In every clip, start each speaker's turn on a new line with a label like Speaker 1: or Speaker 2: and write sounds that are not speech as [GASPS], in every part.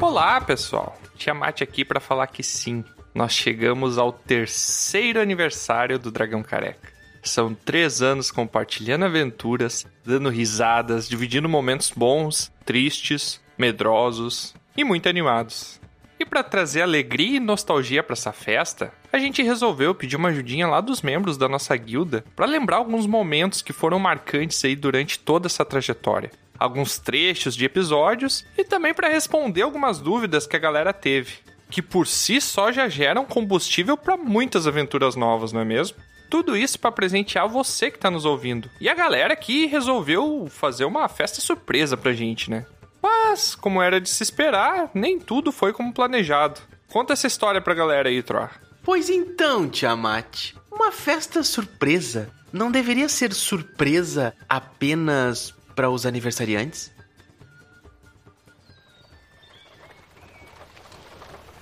Speaker 1: Olá, pessoal. Tiamat aqui para falar que sim, nós chegamos ao terceiro aniversário do Dragão Careca. São três anos compartilhando aventuras, dando risadas, dividindo momentos bons, tristes, medrosos e muito animados. E para trazer alegria e nostalgia para essa festa, a gente resolveu pedir uma ajudinha lá dos membros da nossa guilda para lembrar alguns momentos que foram marcantes aí durante toda essa trajetória, alguns trechos de episódios e também para responder algumas dúvidas que a galera teve, que por si só já geram combustível para muitas aventuras novas, não é mesmo? Tudo isso para presentear você que está nos ouvindo. E a galera que resolveu fazer uma festa surpresa pra gente, né? Mas, como era de se esperar, nem tudo foi como planejado. Conta essa história pra galera aí, Troa.
Speaker 2: Pois então, Tiamat, uma festa surpresa não deveria ser surpresa apenas para os aniversariantes?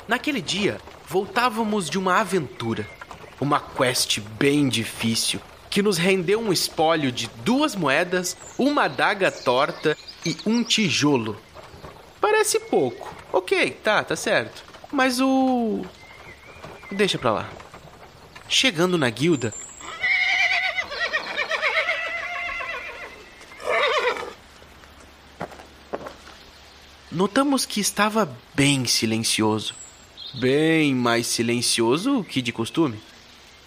Speaker 2: Naquele dia, voltávamos de uma aventura, uma quest bem difícil, que nos rendeu um espólio de duas moedas, uma adaga torta e um tijolo. Parece pouco. Ok, tá, tá certo. Mas o. Deixa pra lá. Chegando na guilda. Notamos que estava bem silencioso. Bem mais silencioso que de costume.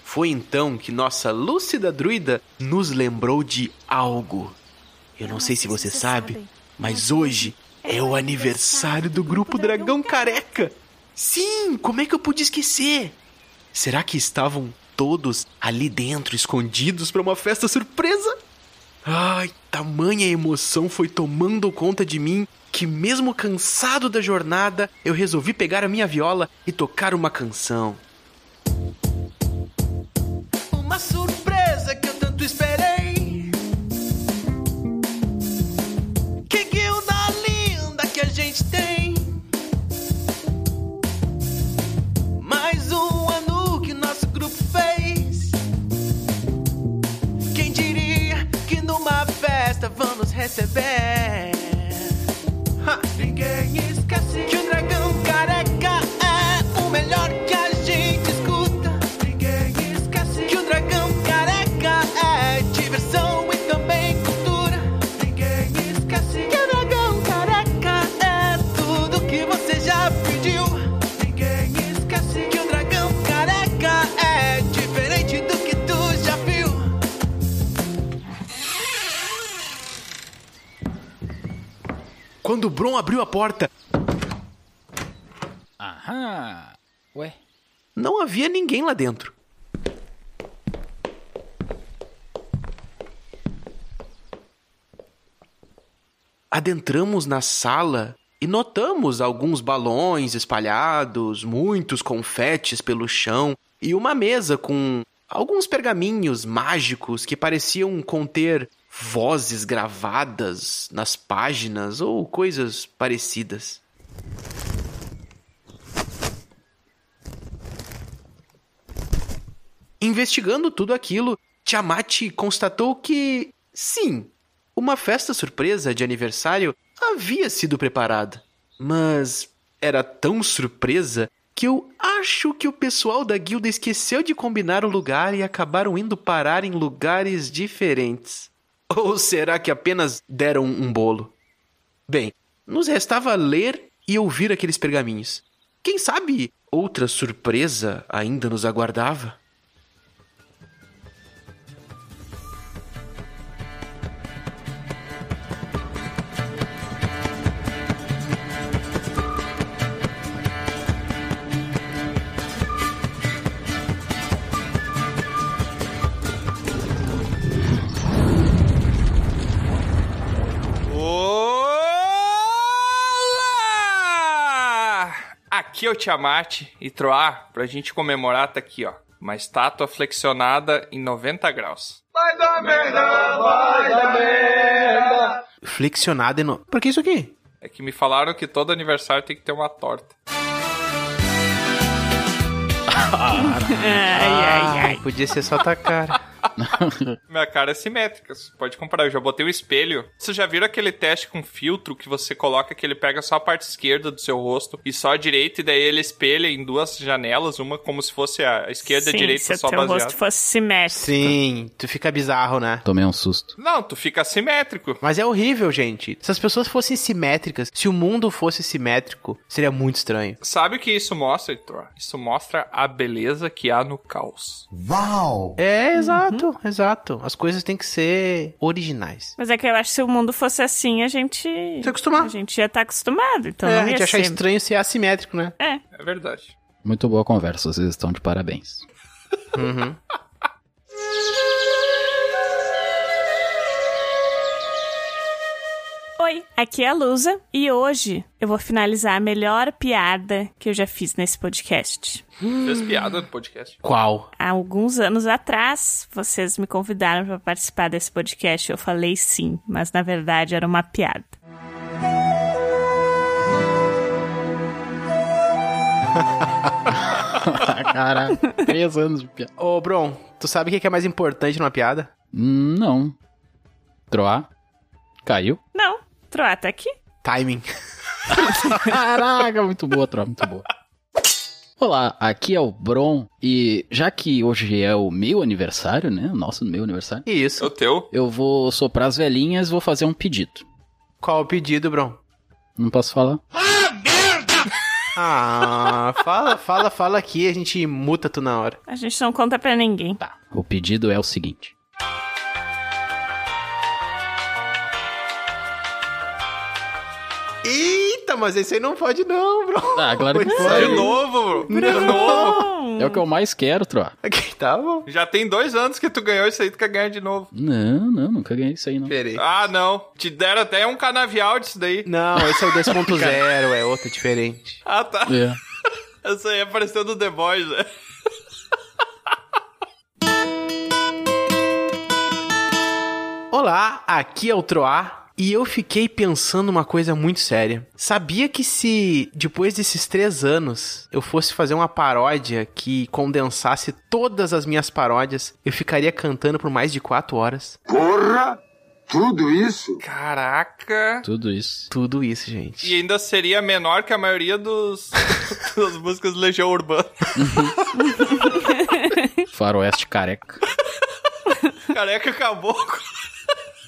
Speaker 2: Foi então que nossa lúcida druida nos lembrou de algo. Eu não sei se você sabe, mas hoje é o aniversário do grupo Dragão Careca. Sim, como é que eu pude esquecer? Será que estavam todos ali dentro, escondidos para uma festa surpresa? Ai, tamanha emoção foi tomando conta de mim que, mesmo cansado da jornada, eu resolvi pegar a minha viola e tocar uma canção. Uma surpresa que eu tanto esperei. Que guilda linda que a gente tem. Mais um ano que nosso grupo fez. Quem diria que numa festa vamos receber? Ha! Ninguém esquece que o dragão careca é o melhor que a gente escuta. Ninguém esquece que o dragão careca é diversão e também cultura. Ninguém esquece que o dragão careca é tudo que você já pediu. Ninguém esquece que o dragão careca é diferente do que tu já viu. Quando o Bron abriu a porta,
Speaker 3: Aham. Ué?
Speaker 2: não havia ninguém lá dentro. Adentramos na sala e notamos alguns balões espalhados, muitos confetes pelo chão e uma mesa com alguns pergaminhos mágicos que pareciam conter vozes gravadas nas páginas ou coisas parecidas. Investigando tudo aquilo, Tiamat constatou que, sim, uma festa surpresa de aniversário havia sido preparada. Mas era tão surpresa que eu acho que o pessoal da guilda esqueceu de combinar o lugar e acabaram indo parar em lugares diferentes. [LAUGHS] Ou será que apenas deram um bolo? Bem, nos restava ler e ouvir aqueles pergaminhos. Quem sabe outra surpresa ainda nos aguardava?
Speaker 1: Olá! Aqui é o Tiamat e Troar, pra gente comemorar, tá aqui, ó. Uma estátua flexionada em 90 graus.
Speaker 2: flexionada e no... Por que isso aqui?
Speaker 1: É que me falaram que todo aniversário tem que ter uma torta.
Speaker 2: Podia ser só tacar.
Speaker 1: Minha cara é simétrica, você pode comparar. Eu já botei o espelho. Vocês já viram aquele teste com filtro que você coloca que ele pega só a parte esquerda do seu rosto e só a direita, e daí ele espelha em duas janelas, uma como se fosse a esquerda e a
Speaker 4: Sim,
Speaker 1: direita
Speaker 4: se o
Speaker 1: só
Speaker 4: teu
Speaker 1: baseado.
Speaker 4: rosto fosse simétrico.
Speaker 2: Sim, tu fica bizarro, né?
Speaker 3: Tomei um susto.
Speaker 1: Não, tu fica assimétrico.
Speaker 2: Mas é horrível, gente. Se as pessoas fossem simétricas, se o mundo fosse simétrico, seria muito estranho.
Speaker 1: Sabe o que isso mostra, Heitor? Isso mostra a beleza que há no caos.
Speaker 5: Uau!
Speaker 2: É, exato, exato. As coisas têm que ser originais.
Speaker 4: Mas é que eu acho que se o mundo fosse assim, a gente.
Speaker 2: Se acostumar.
Speaker 4: A gente ia estar acostumado, então
Speaker 2: é,
Speaker 4: não
Speaker 2: a gente
Speaker 4: ia
Speaker 2: achar
Speaker 4: ser.
Speaker 2: estranho ser assimétrico, né?
Speaker 4: É,
Speaker 1: É verdade.
Speaker 3: Muito boa conversa, vocês estão de parabéns.
Speaker 4: é?
Speaker 2: Uhum.
Speaker 4: Oi, aqui é a Lusa e hoje eu vou finalizar a melhor piada que eu já fiz nesse podcast.
Speaker 1: Fez piada no podcast.
Speaker 2: Qual?
Speaker 4: Há alguns anos atrás, vocês me convidaram para participar desse podcast. Eu falei sim, mas na verdade era uma piada.
Speaker 3: [LAUGHS] Caraca, três anos de piada.
Speaker 2: Ô, Bron, tu sabe o que é mais importante numa piada?
Speaker 3: Hum, Não. Troar. Caiu.
Speaker 4: Não, Troá tá aqui?
Speaker 2: Timing.
Speaker 3: [LAUGHS] Caraca, muito boa, troca, muito boa. Olá, aqui é o Bron e já que hoje é o meu aniversário, né? O nosso meu aniversário,
Speaker 2: Isso.
Speaker 1: O teu?
Speaker 3: eu vou soprar as velhinhas e vou fazer um pedido.
Speaker 2: Qual o pedido, Bron?
Speaker 3: Não posso falar? [LAUGHS]
Speaker 2: Ah, fala, fala, fala aqui, a gente muta tu na hora.
Speaker 4: A gente não conta pra ninguém.
Speaker 3: Tá. O pedido é o seguinte:
Speaker 2: Eita, mas esse aí não pode não, Bron.
Speaker 3: Ah, claro que
Speaker 2: Pois
Speaker 3: foi.
Speaker 1: De novo, bro. De
Speaker 2: Não.
Speaker 1: novo.
Speaker 3: É o que eu mais quero, troca.
Speaker 2: Ok, tá bom.
Speaker 1: Já tem dois anos que tu ganhou isso aí, tu quer ganhar de novo.
Speaker 3: Não, não, nunca ganhei isso aí, não.
Speaker 2: Peraí.
Speaker 1: Ah, não. Te deram até um canavial disso daí.
Speaker 2: Não, esse é o 2.0, é outro, é diferente.
Speaker 1: Ah, tá.
Speaker 3: É.
Speaker 1: [LAUGHS] Essa aí apareceu do The Boys, né?
Speaker 2: Olá, aqui é o Troá e eu fiquei pensando uma coisa muito séria. Sabia que se depois desses três anos eu fosse fazer uma paródia que condensasse todas as minhas paródias, eu ficaria cantando por mais de quatro horas?
Speaker 5: Porra! Tudo isso?
Speaker 1: [LAUGHS] Caraca.
Speaker 3: Tudo isso.
Speaker 2: Tudo isso, gente.
Speaker 1: E ainda seria menor que a maioria dos [LAUGHS] das músicas do Legião Urbana.
Speaker 3: Faroeste careca.
Speaker 1: [LAUGHS] Careca acabou.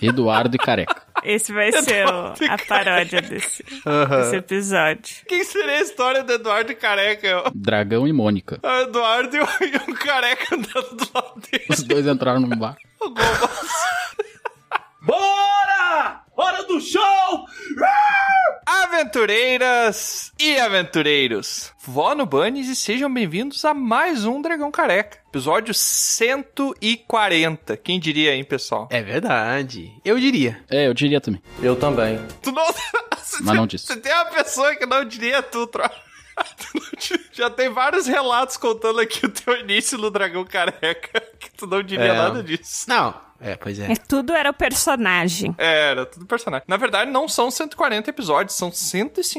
Speaker 3: Eduardo e careca.
Speaker 4: Esse
Speaker 1: [LAUGHS]
Speaker 4: vai ser o- a paródia desse, desse episódio.
Speaker 1: Quem seria a história do Eduardo e Careca? É
Speaker 3: Dragão e Mônica.
Speaker 1: O Eduardo e o, e o Careca andando do lado dele.
Speaker 3: Os dois entraram num bar.
Speaker 1: O Gomes.
Speaker 6: Bora! Hora do show!
Speaker 1: Aventureiras e aventureiros, vó no Bunnies e sejam bem-vindos a mais um Dragão Careca. Episódio 140. Quem diria, hein, pessoal?
Speaker 2: É verdade. Eu diria.
Speaker 3: É, eu diria também.
Speaker 6: Eu também.
Speaker 1: Tu não... [LAUGHS]
Speaker 3: Mas não disse.
Speaker 1: Se tem uma pessoa que não diria tu, tro... [LAUGHS] tu não di- Já tem vários relatos contando aqui o teu início no Dragão Careca, [LAUGHS] que tu não diria
Speaker 2: É.
Speaker 1: nada disso.
Speaker 2: Não. É, pois é.
Speaker 4: É, tudo era o personagem.
Speaker 1: É, Era tudo personagem. Na verdade, não são 140 episódios, são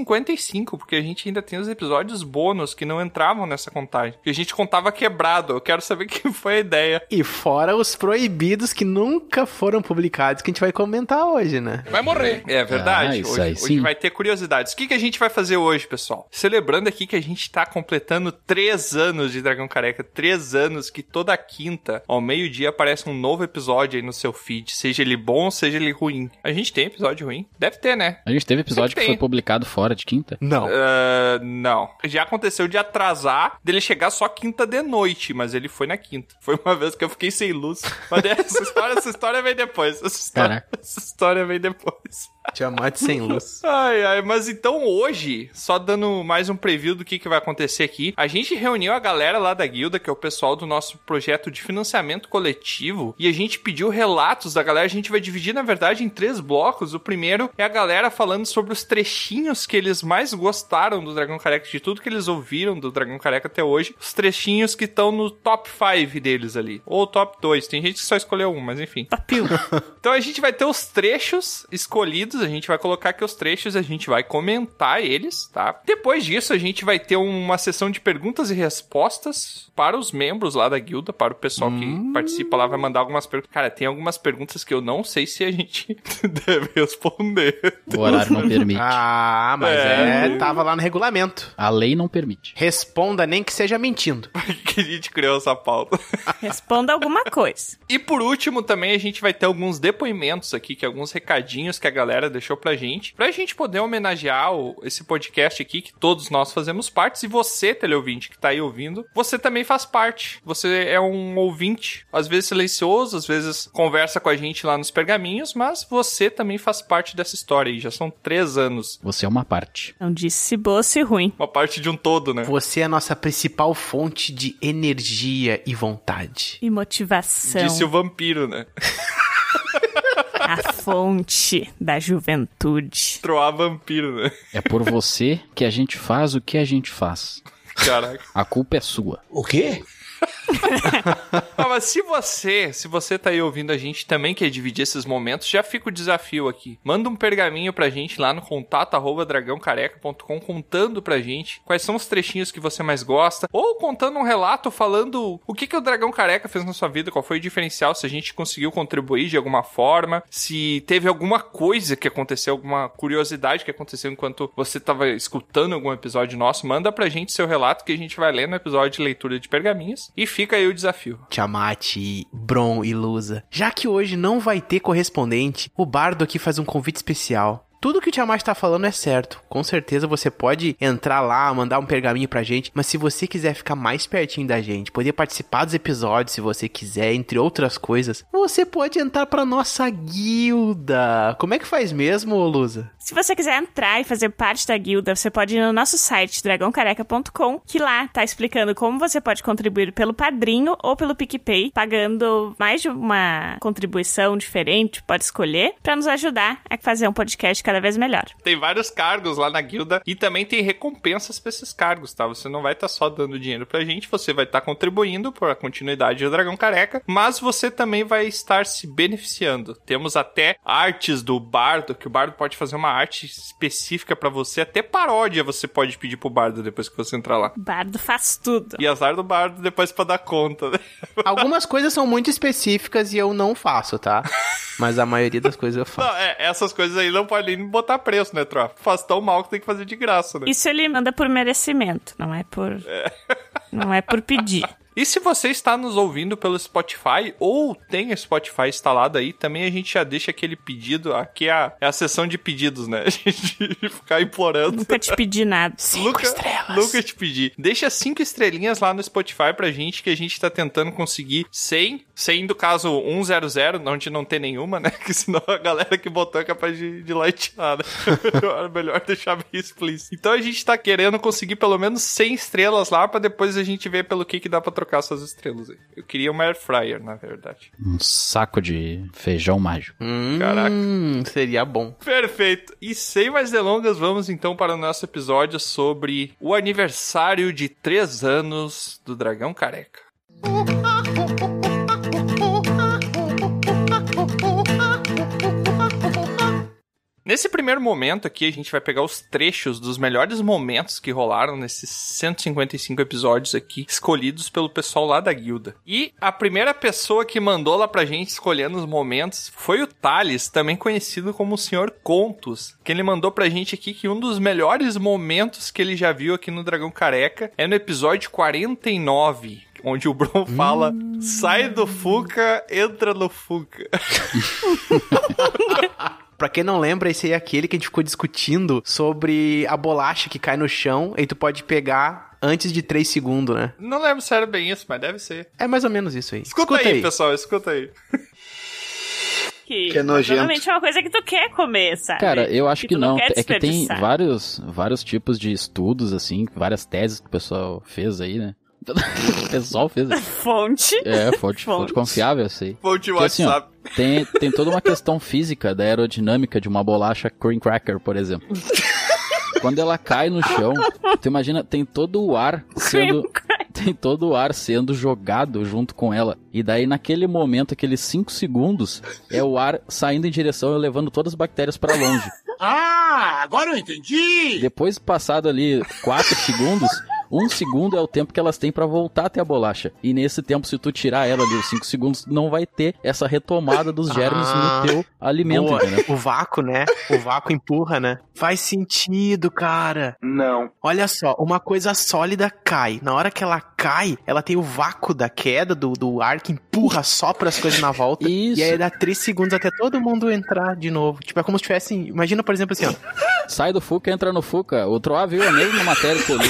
Speaker 1: 155, porque a gente ainda tem os episódios bônus que não entravam nessa contagem. Que a gente contava quebrado. Eu quero saber [LAUGHS] quem foi a ideia.
Speaker 2: E fora os proibidos que nunca foram publicados, que a gente vai comentar hoje, né?
Speaker 1: Vai morrer. É verdade.
Speaker 3: Ah, isso
Speaker 1: hoje,
Speaker 3: aí
Speaker 1: hoje
Speaker 3: sim.
Speaker 1: vai ter curiosidades. O que, que a gente vai fazer hoje, pessoal? Celebrando aqui que a gente tá completando três anos de Dragão Careca. Três anos que toda quinta, ao meio-dia, aparece um novo episódio aí no seu feed. Seja ele bom, seja ele ruim. A gente tem episódio ruim? Deve ter, né?
Speaker 3: A gente teve episódio
Speaker 1: Sempre
Speaker 3: que foi
Speaker 1: tem.
Speaker 3: publicado fora de quinta.
Speaker 2: Não.
Speaker 1: Ah, não. Já aconteceu de atrasar, dele chegar só quinta de noite, mas ele foi na quinta. Foi uma vez que eu fiquei sem luz. Mas essa história, essa história vem depois. Essa história,
Speaker 3: Caraca.
Speaker 1: essa história vem depois.
Speaker 2: Tiamat sem luz.
Speaker 1: Ai, ai, mas então hoje, só dando mais um preview do que, que vai acontecer aqui, a gente reuniu a galera lá da guilda, que é o pessoal do nosso projeto de financiamento coletivo, e a gente pediu relatos da galera. A gente vai dividir, na verdade, em três blocos. O primeiro é a galera falando sobre os trechinhos que eles mais gostaram do Dragão Careca, de tudo que eles ouviram do Dragão Careca até hoje, os trechinhos que estão no top 5 deles ali, ou [LAUGHS] top 2. Tem gente que só escolheu um, mas enfim.
Speaker 4: Papiu.
Speaker 1: Então a gente vai ter os trechos escolhidos ouvintes, a gente vai colocar aqui os trechos, a gente vai comentar eles, tá? Depois disso, a gente vai ter uma sessão de perguntas e respostas para os membros lá da guilda, para o pessoal que participa lá, vai mandar algumas perguntas. Cara, tem algumas perguntas que eu não sei se a gente deve responder.
Speaker 3: O horário não permite.
Speaker 2: Ah, mas é. tava lá no regulamento.
Speaker 3: A lei não permite.
Speaker 2: Responda nem que seja mentindo.
Speaker 1: que a gente criou essa pauta.
Speaker 4: [LAUGHS] Responda alguma coisa.
Speaker 1: E por último, também a gente vai ter alguns depoimentos aqui, que alguns recadinhos que a galera deixou pra gente, pra gente poder homenagear o- esse podcast aqui, que todos nós fazemos parte. E você, teleouvinte, que tá aí ouvindo, você também faz parte. Você é um ouvinte, às vezes silencioso, às vezes conversa com a gente lá nos pergaminhos, mas você também faz parte dessa história aí. Já são três anos.
Speaker 3: Você é uma parte.
Speaker 4: Não disse se boa ou se ruim.
Speaker 1: Uma parte de um todo, né?
Speaker 2: Você é a nossa principal fonte de energia e vontade.
Speaker 4: E motivação.
Speaker 1: Disse o vampiro, né?
Speaker 4: A fonte da juventude.
Speaker 1: Troar vampiro, né? [LAUGHS]
Speaker 3: É por você que a gente faz o que a gente faz.
Speaker 1: Caraca.
Speaker 3: A culpa é sua.
Speaker 6: O quê?
Speaker 1: Ah, [LAUGHS] mas se você, se você tá aí ouvindo a gente também quer dividir esses momentos, já fica o desafio aqui. Manda um pergaminho pra gente lá no contato arroba dragãocareca.com contando pra gente quais são os trechinhos que você mais gosta, ou contando um relato falando o que que o Dragão Careca fez na sua vida, qual foi o diferencial, se a gente conseguiu contribuir de alguma forma, se teve alguma coisa que aconteceu, alguma curiosidade que aconteceu enquanto você tava escutando algum episódio nosso, manda pra gente seu relato que a gente vai ler no episódio de leitura de pergaminhos e fica aí o desafio.
Speaker 2: [LAUGHS] Tiamat, Bron e Lusa. Já que hoje não vai ter correspondente, o Bardo aqui faz um convite especial. Tudo que o Tiamat tá falando é certo. Com certeza você pode entrar lá, mandar um pergaminho pra gente, mas se você quiser ficar mais pertinho da gente, poder participar dos episódios se você quiser, entre outras coisas, você pode entrar pra nossa guilda. Como é que faz mesmo, ô Lusa?
Speaker 4: Se você quiser entrar e fazer parte da guilda, você pode ir no nosso site, dragãocareca.com, que lá tá explicando como você pode contribuir pelo padrinho ou pelo PicPay, pagando mais de uma contribuição diferente, pode escolher, pra nos ajudar a fazer um podcast cada vez melhor.
Speaker 1: Tem vários cargos lá na guilda e também tem recompensas pra esses cargos, tá? Você não vai estar só dando dinheiro pra gente, você vai estar contribuindo para a continuidade do Dragão Careca, mas você também vai estar se beneficiando. Temos até artes do bardo, que o bardo pode fazer uma arte específica pra você, até paródia você pode pedir pro bardo depois que você entrar lá.
Speaker 4: O bardo faz tudo.
Speaker 1: E azar do bardo depois pra dar conta, né? [LAUGHS]
Speaker 2: Algumas coisas são muito específicas e eu não faço, tá? Mas a maioria das coisas eu faço.
Speaker 1: Não, é, essas coisas aí não podem nem botar preço, né, tropa? Faz tão mal que tem que fazer de graça, né?
Speaker 4: Isso é ele manda por merecimento, não é por. Não é por pedir.
Speaker 1: Tá. E se você está nos ouvindo pelo Spotify ou tem o Spotify instalado aí, também a gente já deixa aquele pedido. Aqui é a, é a sessão de pedidos, né? [LAUGHS] A gente ficar implorando.
Speaker 4: Nunca te pedi nada.
Speaker 1: Luca, Luca te pedir. Deixa cinco estrelinhas lá no Spotify pra gente, que a gente tá tentando conseguir 100. 100 do caso 100, onde não tem nenhuma, né? [LAUGHS] Que senão a galera que botou é capaz de, de lá e [LAUGHS] tirar, né? melhor, melhor deixar bem explícito. Então a gente tá querendo conseguir pelo menos 100 estrelas lá, pra depois a gente ver pelo que que dá pra trocar essas estrelas aí. Eu queria uma air fryer, na verdade.
Speaker 3: Um saco de feijão mágico.
Speaker 2: Hum,
Speaker 1: Caraca.
Speaker 2: seria bom.
Speaker 1: Perfeito. E sem mais delongas, vamos então para o nosso episódio sobre o aniversário de 3 anos do Dragão Careca. Nesse primeiro momento aqui, a gente vai pegar os trechos dos melhores momentos que rolaram nesses 155 episódios aqui, escolhidos pelo pessoal lá da guilda. E a primeira pessoa que mandou lá pra gente escolhendo os momentos foi o Thales, também conhecido como o Senhor Contos, que ele mandou pra gente aqui que um dos melhores momentos que ele já viu aqui no Dragão Careca é no episódio 49. Onde o Bron [LAUGHS] fala, sai do Fuca, entra no Fuca.
Speaker 2: Pra quem não lembra, esse aí é aquele que a gente ficou discutindo sobre a bolacha que cai no chão e tu pode pegar antes de 3 segundos, né?
Speaker 1: Não lembro se era bem isso, mas deve ser.
Speaker 2: É mais ou menos isso aí.
Speaker 1: Escuta, aí, pessoal, escuta
Speaker 2: [LAUGHS]
Speaker 1: aí.
Speaker 4: Que,
Speaker 5: Que é nojento.
Speaker 4: Provavelmente é uma coisa que tu quer comer, sabe?
Speaker 3: Cara, eu acho
Speaker 4: Que
Speaker 3: que,
Speaker 4: tu não
Speaker 3: não.
Speaker 4: quer
Speaker 3: É que tem
Speaker 4: desperdiçar.
Speaker 3: vários, vários tipos de estudos, assim, várias teses que o pessoal fez aí, né? [LAUGHS] o pessoal fez.
Speaker 4: Fonte.
Speaker 3: É, fonte,
Speaker 4: Fonte.
Speaker 3: fonte confiável, eu sei.
Speaker 1: Vou te
Speaker 3: Porque assim, ó,
Speaker 1: WhatsApp.
Speaker 3: tem, tem toda uma questão física da aerodinâmica de uma bolacha cream cracker, por exemplo. Quando ela cai no chão, tu imagina, tem todo o ar sendo. tem todo o ar sendo jogado junto com ela. E daí, naquele momento, aqueles 5 segundos, é o ar saindo em direção e levando todas as bactérias pra longe.
Speaker 7: Ah, agora eu entendi!
Speaker 3: Depois passado ali 4 [LAUGHS] segundos, um segundo é o tempo que elas têm pra voltar até a bolacha. E nesse tempo, se tu tirar ela ali os 5 segundos, não vai ter essa retomada dos germes
Speaker 2: Ah,
Speaker 3: no teu alimento,
Speaker 2: Boa.
Speaker 3: entendeu?
Speaker 2: O vácuo, né? O vácuo empurra, né? Faz sentido, cara.
Speaker 5: Não.
Speaker 2: Olha só, uma coisa sólida cai. Na hora que ela cai, ela tem o vácuo da queda, do, do ar que empurra, sopra as coisas na volta.
Speaker 3: Isso.
Speaker 2: E aí dá três segundos até todo mundo entrar de novo. Tipo, é como se tivesse. Imagina, por exemplo, assim, ó.
Speaker 3: Sai do Fuca, entra no Fuca. O Troá viu a mesma matéria que eu li.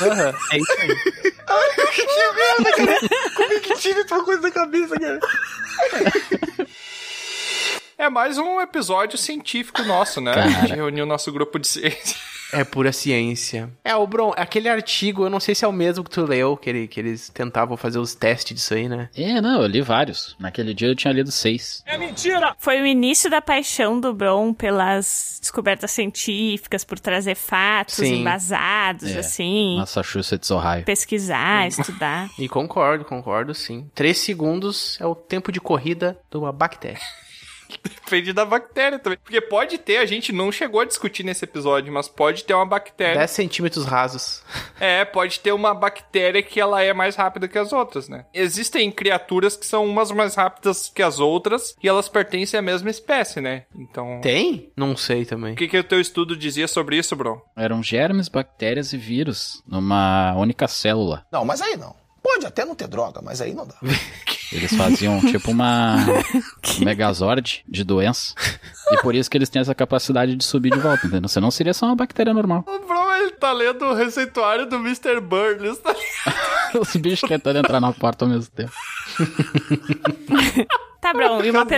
Speaker 2: Aham, é isso aí.
Speaker 1: É mais um episódio científico nosso, né? A gente reuniu o nosso grupo de ciência. [LAUGHS]
Speaker 2: É pura ciência. É, o Bron, aquele artigo, eu não sei se é o mesmo que tu leu, que, ele- que eles tentavam fazer os testes disso aí, né?
Speaker 3: É, não, eu li vários. Naquele dia eu tinha lido seis.
Speaker 1: É
Speaker 4: Foi o início da paixão do Bron pelas descobertas científicas, por trazer fatos
Speaker 2: Sim.
Speaker 4: embasados,
Speaker 3: É.
Speaker 4: assim,
Speaker 3: Massachusetts, Ohio.
Speaker 4: pesquisar,
Speaker 1: [LAUGHS]
Speaker 4: estudar.
Speaker 2: E concordo, concordo, sim. Três segundos é o tempo de corrida de uma bactéria.
Speaker 1: Depende da bactéria também. Porque pode ter, a gente não chegou a discutir nesse episódio, mas pode ter uma
Speaker 4: É.
Speaker 1: bactéria.
Speaker 2: 10 centímetros rasos.
Speaker 1: É, pode ter uma bactéria que ela é mais rápida que as outras, né? Existem criaturas que são umas mais rápidas que as outras e elas pertencem à mesma espécie, né? Então.
Speaker 2: Tem? Não sei também.
Speaker 1: O que, que o teu estudo dizia sobre isso, Bron?
Speaker 3: Eram germes, bactérias e vírus numa única célula.
Speaker 7: Não, mas aí não. Pode até não ter droga, mas aí não dá.
Speaker 3: Eles faziam tipo uma um megazord de doença. E por isso que eles têm essa capacidade de subir de volta, entendeu? Senão seria só uma bactéria normal. [LAUGHS]
Speaker 1: O Bron, ele tá lendo o receituário do Mr. Burns, tá
Speaker 3: Os bichos tentando entrar na porta ao mesmo tempo.
Speaker 4: Tá, Bron, e uma
Speaker 1: Pelo amor de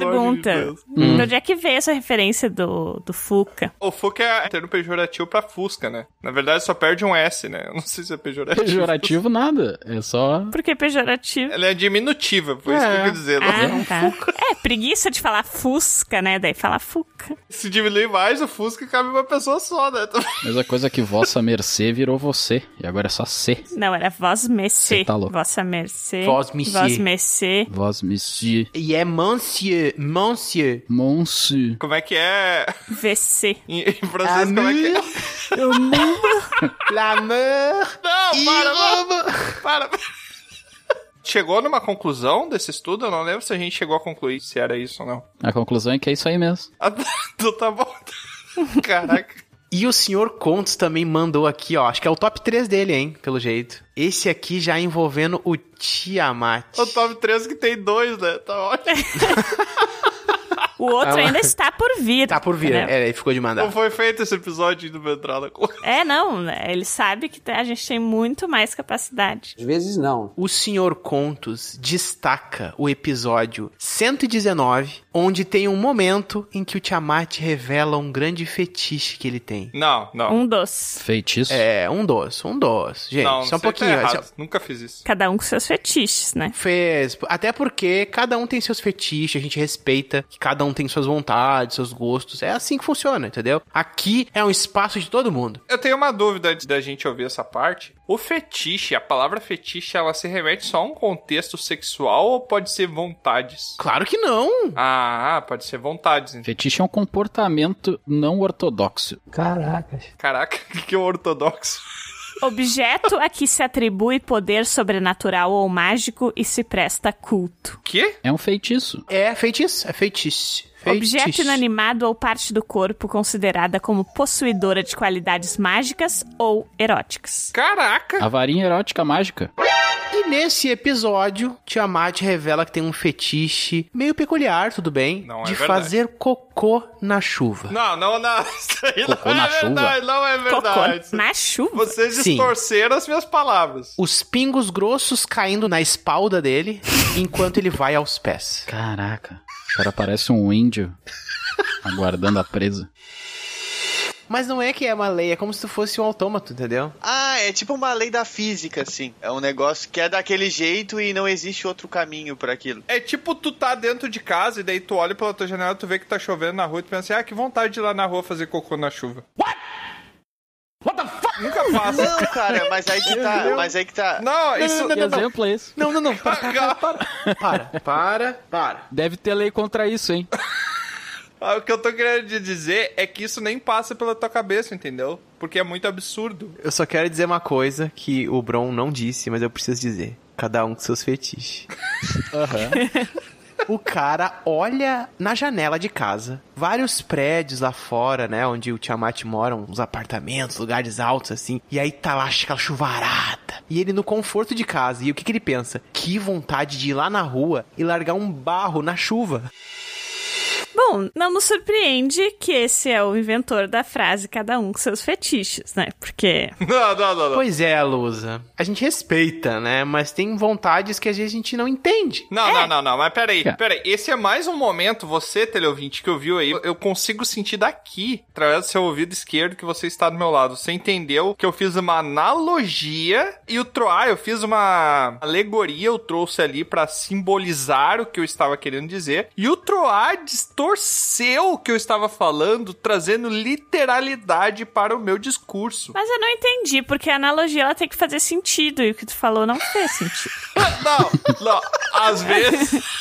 Speaker 4: pergunta.
Speaker 1: Deus.
Speaker 3: Hum.
Speaker 4: De onde é que veio essa referência do, do Fuca?
Speaker 1: O Fuca é termo pejorativo pra Fusca, né? Na verdade, só perde um S, né? [LAUGHS] Eu não sei se é
Speaker 2: tipo
Speaker 1: pejorativo.
Speaker 3: Pejorativo nada. É só.
Speaker 4: Por que pejorativo?
Speaker 1: Ela é diminutiva, por isso que
Speaker 3: É.
Speaker 1: eu quis dizer. né? Ela
Speaker 3: um
Speaker 4: Ah, tá. É, preguiça de falar Fusca, né? Daí fala Fuca.
Speaker 1: Se diminui mais, o Fusca cabe uma pessoa só, né?
Speaker 3: Mesma coisa que vossa mercê virou você. E agora é só C.
Speaker 4: Não, era Vós
Speaker 3: Cê
Speaker 4: Mercê.
Speaker 3: tá louco.
Speaker 4: Vossa Mercê.
Speaker 2: Vós Mercê.
Speaker 4: Vós Mercê.
Speaker 3: Vós monsieur.
Speaker 2: E é monsieur, monsieur.
Speaker 3: Monsieur.
Speaker 1: Como é que é
Speaker 4: VC.
Speaker 1: em, em francês? Como é que é?
Speaker 2: L'amour.
Speaker 1: Não, para, para, para. Chegou numa conclusão desse estudo? Eu não lembro se a gente chegou a concluir se era isso ou não. [LAUGHS]
Speaker 3: A conclusão é que é isso aí mesmo.
Speaker 1: Ah, tá, então tá bom.
Speaker 2: [LAUGHS]
Speaker 1: Caraca.
Speaker 2: E o senhor Contos também mandou aqui, ó. Acho que é o top 3 dele, hein? Pelo jeito. Esse aqui já envolvendo o Tiamat.
Speaker 1: O top 3 que tem dois, né? Tá ótimo.
Speaker 4: O outro
Speaker 2: Ah,
Speaker 4: ainda está por vir.
Speaker 2: Tá por vir.
Speaker 4: né?
Speaker 2: É, ele ficou de
Speaker 1: Não
Speaker 2: mandar.
Speaker 1: foi feito esse episódio do Metrada.
Speaker 4: É, não. né? Ele sabe que a gente tem muito mais capacidade.
Speaker 8: Às vezes não.
Speaker 2: O senhor Contos destaca o episódio 119, onde tem um momento em que o Tiamat revela um grande fetiche que ele tem.
Speaker 1: Não, não.
Speaker 4: Um dos.
Speaker 3: Feitiço.
Speaker 2: É, um doce, um doce. Gente,
Speaker 1: não,
Speaker 2: só um
Speaker 1: isso aí tá
Speaker 2: pouquinho.
Speaker 1: errado.
Speaker 2: só-
Speaker 1: Nunca fiz isso.
Speaker 4: Cada um com seus fetiches, né?
Speaker 2: Fez. Até porque cada um tem seus fetiches, a gente respeita que cada um tem suas vontades, seus gostos. É assim que funciona, entendeu? Aqui é um espaço de todo mundo.
Speaker 1: Eu tenho uma dúvida antes da gente ouvir essa parte. O fetiche, a palavra fetiche, ela se remete só a um contexto sexual ou pode ser vontades?
Speaker 2: Claro que não!
Speaker 1: Ah, pode ser vontades. então.
Speaker 3: Fetiche é um comportamento não ortodoxo.
Speaker 8: Caracas.
Speaker 1: Caraca, [LAUGHS] que que é ortodoxo.
Speaker 4: Objeto a que se atribui poder sobrenatural ou mágico e se presta culto.
Speaker 1: O quê?
Speaker 3: É um feitiço.
Speaker 2: É feitiço, é feitiço. feitiço.
Speaker 4: Objeto inanimado ou parte do corpo considerada como possuidora de qualidades mágicas ou eróticas.
Speaker 1: Caraca!
Speaker 3: A varinha erótica mágica.
Speaker 2: E nesse episódio, Tiamat revela que tem um fetiche meio peculiar, tudo bem,
Speaker 1: Não é
Speaker 2: de
Speaker 1: verdade.
Speaker 2: fazer cocô na chuva.
Speaker 1: Não, não, não. [LAUGHS] Isso aí
Speaker 3: Cocô
Speaker 1: não
Speaker 3: na
Speaker 1: é verdade, não é verdade.
Speaker 4: Cocô na chuva.
Speaker 1: Vocês
Speaker 2: Sim.
Speaker 1: distorceram as minhas palavras.
Speaker 2: Os pingos grossos caindo na espalda dele [LAUGHS] enquanto ele vai aos pés.
Speaker 3: Caraca. O cara parece um índio aguardando a presa.
Speaker 2: Mas não é que é uma lei, é como se tu fosse um autômato, entendeu?
Speaker 9: Ah, é tipo uma lei da física, assim. É um negócio que é daquele jeito e não existe outro caminho pra aquilo.
Speaker 1: É tipo, tu tá dentro de casa e daí tu olha pela tua janela, tu vê que tá chovendo na rua e tu pensa assim, ah, que vontade de ir lá na rua fazer cocô na chuva. Nunca passa.
Speaker 9: Não, cara, mas aí que tá. Mas aí que tá.
Speaker 1: Não, isso. Ah,
Speaker 3: Que exemplo é esse?
Speaker 2: Não, não, não. Para, para, para. Para, para, para.
Speaker 3: Deve ter lei contra isso, hein?
Speaker 1: Ah, O que eu tô querendo te dizer é que isso nem passa pela tua cabeça, entendeu? Porque é muito absurdo.
Speaker 2: Eu só quero dizer uma coisa que o Bron não disse, mas eu preciso dizer. Cada um com seus fetiches. o cara olha na janela de casa, vários prédios lá fora, né, onde o Tiamat mora, uns apartamentos, lugares altos assim, e aí tá lá aquela chuvarada. E ele no conforto de casa, e o que que ele pensa? Que vontade de ir lá na rua e largar um barro na chuva.
Speaker 4: Bom, não nos surpreende que esse é o inventor da frase cada um com seus fetiches, né? Porque
Speaker 1: [LAUGHS] Não, não, não, não.
Speaker 2: Pois é, Lusa. A gente respeita, né, mas tem vontades que às vezes a gente não entende.
Speaker 1: Não, não, não, não, mas peraí,
Speaker 3: É.
Speaker 1: peraí. Esse é mais um momento, você, teleouvinte, que ouviu aí, eu- eu consigo sentir daqui, através do seu ouvido esquerdo, que você está do meu lado. Você entendeu que eu fiz uma analogia e o Troar, eu fiz uma alegoria, eu trouxe ali pra simbolizar o que eu estava querendo dizer. E o Troar distorceu o que eu estava falando, trazendo literalidade para o meu discurso.
Speaker 4: Mas eu não entendi, porque a analogia ela tem que fazer sentido, e o que tu falou não fez sentido.
Speaker 1: Não, não, às vezes. [LAUGHS]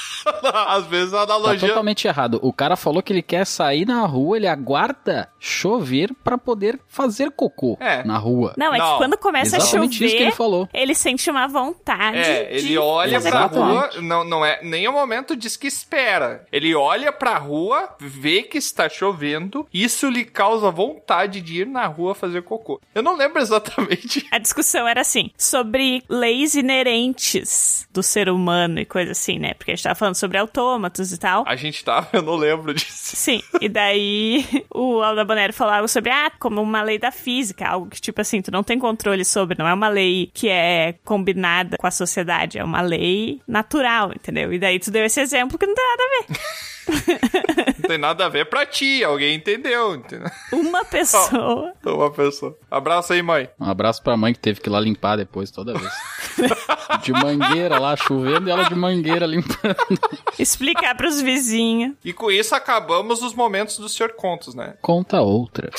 Speaker 1: Às vezes [LAUGHS] a
Speaker 3: Tá
Speaker 1: analogia
Speaker 3: totalmente errado. O cara falou que ele quer sair na rua, ele aguarda chover pra poder fazer cocô
Speaker 1: É.
Speaker 3: na rua.
Speaker 4: Não, é
Speaker 1: Não,
Speaker 4: que quando começa a
Speaker 3: Exatamente isso que
Speaker 4: chover,
Speaker 3: ele falou.
Speaker 4: ele sente uma vontade.
Speaker 1: É,
Speaker 4: de
Speaker 1: ele olha
Speaker 4: fazer
Speaker 1: pra
Speaker 4: cocô.
Speaker 1: rua, não, não é nem o momento diz que espera. Ele olha pra rua, vê que está chovendo, isso lhe causa vontade de ir na rua fazer cocô. Eu não lembro exatamente.
Speaker 4: A discussão era assim, sobre leis inerentes do ser humano e coisa assim, né? Porque a gente tava falando sobre autômatos e tal.
Speaker 1: A gente tava, eu não lembro disso.
Speaker 4: Sim, e daí o Alda Bonero falou algo sobre, ah, como uma lei da física, algo que, tipo assim, tu não tem controle sobre, não é uma lei que é combinada com a sociedade, é uma lei natural, entendeu? E daí tu deu esse exemplo que não tem nada a ver.
Speaker 1: Não tem nada a ver pra ti, alguém entendeu, entendeu?
Speaker 4: Uma
Speaker 1: [LAUGHS]
Speaker 4: pessoa
Speaker 1: Uma pessoa. Abraço aí, mãe.
Speaker 3: Um abraço pra mãe que teve que ir lá limpar depois
Speaker 1: [LAUGHS]
Speaker 3: toda vez. de mangueira lá, chovendo e ela de mangueira limpando.
Speaker 4: explicar pros vizinhos.
Speaker 1: E com isso acabamos os momentos do Sr. Contos, né?
Speaker 3: Conta outra.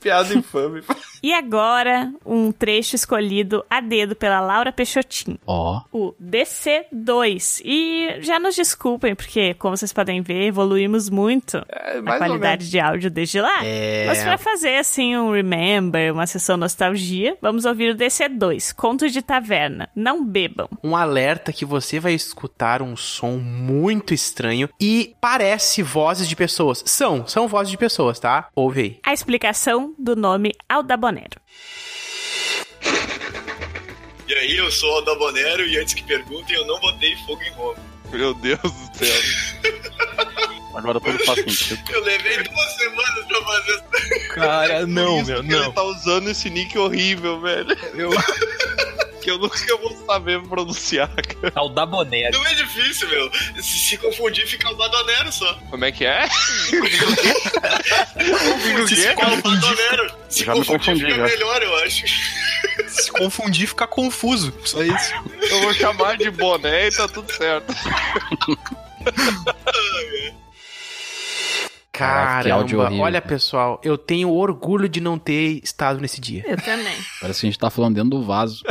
Speaker 1: Piada infame.
Speaker 4: E agora, um trecho escolhido a dedo pela Laura Peixotin.
Speaker 3: Ó.
Speaker 4: o DC2. E já nos desculpem, porque, como vocês podem ver, evoluímos muito
Speaker 1: mais
Speaker 4: a
Speaker 1: ou
Speaker 4: qualidade de áudio desde lá. Mas pra fazer, assim, um remember, uma sessão nostalgia, vamos ouvir o DC2, Contos de Taverna. Não bebam.
Speaker 2: um alerta que você vai escutar um som muito estranho e parece vozes de pessoas. São, são vozes de pessoas, tá? Ouve aí.
Speaker 4: A explicação do nome Aldabonero.
Speaker 8: E aí, eu sou o Aldabonero e antes que perguntem, eu não botei fogo em Roma.
Speaker 9: Meu Deus do céu.
Speaker 10: Agora tudo faz sentido.
Speaker 8: Eu levei duas semanas pra fazer essa
Speaker 10: Cara, não,
Speaker 9: Por isso
Speaker 10: meu,
Speaker 9: que
Speaker 10: não.
Speaker 9: Ele tá usando esse nick horrível, velho. [LAUGHS] Que eu nunca vou saber pronunciar, cara.
Speaker 10: Tá Aldabonero.
Speaker 8: Não é difícil, meu. Se, se confundir, fica Aldadonero só.
Speaker 1: Como é que é?
Speaker 8: Se, se
Speaker 9: Tá
Speaker 1: um
Speaker 8: Aldadonero. Se
Speaker 10: Já me confundi,
Speaker 8: fica
Speaker 10: já.
Speaker 8: melhor, eu acho.
Speaker 10: Se confundir, fica confuso. Só isso.
Speaker 1: Eu vou chamar de boné e tá tudo
Speaker 8: [LAUGHS]
Speaker 1: certo.
Speaker 3: [LAUGHS] Caraca, que áudio
Speaker 2: Caramba,
Speaker 3: horrível,
Speaker 2: olha
Speaker 3: cara.
Speaker 2: pessoal, eu tenho orgulho de não ter estado nesse dia.
Speaker 4: Eu também.
Speaker 3: Parece que a gente tá falando dentro do vaso.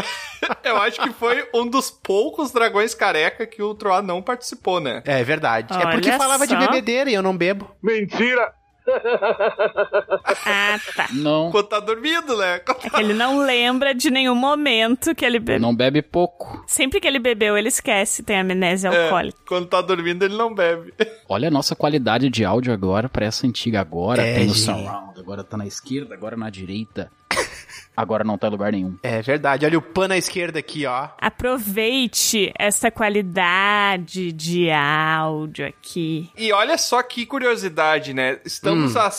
Speaker 1: Eu acho que foi um dos poucos dragões careca que o Troá não participou, né?
Speaker 2: É verdade. é
Speaker 4: Olha
Speaker 2: porque falava de
Speaker 4: só.
Speaker 2: bebedeira e eu não bebo.
Speaker 4: Ah, tá.
Speaker 3: Não.
Speaker 1: Enquanto tá dormindo, né?
Speaker 4: É que ele não lembra de nenhum momento que ele bebeu.
Speaker 3: Não bebe pouco.
Speaker 4: Sempre que ele bebeu, ele esquece, tem amnésia
Speaker 1: É,
Speaker 4: alcoólica.
Speaker 1: quando tá dormindo, ele não bebe.
Speaker 3: Olha a nossa qualidade de áudio agora pra essa antiga agora.
Speaker 2: É,
Speaker 3: Tem o
Speaker 2: gente.
Speaker 3: surround, agora tá na esquerda, agora na direita. Agora não tá em lugar nenhum.
Speaker 2: É verdade. Olha o pan à esquerda aqui, ó.
Speaker 4: Aproveite essa qualidade de áudio aqui.
Speaker 1: E olha só que curiosidade, né? Estamos
Speaker 2: Hum.
Speaker 1: a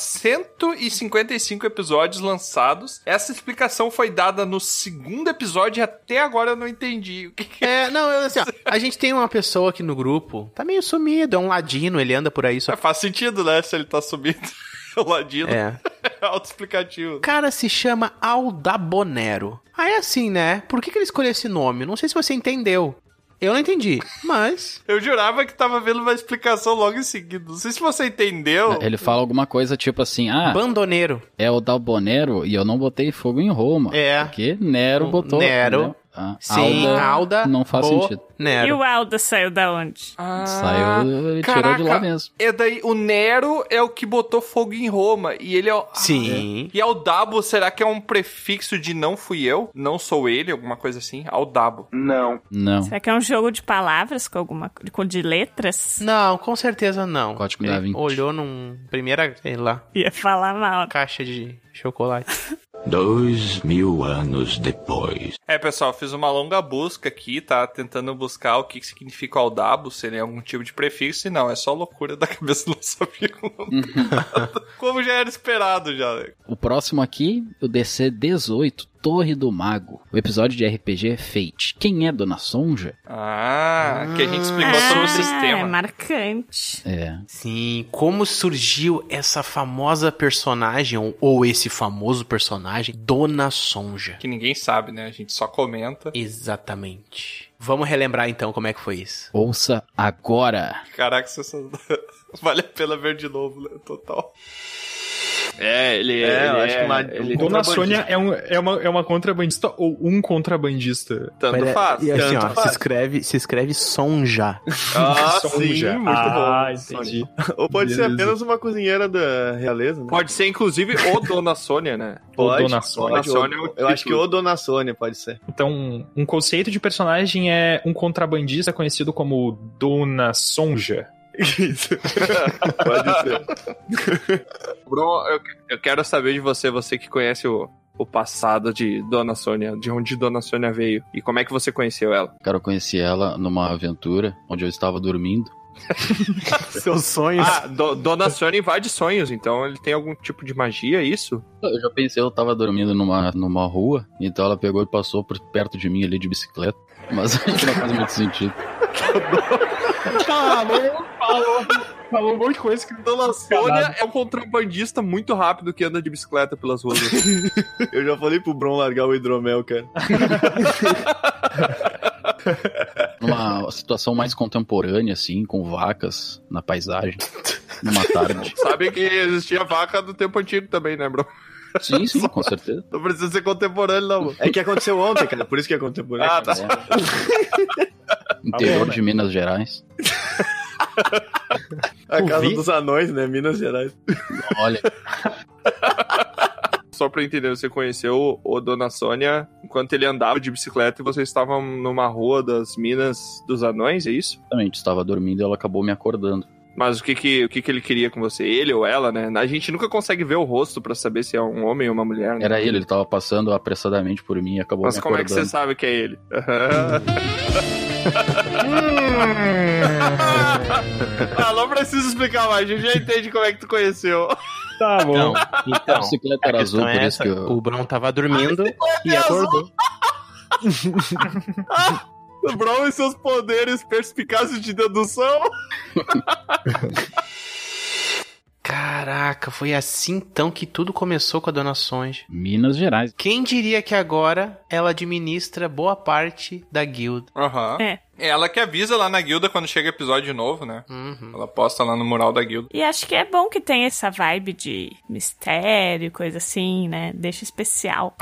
Speaker 1: 155 episódios lançados. Essa explicação foi dada no segundo episódio e até agora eu não entendi. O que que é?
Speaker 2: É, não, eu, assim, ó, a gente tem uma pessoa aqui no grupo, tá meio sumido, é um ladino, ele anda por aí só.
Speaker 1: Faz sentido, né? Se ele tá subindo [LAUGHS] o ladino. É. [LAUGHS]
Speaker 2: É.
Speaker 1: Auto-explicativo.
Speaker 2: O cara se chama Aldabonero. Ah, é assim, né? Por que, que ele escolheu esse nome? Não sei se você entendeu. Eu não entendi, mas.
Speaker 1: Eu jurava que tava vendo uma explicação logo em seguida. Não sei se você
Speaker 5: É.
Speaker 1: entendeu.
Speaker 3: Ele fala alguma coisa tipo assim, ah,
Speaker 2: Bandoneiro.
Speaker 3: é o Dalbonero e eu não botei fogo em Roma.
Speaker 2: É.
Speaker 3: Porque Nero botou.
Speaker 2: Nero.
Speaker 3: entendeu? Ah,
Speaker 2: Sim, Alda.
Speaker 3: Não faz
Speaker 2: Bo-
Speaker 3: sentido.
Speaker 4: E
Speaker 2: Nero.
Speaker 4: o Alda saiu da onde?
Speaker 1: Ah,
Speaker 3: Saiu, ele tirou de lá
Speaker 1: caraca.
Speaker 3: mesmo.
Speaker 1: É daí, o Nero é o que botou fogo em Roma. E ele é o.
Speaker 2: Sim.
Speaker 1: E Aldabo, será que é um prefixo de não fui eu? Não sou ele, alguma coisa assim? Aldabo.
Speaker 3: Não.
Speaker 4: Será que é um jogo de palavras com alguma com- de letras?
Speaker 2: Não, com certeza não.
Speaker 3: Código
Speaker 2: Ele
Speaker 3: da Vinci.
Speaker 2: Olhou num. Primeira, sei lá,
Speaker 4: Ia falar mal.
Speaker 2: caixa de chocolate. [LAUGHS]
Speaker 5: Dois mil anos depois.
Speaker 1: É, pessoal, fiz uma longa busca aqui, tá? Tentando buscar o que que significa Aldabo, se ele é algum tipo de prefixo. E não, é só loucura da [LAUGHS] cabeça do nosso amigo. [LAUGHS] Como já era esperado, já. né?
Speaker 3: O próximo aqui, o DC 18, Torre do Mago. O episódio de RPG Fate. Quem é Dona Sonja?
Speaker 1: Ah, que a gente explicou todo
Speaker 4: Ah,
Speaker 1: o sistema.
Speaker 4: é marcante.
Speaker 3: É.
Speaker 2: Sim, como surgiu essa famosa personagem, ou- ou esse famoso personagem, Dona Sonja.
Speaker 1: Que ninguém sabe, né? A gente só comenta.
Speaker 2: Exatamente. Vamos relembrar então como é que foi isso.
Speaker 3: Ouça agora.
Speaker 1: Caraca, isso só- [LAUGHS] vale a pena ver de novo, né? Total. É, ele
Speaker 8: É, eu acho que uma- um
Speaker 11: Dona
Speaker 8: contrabandista.
Speaker 11: Sônia é, um- é uma, é uma contrabandista ou um contrabandista.
Speaker 1: Tanto faz.
Speaker 2: E assim,
Speaker 1: tanto
Speaker 2: ó, se
Speaker 1: faz.
Speaker 2: escreve, se escreve Sonja.
Speaker 8: Ah,
Speaker 11: Sonja.
Speaker 8: sim, muito
Speaker 11: ah,
Speaker 8: bom.
Speaker 11: entendi.
Speaker 8: Ou pode ser
Speaker 11: Beleza.
Speaker 8: apenas uma cozinheira da realeza, né?
Speaker 1: Pode ser, inclusive, o [LAUGHS] Dona Sônia, né?
Speaker 11: Ou Dona Sônia.
Speaker 8: pode,
Speaker 1: Dona Sônia é
Speaker 8: ou-
Speaker 1: o
Speaker 8: eu acho que
Speaker 1: título.
Speaker 8: ou Dona Sônia pode ser.
Speaker 11: Então, um conceito de personagem é um contrabandista conhecido como Dona Sonja.
Speaker 8: Isso. pode ser.
Speaker 1: Bruno, eu, eu quero saber de você, você que conhece o, o passado de Dona Sônia, de onde Dona Sônia veio e como é que você
Speaker 8: [LAUGHS]
Speaker 1: conheceu ela.
Speaker 3: Cara, eu conheci ela numa aventura onde eu estava dormindo.
Speaker 2: Seus sonhos.
Speaker 1: Ah, do- Dona Sônia invade sonhos, então ele tem algum tipo de magia, é isso?
Speaker 3: Eu já pensei, eu tava tá dormindo numa, numa rua, então ela pegou e passou por perto de mim ali de bicicleta. Mas [LAUGHS] não faz muito sentido.
Speaker 11: Falou, falou, falou um monte de coisa que
Speaker 1: Dona Sônia é um contrabandista muito rápido que anda de bicicleta pelas ruas.
Speaker 8: [LAUGHS] Eu já falei pro Bron largar o hidromel, cara.
Speaker 3: Numa situação mais contemporânea, assim, com vacas na paisagem.
Speaker 1: [LAUGHS]
Speaker 3: Numa tarde.
Speaker 1: Sabe que existia vaca do tempo antigo também, né, bro?
Speaker 3: Sim, sim, com certeza.
Speaker 1: Não precisa ser contemporâneo, não.
Speaker 8: É que aconteceu ontem, cara. Por isso que é contemporâneo.
Speaker 1: Ah, tá.
Speaker 3: Interior
Speaker 11: bom, né?
Speaker 3: de Minas Gerais.
Speaker 8: A
Speaker 11: Eu
Speaker 8: casa
Speaker 11: vi.
Speaker 8: dos anões, né? Minas Gerais.
Speaker 3: Olha,
Speaker 1: [LAUGHS] Só pra eu entender, você conheceu o Dona Sônia enquanto ele andava de bicicleta e vocês estavam numa rua das Minas dos Anões, é isso?
Speaker 3: exatamente, estava dormindo e ela acabou me acordando.
Speaker 1: Mas o que que, o que que ele queria com você? Ele ou ela, né? A gente nunca consegue ver o rosto pra saber se é um homem ou uma mulher, né?
Speaker 3: Era ele, ele tava passando apressadamente por mim e acabou
Speaker 1: Mas
Speaker 3: me
Speaker 1: como é
Speaker 3: acordando.
Speaker 1: que você sabe que é ele? Aham. ah, não precisa explicar mais, a gente já entende como é que tu conheceu.
Speaker 11: tá bom.
Speaker 2: Não,
Speaker 3: A
Speaker 2: então.
Speaker 3: bicicleta era azul, por isso que eu...
Speaker 2: O Brão tava
Speaker 1: Ah,
Speaker 2: dormindo e
Speaker 1: azul.
Speaker 2: acordou.
Speaker 1: [LAUGHS] O Brown e seus poderes perspicazes de dedução.
Speaker 2: Caraca, foi assim então que tudo começou com a Dona Sonja.
Speaker 3: Minas Gerais.
Speaker 2: Quem diria que agora ela administra boa parte da guilda?
Speaker 1: Aham.
Speaker 4: É.
Speaker 1: Ela que avisa lá na guilda quando chega episódio novo, né?
Speaker 2: Uhum.
Speaker 1: Ela posta lá no mural da guilda.
Speaker 4: E acho que é bom que tenha essa vibe de mistério, coisa assim, né? Deixa
Speaker 1: [LAUGHS]
Speaker 4: especial.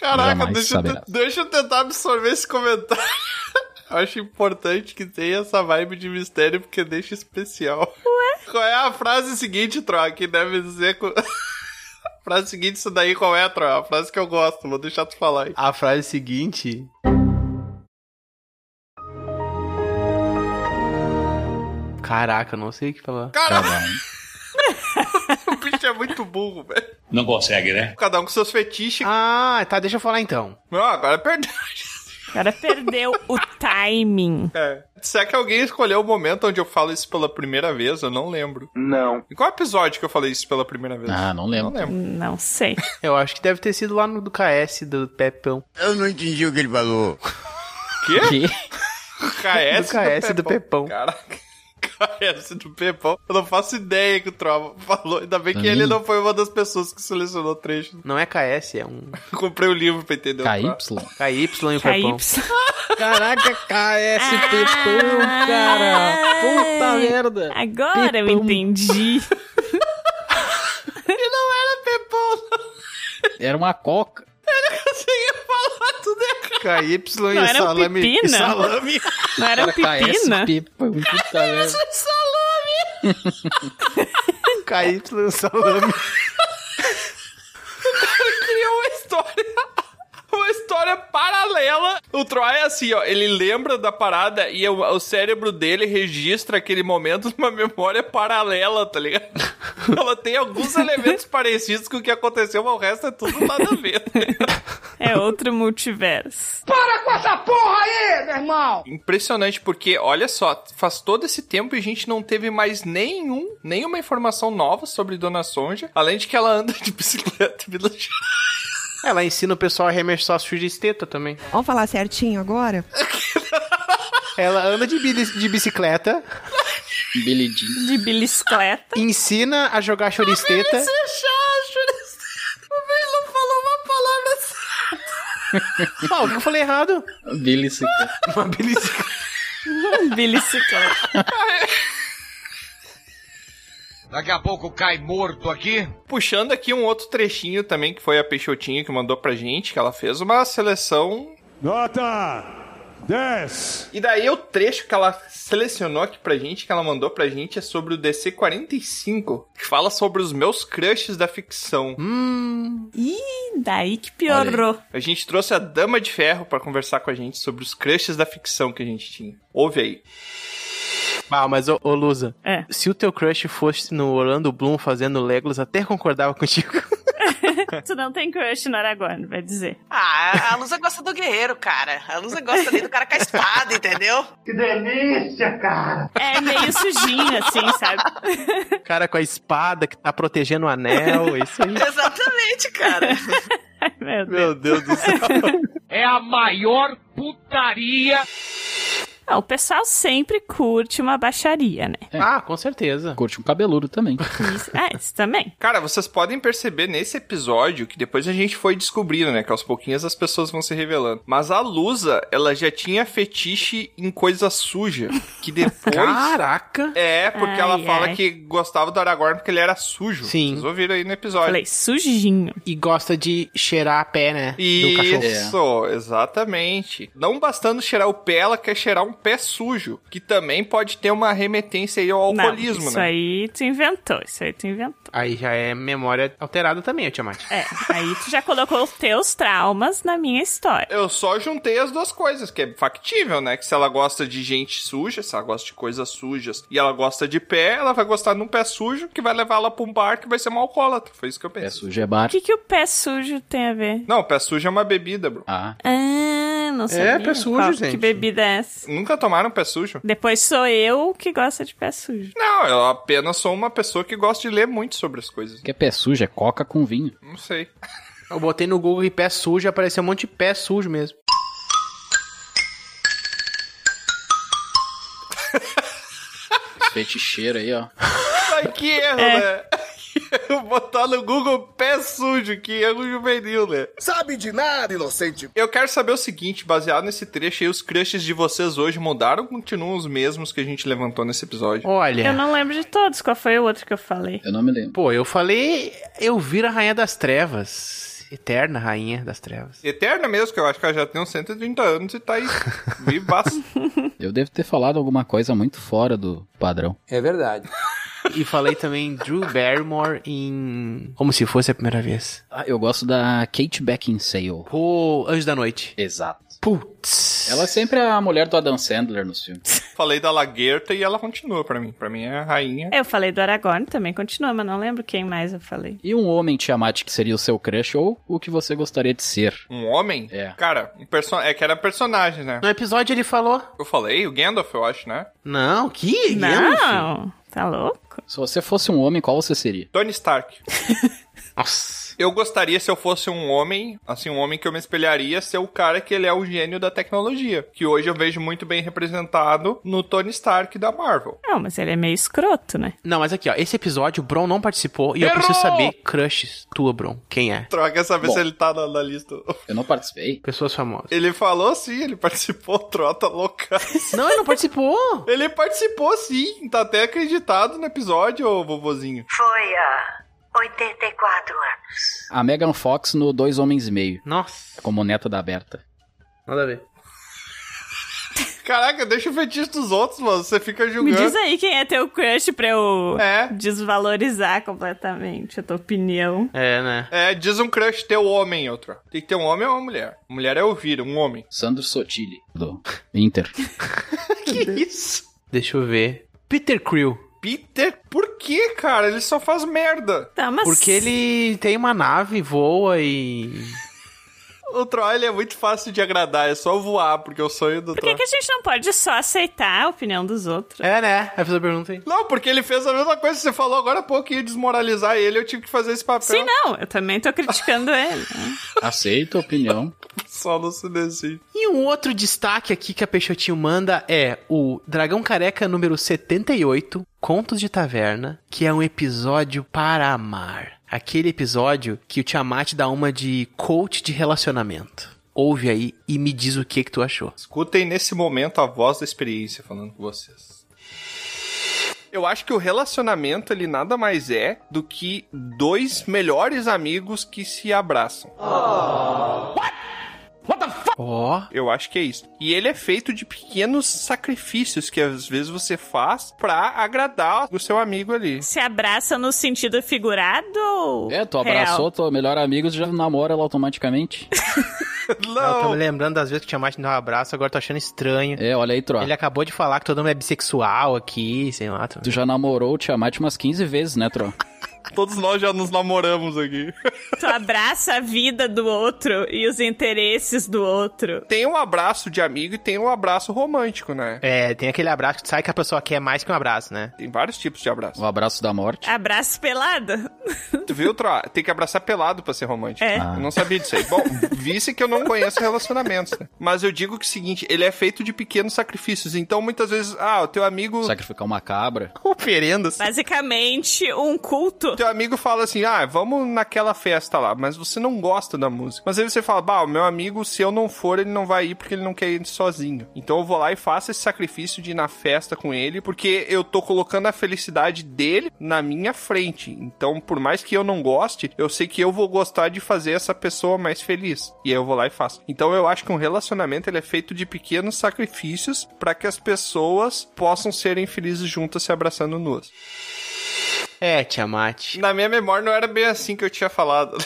Speaker 1: Caraca,
Speaker 3: Jamais
Speaker 1: deixa eu, te-
Speaker 3: saberás.
Speaker 1: deixa eu tentar absorver esse comentário. [LAUGHS] Acho importante que tenha essa vibe de mistério, porque deixa especial. Ué? Qual é a frase seguinte, Troa, que deve dizer... co- [LAUGHS] A frase seguinte, isso daí qual é, Troa? A frase que eu gosto, vou deixar tu falar aí.
Speaker 2: A frase seguinte. Caraca, eu não sei o que falar.
Speaker 3: Caralho.
Speaker 1: [LAUGHS] O bicho é muito burro, velho.
Speaker 6: Não consegue, né?
Speaker 1: Cada um com seus fetiches.
Speaker 2: Ah, tá, deixa eu falar então.
Speaker 1: Não, agora perdeu.
Speaker 4: O cara perdeu
Speaker 1: [LAUGHS]
Speaker 4: o timing.
Speaker 1: É. Será que alguém escolheu o momento onde eu falo isso pela primeira vez? Eu não lembro. Não. Em qual episódio que eu falei isso pela primeira vez?
Speaker 3: Ah, não
Speaker 1: Não
Speaker 3: lembro.
Speaker 1: lembro.
Speaker 4: Não sei.
Speaker 2: Eu acho que deve ter sido lá no do KS do Pepão.
Speaker 5: Eu não entendi o que ele falou.
Speaker 1: Quê?
Speaker 3: Que?
Speaker 1: KS
Speaker 2: do KS do Pepão.
Speaker 1: Caraca. esse do Pepão. Eu não faço ideia que o Trova falou. Ainda bem que
Speaker 2: Também.
Speaker 1: ele não foi uma das pessoas que selecionou trecho.
Speaker 2: Não é KS, é um.
Speaker 1: [LAUGHS] Comprei o livro pra entender. o
Speaker 2: KY?
Speaker 1: Trova.
Speaker 2: KY e o Pepão.
Speaker 3: Caraca, KS Pepão, cara. Puta merda.
Speaker 4: Ah. Agora eu entendi.
Speaker 1: E não era Pepão.
Speaker 3: Era uma coca.
Speaker 1: Ele conseguiu falar tudo errado.
Speaker 2: KY
Speaker 1: Não
Speaker 2: e
Speaker 1: era um
Speaker 2: salame.
Speaker 1: pepino?
Speaker 2: E salame.
Speaker 1: Não era um pepino?
Speaker 3: KS Pepão,
Speaker 1: [LAUGHS]
Speaker 3: puta merda.
Speaker 2: KY e o salame.
Speaker 1: criou uma história. Uma história paralela. O Troy é assim, ó. Ele lembra da parada e o, o cérebro dele registra aquele momento [LAUGHS] numa memória paralela, tá
Speaker 3: [LAUGHS]
Speaker 1: ligado? Ela tem alguns elementos parecidos com o que aconteceu, mas o resto é tudo nada a ver.
Speaker 4: É outro multiverso.
Speaker 12: Para com essa porra aí, meu
Speaker 1: [LAUGHS]
Speaker 12: irmão!
Speaker 1: Impressionante, porque, olha só, faz todo esse tempo e a gente não teve mais nenhum, nenhuma informação nova sobre Dona Sonja, além de que ela anda de bicicleta village.
Speaker 2: Ela É, ensina o pessoal a remexer só as suas de esteta também.
Speaker 13: Vamos falar certinho agora?
Speaker 2: [LAUGHS] Ela anda de, bili- de bicicleta.
Speaker 3: Billy Jean.
Speaker 4: De bicicleta.
Speaker 2: Ensina a jogar choristeta.
Speaker 1: O Belo falou uma palavra
Speaker 2: Ah, o que eu falei errado?
Speaker 3: Billy Cicleta.
Speaker 2: Uma belicicleta.
Speaker 3: [LAUGHS]
Speaker 4: Belicicleta.
Speaker 1: Daqui a pouco cai morto aqui. Puxando aqui um outro trechinho também, que foi a Peixotinha que mandou pra gente, que ela fez uma seleção. Nota 10! E daí o trecho que ela selecionou aqui pra gente, que ela mandou pra gente, é sobre o DC-45, que fala sobre os meus crushes da ficção.
Speaker 4: Hum. Ih, daí que
Speaker 1: Olha aí.
Speaker 4: piorou.
Speaker 1: A gente trouxe a Dama de Ferro pra conversar com a gente sobre os crushes da ficção que a gente tinha. Ouve aí.
Speaker 2: Ah, mas ô, ô Lusa,
Speaker 4: É.
Speaker 2: se o teu crush fosse no Orlando Bloom fazendo Legolas, até concordava contigo. [LAUGHS]
Speaker 4: [LAUGHS] tu não tem crush no Aragorn, vai dizer.
Speaker 14: Ah, a Lusa gosta do guerreiro, cara. A Lusa gosta ali do cara com a espada, entendeu? Que delícia, cara!
Speaker 4: É meio sujinho, assim, sabe?
Speaker 2: O cara com a espada que tá protegendo o anel, isso
Speaker 14: [LAUGHS]
Speaker 2: aí.
Speaker 14: Exatamente, cara.
Speaker 4: [LAUGHS] Meu Deus.
Speaker 2: do céu.
Speaker 12: É a maior putaria.
Speaker 4: Ah, o pessoal sempre curte uma baixaria, né?
Speaker 2: Ah, com certeza.
Speaker 3: É. Curte um cabeludo também.
Speaker 4: Isso, é, isso também.
Speaker 1: Cara, vocês podem perceber nesse episódio que depois a gente foi descobrindo, né? Que aos pouquinhos as pessoas vão se revelando. Mas a Lusa, ela já tinha fetiche em coisa suja. Que depois.
Speaker 2: [LAUGHS] Caraca!
Speaker 1: É, porque ela
Speaker 2: Ai,
Speaker 1: fala
Speaker 2: ai.
Speaker 1: que gostava do Aragorn porque ele era sujo.
Speaker 2: Sim.
Speaker 1: Vocês ouviram aí no episódio.
Speaker 4: Falei, sujinho.
Speaker 2: E gosta de cheirar a pé, né? Do
Speaker 3: É.
Speaker 2: cachorro.
Speaker 1: Isso, exatamente. Não bastando cheirar o pé, ela quer cheirar um pé sujo, que também pode ter uma remetência aí ao
Speaker 4: Não,
Speaker 1: alcoolismo,
Speaker 4: isso
Speaker 1: né?
Speaker 4: aí tu inventou, isso aí tu inventou.
Speaker 2: Aí já é memória alterada também, Tiamat.
Speaker 4: É, aí tu já colocou os teus traumas na minha história.
Speaker 1: Eu só juntei as duas coisas, que é factível, né? Que se ela gosta de gente suja, se ela gosta de coisas sujas e ela gosta de pé, ela vai gostar de um pé sujo que vai levar ela pra um bar que vai ser uma alcoólatra. Foi isso que eu pensei. Pé
Speaker 3: sujo é bar.
Speaker 4: O que, que o pé sujo tem a ver?
Speaker 1: Não, pé sujo é uma bebida, bro.
Speaker 3: Ah.
Speaker 4: Ah, não sei.
Speaker 1: É, pé sujo, gente.
Speaker 4: Que bebida é essa?
Speaker 1: Nunca tomaram pé sujo?
Speaker 4: Depois sou eu que gosta de pé sujo.
Speaker 1: Não, Ah, eu apenas sou uma pessoa que gosta de ler muito sobre as coisas.
Speaker 3: Que é pé sujo, é coca com vinho.
Speaker 1: Não sei.
Speaker 2: Eu botei no Google e pé sujo, apareceu um monte de pé sujo mesmo.
Speaker 3: Esse feticheiro aí, ó.
Speaker 1: Ai, que erro,
Speaker 3: É.
Speaker 1: né? Eu botar no Google pé sujo, que erro juvenil, né? Sabe de nada, inocente. Eu quero saber o seguinte, baseado nesse trecho aí, os crushes de vocês hoje mudaram ou continuam os mesmos que a gente levantou nesse episódio?
Speaker 2: Olha.
Speaker 3: é.
Speaker 4: Eu não lembro de todos, qual foi o outro que eu falei?
Speaker 3: Eu não me lembro.
Speaker 2: Pô, eu falei. Eu viro a Rainha das Trevas. Eterna Rainha das Trevas.
Speaker 1: Eterna mesmo, que eu acho que ela já tem uns 130 anos e
Speaker 2: [LAUGHS]
Speaker 1: tá aí. Vivaço.
Speaker 3: Eu devo ter falado alguma coisa muito fora do padrão.
Speaker 2: É verdade. E falei também Drew Barrymore em. Como se fosse a primeira vez.
Speaker 3: Ah, eu gosto da Kate Beckinsale.
Speaker 2: Pô, Anjo da Noite.
Speaker 3: Exato.
Speaker 2: Putz.
Speaker 3: Ela é sempre a mulher do Adam Sandler
Speaker 2: [LAUGHS]
Speaker 3: nos filmes.
Speaker 1: Falei da laguerta e ela continua pra mim. Pra mim é a rainha.
Speaker 4: Eu falei do Aragorn também, continua, mas não lembro quem mais eu falei.
Speaker 3: E um homem Tiamat que seria o seu crush ou o que você gostaria de ser?
Speaker 1: Um homem? É. Cara, um perso... é que era personagem, né?
Speaker 2: No episódio ele falou.
Speaker 1: Eu falei, o Gandalf, eu acho, né?
Speaker 2: Não, que?
Speaker 4: Não, tá louco?
Speaker 3: Se você fosse um homem, qual você seria?
Speaker 1: Tony Stark.
Speaker 2: [LAUGHS] Nossa.
Speaker 1: Eu gostaria, se eu fosse um homem, assim, um homem que eu me espelharia, ser o cara que ele é o gênio da tecnologia. Que hoje eu vejo muito bem representado no Tony Stark da Marvel.
Speaker 4: Não, mas ele é meio escroto, né?
Speaker 2: Não, mas aqui, ó. Esse episódio, o Bron não participou e eu
Speaker 1: Errou!
Speaker 2: preciso saber crushes tua, Bron. Quem é?
Speaker 1: Troca quer saber
Speaker 2: Bom.
Speaker 1: se ele tá na, na lista.
Speaker 3: Eu não participei.
Speaker 2: Pessoas famosas.
Speaker 1: Ele falou sim, ele participou, [LAUGHS] trota louca.
Speaker 2: Não, ele não participou.
Speaker 1: ele participou sim, tá até acreditado no episódio, ô vovozinho.
Speaker 15: Foi há 84 anos.
Speaker 3: A Megan Fox no Dois Homens e Meio.
Speaker 2: Nossa.
Speaker 3: Como neta da Berta.
Speaker 2: Nada a ver.
Speaker 1: Caraca, deixa o fetiche dos outros, mano. Você fica
Speaker 4: Me
Speaker 1: julgando.
Speaker 4: diz aí quem é teu crush pra eu
Speaker 2: É.
Speaker 4: desvalorizar completamente a tua opinião.
Speaker 2: É, né?
Speaker 1: É, diz um crush teu homem, outra. Tem que ter um homem ou uma mulher. Mulher é ouvir, um homem.
Speaker 3: Sandro Sotile.
Speaker 2: [LAUGHS]
Speaker 3: Do Inter.
Speaker 1: que isso?
Speaker 2: Deixa eu ver. Peter Creel.
Speaker 1: Peter, por que, cara? Ele só faz merda.
Speaker 4: Tá, mas...
Speaker 2: Porque ele tem uma nave, voa e.
Speaker 1: O Troy ele é muito fácil de agradar, é só voar, porque o sonho
Speaker 4: Por
Speaker 1: do
Speaker 4: que,
Speaker 1: Troy.
Speaker 4: que a gente não pode só aceitar a opinião dos outros?
Speaker 2: É, né? Vai fazer a pergunta aí.
Speaker 1: Não, porque ele fez a mesma coisa que você falou agora há pouco, ia desmoralizar ele, eu tive que fazer esse papel.
Speaker 4: Sim, não, eu também tô criticando ele.
Speaker 3: Aceita
Speaker 4: [LAUGHS]
Speaker 3: a opinião.
Speaker 1: Só no silêncio.
Speaker 2: E um outro destaque aqui que a Peixotinho manda é o Dragão Careca número 78, Contos de Taverna, que é um episódio para amar. Aquele episódio que o Tiamat dá uma de coach de relacionamento. Ouve aí e me diz o que que tu achou.
Speaker 1: Escutem nesse momento a voz da experiência falando com vocês. Eu acho que o relacionamento ele nada mais é do que dois melhores amigos que se abraçam.
Speaker 4: Oh.
Speaker 2: Ó,
Speaker 1: Eu acho que é isso. E ele é feito de pequenos sacrifícios que às vezes você faz pra agradar o seu amigo ali.
Speaker 4: Se abraça no sentido figurado ou
Speaker 3: É, tu abraçou
Speaker 4: real?
Speaker 3: teu melhor amigo, tu já namora ela automaticamente.
Speaker 2: eu tava lembrando das vezes que o Tiamat me deu um abraço, agora tô achando estranho.
Speaker 3: É, olha aí, Troa.
Speaker 2: Ele acabou de falar que todo mundo é bissexual aqui, sei lá.
Speaker 3: Tu já namorou o Tiamat umas 15 vezes, né, Tro?
Speaker 1: Todos nós já nos namoramos aqui.
Speaker 4: Tu abraça a vida do outro e os interesses do outro.
Speaker 1: Tem um abraço de amigo e tem um abraço romântico, né?
Speaker 2: É, tem aquele abraço que tu sabe que a pessoa quer mais que um abraço, né?
Speaker 1: Tem vários tipos de abraço.
Speaker 3: O abraço da morte.
Speaker 4: Abraço pelado?
Speaker 1: Tu viu, Tro? Tem que abraçar pelado pra ser romântico.
Speaker 4: É.
Speaker 1: Eu não sabia disso aí. Bom, visse que eu não conheço relacionamentos, né? Mas eu digo que é o seguinte, ele é feito de pequenos sacrifícios. Então, muitas vezes, ah, o teu amigo...
Speaker 3: Sacrificar uma cabra.
Speaker 1: [LAUGHS] Oferendas.
Speaker 4: Basicamente, um culto.
Speaker 1: Teu amigo fala assim, ah, vamos naquela festa lá, mas você não gosta da música. Mas aí você fala, bah, o meu amigo, se eu não for, ele não vai ir porque ele não quer ir sozinho. Então eu vou lá e faço esse sacrifício de ir na festa com ele, porque eu tô colocando a felicidade dele na minha frente. Então, por mais que eu não goste, eu sei que eu vou gostar de fazer essa pessoa mais feliz. E aí eu vou lá e faço. Então eu acho que um relacionamento ele é feito de pequenos sacrifícios para que as pessoas possam serem felizes juntas se abraçando nuas.
Speaker 2: É, Tiamat.
Speaker 1: Na minha memória não era bem assim que eu tinha falado.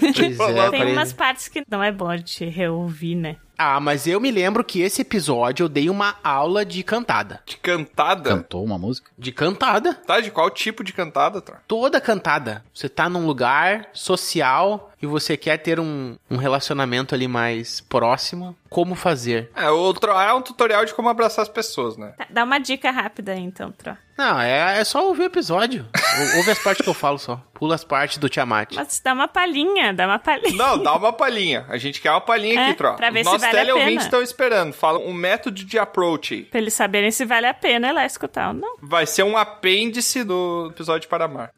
Speaker 2: Pois é,
Speaker 4: Tem
Speaker 2: parei-
Speaker 4: umas partes que não é bom de te reouvir, né?
Speaker 2: Ah, mas eu me lembro que esse episódio eu dei uma aula de cantada.
Speaker 1: De cantada?
Speaker 3: Cantou uma música?
Speaker 2: De cantada.
Speaker 1: Tá, de qual tipo de cantada, Tra?
Speaker 2: Toda cantada. Você tá num lugar social e você quer ter um, um relacionamento ali mais próximo. Como fazer?
Speaker 1: É, o Tro é um tutorial de como abraçar as pessoas, né?
Speaker 4: Tá, Dá uma dica rápida aí, então, Tro.
Speaker 2: Não, é, é só ouvir o episódio. Ou- Ouve as partes que eu falo só. Pula as partes do Tiamat.
Speaker 4: Mas dá uma palhinha, dá uma palhinha.
Speaker 1: Não, dá uma palhinha. A gente quer uma palhinha
Speaker 4: É,
Speaker 1: aqui, Tro.
Speaker 4: pra ver
Speaker 1: Os
Speaker 4: se
Speaker 1: nossos
Speaker 4: vale a
Speaker 1: teleouvintes
Speaker 4: pena.
Speaker 1: estão esperando. Fala um método de approach aí.
Speaker 4: Pra eles saberem se vale a pena ir lá escutar ou não.
Speaker 1: Vai ser um apêndice do episódio para amar.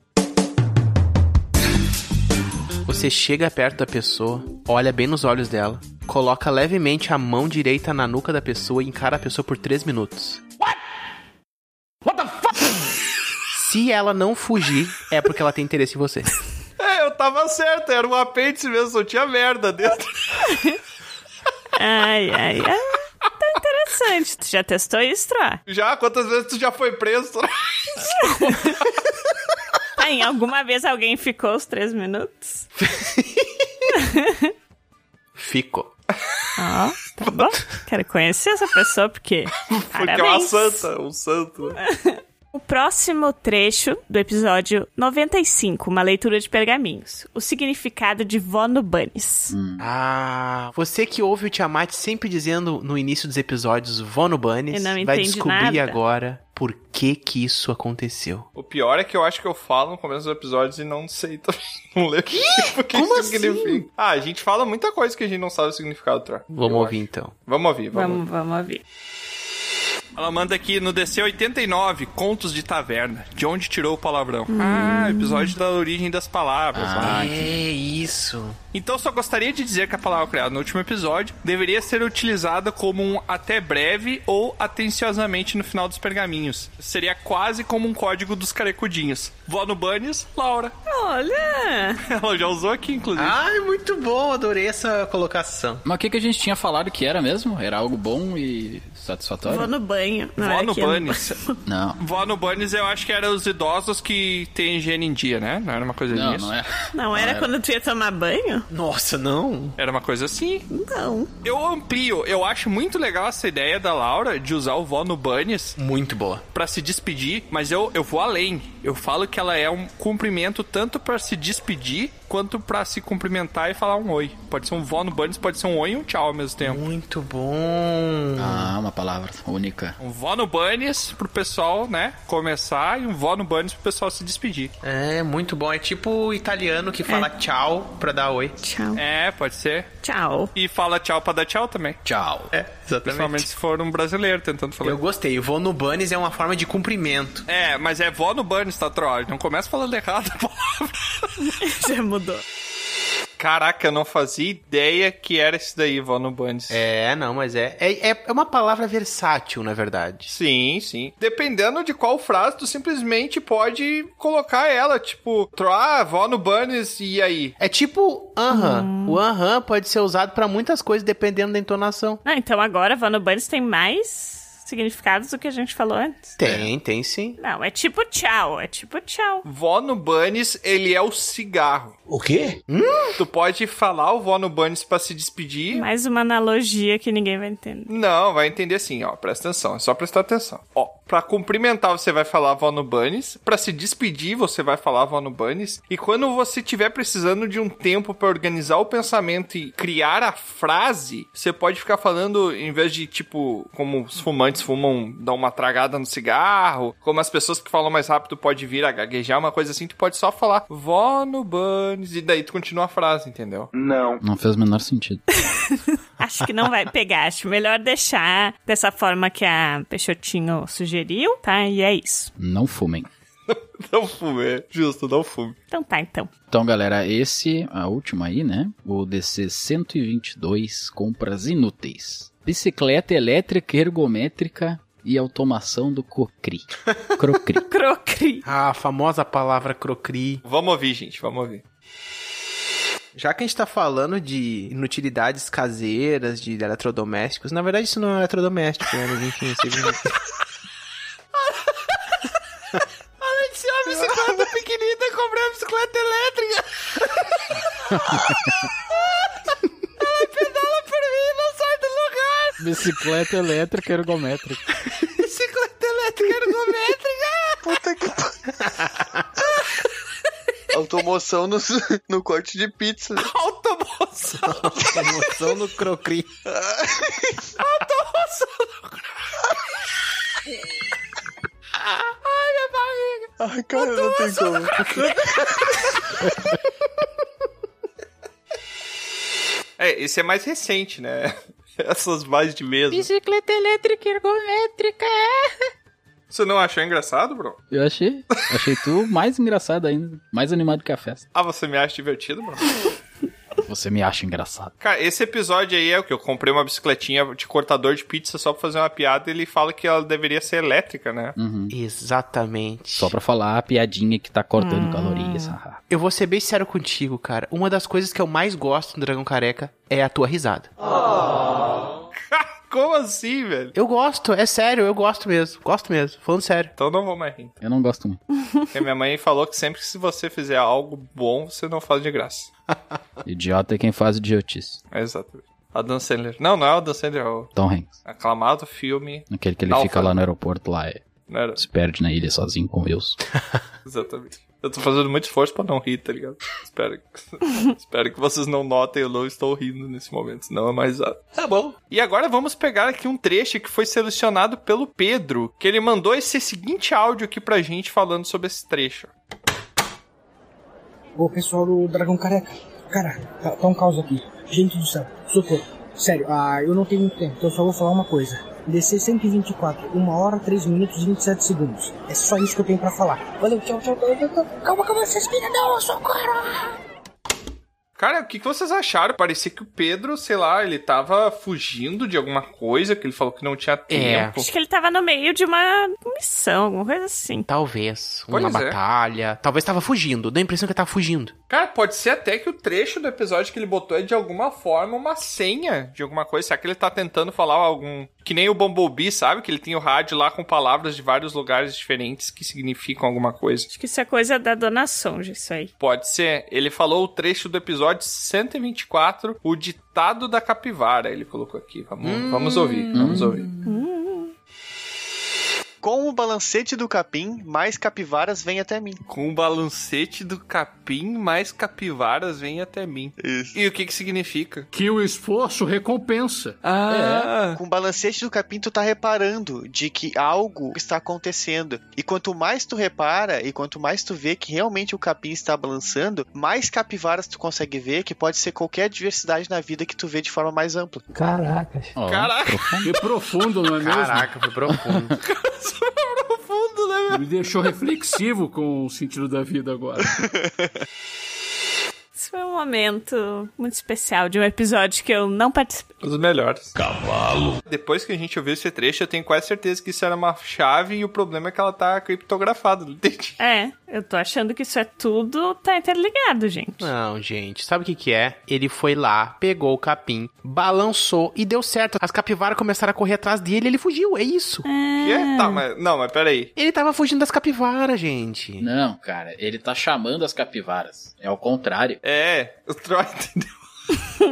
Speaker 2: Você chega perto da pessoa, olha bem nos olhos dela, coloca levemente a mão direita na nuca da pessoa e encara a pessoa por 3 minutos. Se ela não fugir, é porque ela tem interesse em você.
Speaker 1: É, eu tava certo, era um apêndice mesmo, só tinha merda dentro.
Speaker 4: Ai, ai, ai. Tá interessante. Tu já testou isso, Tro?
Speaker 1: Já? Quantas vezes tu já foi preso, Tro?
Speaker 4: [LAUGHS] Tá, em alguma vez alguém ficou os três minutos?
Speaker 2: Fico.
Speaker 4: Ó, tá bom. Quero conhecer essa pessoa porque.
Speaker 1: [LAUGHS] Porque é uma
Speaker 4: Parabéns.
Speaker 1: santa, um santo.
Speaker 4: O próximo trecho do episódio 95, uma leitura de pergaminhos. O significado de vó no Bunnies.
Speaker 3: Hum.
Speaker 2: Ah, você que ouve o Tiamat sempre dizendo no início dos episódios Vó no
Speaker 4: Eu
Speaker 2: Bunnies,
Speaker 4: não
Speaker 2: vai
Speaker 4: entendi
Speaker 2: descobrir
Speaker 4: nada.
Speaker 2: agora por que que isso aconteceu.
Speaker 1: O pior é que eu acho que eu falo no começo dos episódios e não sei também. [LAUGHS] Não lembro que? [LAUGHS] o que
Speaker 2: Como
Speaker 1: isso
Speaker 4: assim?
Speaker 1: significa. Ah, a gente fala muita coisa que a gente não sabe o significado, Tra.
Speaker 2: Vamos ouvir então.
Speaker 1: Vamos ouvir, vamos.
Speaker 4: Vamos, vamos ouvir.
Speaker 1: Ela manda aqui no DC 89, Contos de Taverna. De onde tirou o palavrão? Ah, episódio da origem das palavras.
Speaker 2: Ah,
Speaker 1: que
Speaker 2: é isso.
Speaker 1: Então só gostaria de dizer que a palavra criada no último episódio deveria ser utilizada como um até breve ou atenciosamente no final dos pergaminhos. Seria quase como um código dos carecudinhos. Vó no Bunnies, Laura.
Speaker 4: Olha!
Speaker 1: [LAUGHS] Ela já usou aqui, inclusive.
Speaker 3: Ah.
Speaker 2: Ai, muito bom, adorei essa colocação.
Speaker 3: Mas o que, que a gente tinha falado que era mesmo? Era algo bom e satisfatório?
Speaker 4: Vou no banho. Não
Speaker 1: Vó
Speaker 4: era
Speaker 1: no
Speaker 4: aquilo.
Speaker 1: Bunnies.
Speaker 3: [LAUGHS] Não.
Speaker 1: Vó no Bunnies eu acho que era os idosos que têm higiene em dia, né? Não era uma coisa
Speaker 3: Não,
Speaker 1: disso?
Speaker 3: não é.
Speaker 4: Não era quando tu ia tomar banho?
Speaker 2: Nossa, não.
Speaker 1: Era uma coisa assim.
Speaker 4: Não.
Speaker 1: Eu amplio, eu acho muito legal essa ideia da Laura de usar o vó no Bunnies.
Speaker 2: Muito boa.
Speaker 1: Pra se despedir, mas eu, eu vou além. Eu falo que ela é um cumprimento tanto pra se despedir quanto pra se cumprimentar e falar um oi. Pode ser um vó no Bunnies, pode ser um oi e um tchau ao mesmo tempo.
Speaker 2: Muito bom.
Speaker 3: Ah, uma palavra única.
Speaker 1: Um vó no Bunnies pro pessoal, né, começar e um vó no Bunnies pro pessoal se despedir.
Speaker 2: É, muito bom. É tipo o italiano que fala tchau pra dar oi.
Speaker 4: Tchau.
Speaker 1: É, pode ser.
Speaker 4: Tchau.
Speaker 1: E fala tchau pra dar tchau também.
Speaker 2: Tchau. É,
Speaker 1: Principalmente
Speaker 2: exatamente.
Speaker 1: se for um brasileiro tentando falar.
Speaker 2: Eu gostei. O vou no Bunnies é uma forma de cumprimento.
Speaker 1: É, mas é vó no Bunnies, tá, Troll? Não começa falando errado, pô.
Speaker 4: [LAUGHS] Já mudou.
Speaker 1: Caraca, eu não fazia ideia que era isso daí, vó no Bunnies.
Speaker 2: É, não, mas é. É, é- é uma palavra versátil, na verdade.
Speaker 1: Sim, sim. Dependendo de qual frase, tu simplesmente pode colocar ela, tipo, Troll, vó no Bunnies, e aí?
Speaker 2: É tipo aham. O aham pode ser usado pra muitas coisas dependendo da entonação.
Speaker 4: Ah, então agora vá no banho tem mais significados do que a gente falou antes?
Speaker 2: Tem, tem sim.
Speaker 4: Não, é tipo tchau, é tipo tchau.
Speaker 1: Vó no Bunnies, ele é o cigarro. Hum?
Speaker 2: O quê?
Speaker 1: Tu pode falar o vó no Bunnies pra se despedir.
Speaker 4: Mais uma analogia que ninguém vai entender.
Speaker 1: Não, vai entender assim, ó. Presta atenção, é só prestar atenção. Ó, pra cumprimentar você vai falar vó no Bunnies, pra se despedir você vai falar vó no Bunnies, e quando você tiver precisando de um tempo pra organizar o pensamento e criar a frase, você pode ficar falando em vez de tipo como os fumantes fumam, dão uma tragada no cigarro, como as pessoas que falam mais rápido pode vir a gaguejar, uma coisa assim, tu pode só falar vó no Bunnies e daí tu continua a frase, entendeu?
Speaker 3: Não. Não fez o menor sentido.
Speaker 4: Acho que não vai pegar, acho melhor deixar dessa forma que a Peixotinho sugeriu, tá? E é isso.
Speaker 3: Não fumem.
Speaker 1: Não fume, é justo, não fume.
Speaker 4: Então tá, então.
Speaker 3: Então, galera, esse, a última aí, né? O DC 122, compras inúteis. Bicicleta elétrica ergométrica e automação do Cocri. Crocri.
Speaker 4: Crocri.
Speaker 2: [LAUGHS] A famosa palavra crocri.
Speaker 1: Vamos ouvir, gente, vamos ouvir.
Speaker 2: Já que a gente tá falando de inutilidades caseiras, de eletrodomésticos, na verdade isso não é um eletrodoméstico, né? Mas enfim, você viu. [LAUGHS]
Speaker 1: Olha esse homem, bicicleta pequenina comprou uma bicicleta elétrica. Ela pedala por mim e não sai do lugar.
Speaker 3: Bicicleta elétrica ergométrica.
Speaker 2: Bicicleta elétrica
Speaker 1: ergométrica.
Speaker 9: Puta que Automoção no, no corte de pizza.
Speaker 1: Automoção.
Speaker 2: Automoção no crocri.
Speaker 9: Ai, minha barriga. Ai, cara, não tem como.
Speaker 1: É, esse é mais recente, né? [LAUGHS] Essas mais de mesmo.
Speaker 3: Bicicleta elétrica ergométrica.
Speaker 1: Você não achou engraçado, bro?
Speaker 3: Eu achei. Achei tu mais engraçado ainda. Mais animado que a festa.
Speaker 1: Ah, você me acha divertido, bro?
Speaker 3: Você me acha engraçado.
Speaker 1: Cara, esse episódio aí é o que eu comprei uma bicicletinha de cortador de pizza só pra fazer uma piada e ele fala que ela deveria ser elétrica,
Speaker 3: [LAUGHS]
Speaker 1: né?
Speaker 3: Uhum.
Speaker 2: Exatamente.
Speaker 3: Só pra falar a piadinha que tá cortando
Speaker 2: Hum.
Speaker 3: calorias. [LAUGHS] haha.
Speaker 2: Eu vou ser bem sincero contigo, cara. Uma das coisas que eu mais gosto do Dragão Careca é a tua risada.
Speaker 1: [LAUGHS] Como assim, velho?
Speaker 2: Eu gosto, é sério, eu gosto mesmo. Gosto mesmo, falando sério.
Speaker 1: Então não vou mais rir.
Speaker 3: Eu não gosto muito.
Speaker 1: Porque minha mãe falou que sempre que se você fizer algo bom, você não faz de graça.
Speaker 3: Idiota é quem faz idiotice.
Speaker 1: É exatamente. Adam Sandler. Não, não é o Adam Sandler. É o
Speaker 3: Tom Hanks.
Speaker 1: aclamado
Speaker 3: [LAUGHS]
Speaker 1: filme.
Speaker 3: Aquele que ele
Speaker 1: Náufrago.
Speaker 3: fica lá no aeroporto, lá é,
Speaker 1: Não era.
Speaker 3: se perde na ilha sozinho com Deus.
Speaker 1: Exatamente. Eu tô fazendo muito esforço pra não rir, tá ligado? espero, que, espero que vocês não notem, eu não estou rindo nesse momento, senão é mais alto. Tá bom. E agora vamos pegar aqui um trecho que foi selecionado pelo Pedro, que ele mandou esse seguinte áudio aqui pra gente falando sobre esse trecho.
Speaker 16: Ô, pessoal do Dragão Careca. Cara, tá, tá um caos aqui. Gente do céu, socorro. Sério, ah, eu não tenho muito tempo, então eu só vou falar uma coisa. DC 124, 1 hora, 3 minutos e 27 segundos. É só isso que eu tenho pra falar. Valeu, tchau, tchau, tchau, tchau, tchau. Calma, calma, vocês ficam, não, socorro.
Speaker 1: Cara, o que que vocês acharam? Parecia que o Pedro, sei lá, ele tava fugindo de alguma coisa, que ele falou que não tinha tempo.
Speaker 4: Acho que ele tava no meio de uma missão, alguma coisa assim.
Speaker 2: Talvez.
Speaker 1: Pois
Speaker 2: uma
Speaker 1: é.
Speaker 2: batalha. Talvez tava fugindo. Deu a impressão que ele tava fugindo.
Speaker 1: Cara, pode ser até que o trecho do episódio que ele botou é de alguma forma uma senha de alguma coisa. Será que ele tá tentando falar algum. Que nem o Bumblebee, sabe? Que ele tem o rádio lá com palavras de vários lugares diferentes que significam alguma coisa.
Speaker 4: Acho que isso é coisa da Dona Sonja, isso aí.
Speaker 1: Pode ser. Ele falou o trecho do episódio 124, o ditado da capivara. Ele colocou aqui. Vamos, vamos ouvir, vamos ouvir.
Speaker 9: Com o balancete do capim, mais capivaras vêm até mim.
Speaker 1: Com o balancete do capim, mais capivaras vêm até mim. E o que que significa?
Speaker 17: Que o esforço recompensa.
Speaker 9: É. Com o balancete do capim, tu tá reparando de que algo está acontecendo. E quanto mais tu repara e quanto mais tu vê que realmente o capim está balançando, mais capivaras tu consegue ver, que pode ser qualquer diversidade na vida que tu vê de forma mais ampla.
Speaker 17: Caraca.
Speaker 1: Caraca.
Speaker 17: Que profundo, não é mesmo?
Speaker 9: Caraca,
Speaker 17: foi profundo. profundo, né? Me deixou reflexivo com o sentido da vida agora.
Speaker 4: Isso foi um momento muito especial de um episódio que eu não participei.
Speaker 1: Os melhores. Cavalo. Depois que a gente ouviu esse trecho, eu tenho quase certeza que isso era uma chave e o problema é que ela tá criptografada, não entendi.
Speaker 4: É, eu tô achando que isso é tudo tá interligado, gente.
Speaker 2: Não, gente, sabe o que que é? Ele foi lá, pegou o capim, balançou e deu certo. As capivaras começaram a correr atrás dele e ele fugiu, é isso.
Speaker 1: Quê? Tá, mas, não, mas peraí.
Speaker 2: Ele tava fugindo das capivaras, gente.
Speaker 3: Não, cara, ele tá chamando as capivaras. É ao contrário.
Speaker 1: É, o Troll [LAUGHS] entendeu.